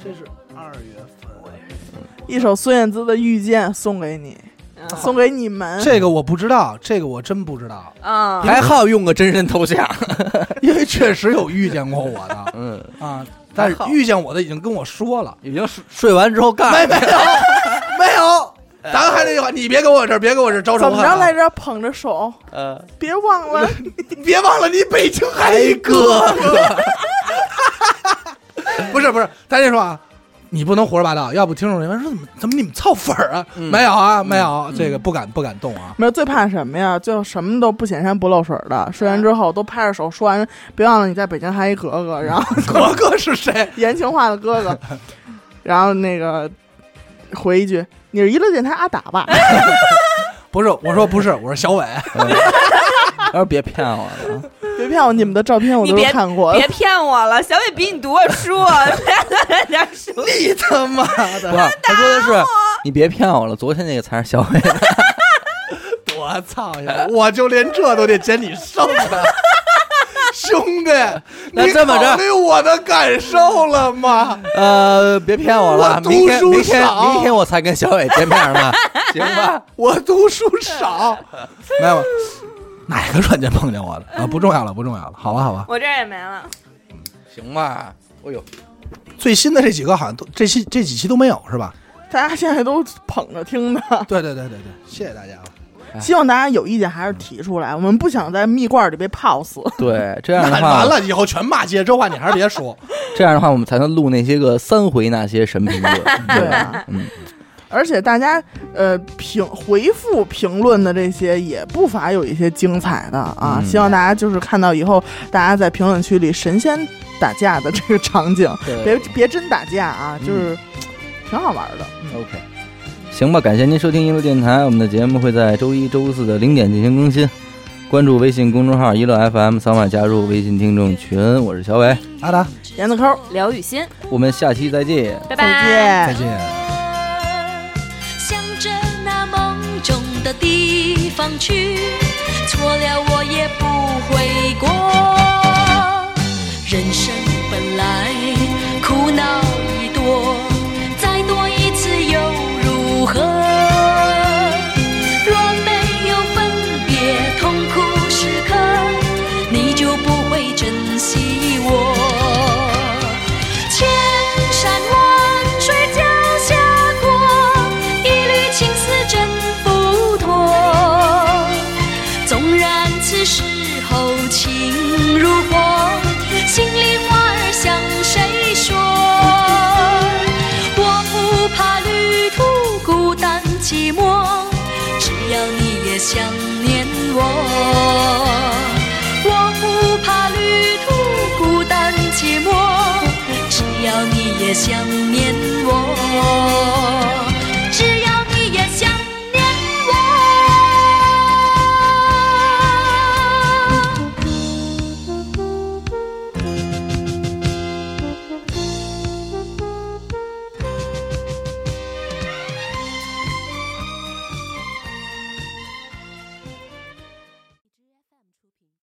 Speaker 5: 这是二月份，
Speaker 3: 一首孙燕姿的《遇见》送给你，
Speaker 4: 嗯
Speaker 3: 送给你们。
Speaker 5: 这个我不知道，这个我真不知道，
Speaker 4: 嗯，
Speaker 1: 还好用个真人头像。
Speaker 5: 因为确实有遇见过 [laughs] 我的
Speaker 1: 嗯，
Speaker 5: 啊，但是遇见我的已经跟我说了，
Speaker 1: 已经睡睡完之后干
Speaker 5: 没没有没有，咱还那句话，你别跟我这儿别跟我这儿招
Speaker 3: 怎
Speaker 5: 仇
Speaker 3: 么
Speaker 5: 恨
Speaker 3: 着来
Speaker 5: 啊，
Speaker 3: 着？捧着手，
Speaker 1: 呃，
Speaker 3: 别忘了
Speaker 5: 别忘了你北京
Speaker 1: 哎
Speaker 5: 还一哎哥哥，不是不是，咱这说啊。你不能胡说八道，要不听众人说怎么怎么你们操粉儿啊？
Speaker 1: 嗯
Speaker 5: 没有啊，没有，这个不敢不敢动
Speaker 1: [laughs]
Speaker 5: 啊。
Speaker 3: 没有最怕什么呀？就什么都不显山不露水的。睡
Speaker 5: 嗯
Speaker 3: 完之后都拍着手说完，别忘了你在北京还一格格，然后
Speaker 5: 格格是谁？
Speaker 3: [laughs] 言情化的哥
Speaker 4: [laughs]
Speaker 3: 哥，然后那个回一句：“你是娱乐电台阿达吧？”
Speaker 4: 哎
Speaker 5: 不是，我说不是，我
Speaker 1: [laughs]
Speaker 5: 说小伟。
Speaker 1: 嗯要是别骗我了，
Speaker 3: 别骗我，你们的照片我
Speaker 4: 你
Speaker 3: 都是
Speaker 4: 别
Speaker 3: 看过的
Speaker 4: 别。骗我了，小啊伟比你读过书，别在那儿说
Speaker 5: 你他妈的！
Speaker 1: 不是，他说的是你别骗我了，昨天那个才是小 [laughs] 伟。
Speaker 5: 我操呀！我就连这都得捡你剩
Speaker 1: [laughs]
Speaker 5: 的，兄弟，
Speaker 1: 那
Speaker 5: 你
Speaker 1: 这么着
Speaker 5: 考虑我的感受了吗？
Speaker 1: 呃，别骗我了，
Speaker 5: 我读
Speaker 1: 明天
Speaker 5: 书
Speaker 1: 明天
Speaker 5: 少
Speaker 1: 明天我才跟小伟见面呢，行吧？
Speaker 5: [laughs] 我读书少，没有哪个瞬间碰见我的啊？不重要了，不重要了，好吧，好吧。
Speaker 4: [laughs] 我这儿也没了。
Speaker 1: 行吧？哎呦，
Speaker 5: 最新的这几个好像都这期这几期都没有是吧？
Speaker 3: [laughs] 大家现在都捧着听呢。
Speaker 5: 对对对对对，谢谢大家啊！
Speaker 1: 哎
Speaker 3: 希望大家有意见还是提出来，我们不想在蜜罐里被泡
Speaker 4: [laughs]
Speaker 3: 死。
Speaker 1: 对，这
Speaker 5: 那
Speaker 1: 样的话 [laughs]
Speaker 5: 完，了，以后全骂街，这话你还是别说。
Speaker 1: 这样的话，我们才能录那些个三回那些神评 [laughs] 论。
Speaker 3: 对啊，
Speaker 1: 嗯
Speaker 3: 而且大家呃评回复评论的这些也不乏有一些精彩的啊，
Speaker 1: 嗯
Speaker 3: 希望大家就是看到以后大家在评论区里神仙打架的这个场景，
Speaker 1: 对
Speaker 3: 别别真打架啊，就是
Speaker 1: 嗯
Speaker 3: 挺好玩的。
Speaker 1: OK，行吧，感谢您收听一路电台，我们的节目会在周一周四的零点进行更新。关注微信公众号“一乐 FM”，扫码加入微信听众群。我是小伟，
Speaker 5: 阿达，
Speaker 3: 严子抠儿，
Speaker 4: 刘雨欣，
Speaker 1: 我们下期再见。
Speaker 4: 拜
Speaker 3: 再
Speaker 4: 拜。
Speaker 3: 见
Speaker 5: 再。见。
Speaker 8: 向着那梦中的地方去，错了我也不悔过。人生本来苦恼已多，再多一次又如何？若没有分别痛苦时刻，你就不会珍惜我。千山万水脚下过，一缕情丝真不脱。纵然此时候情如火，心里话儿向谁说？我不怕旅途孤单寂寞，只要你也想念我。我不怕旅途孤单寂寞，只要你也想念我。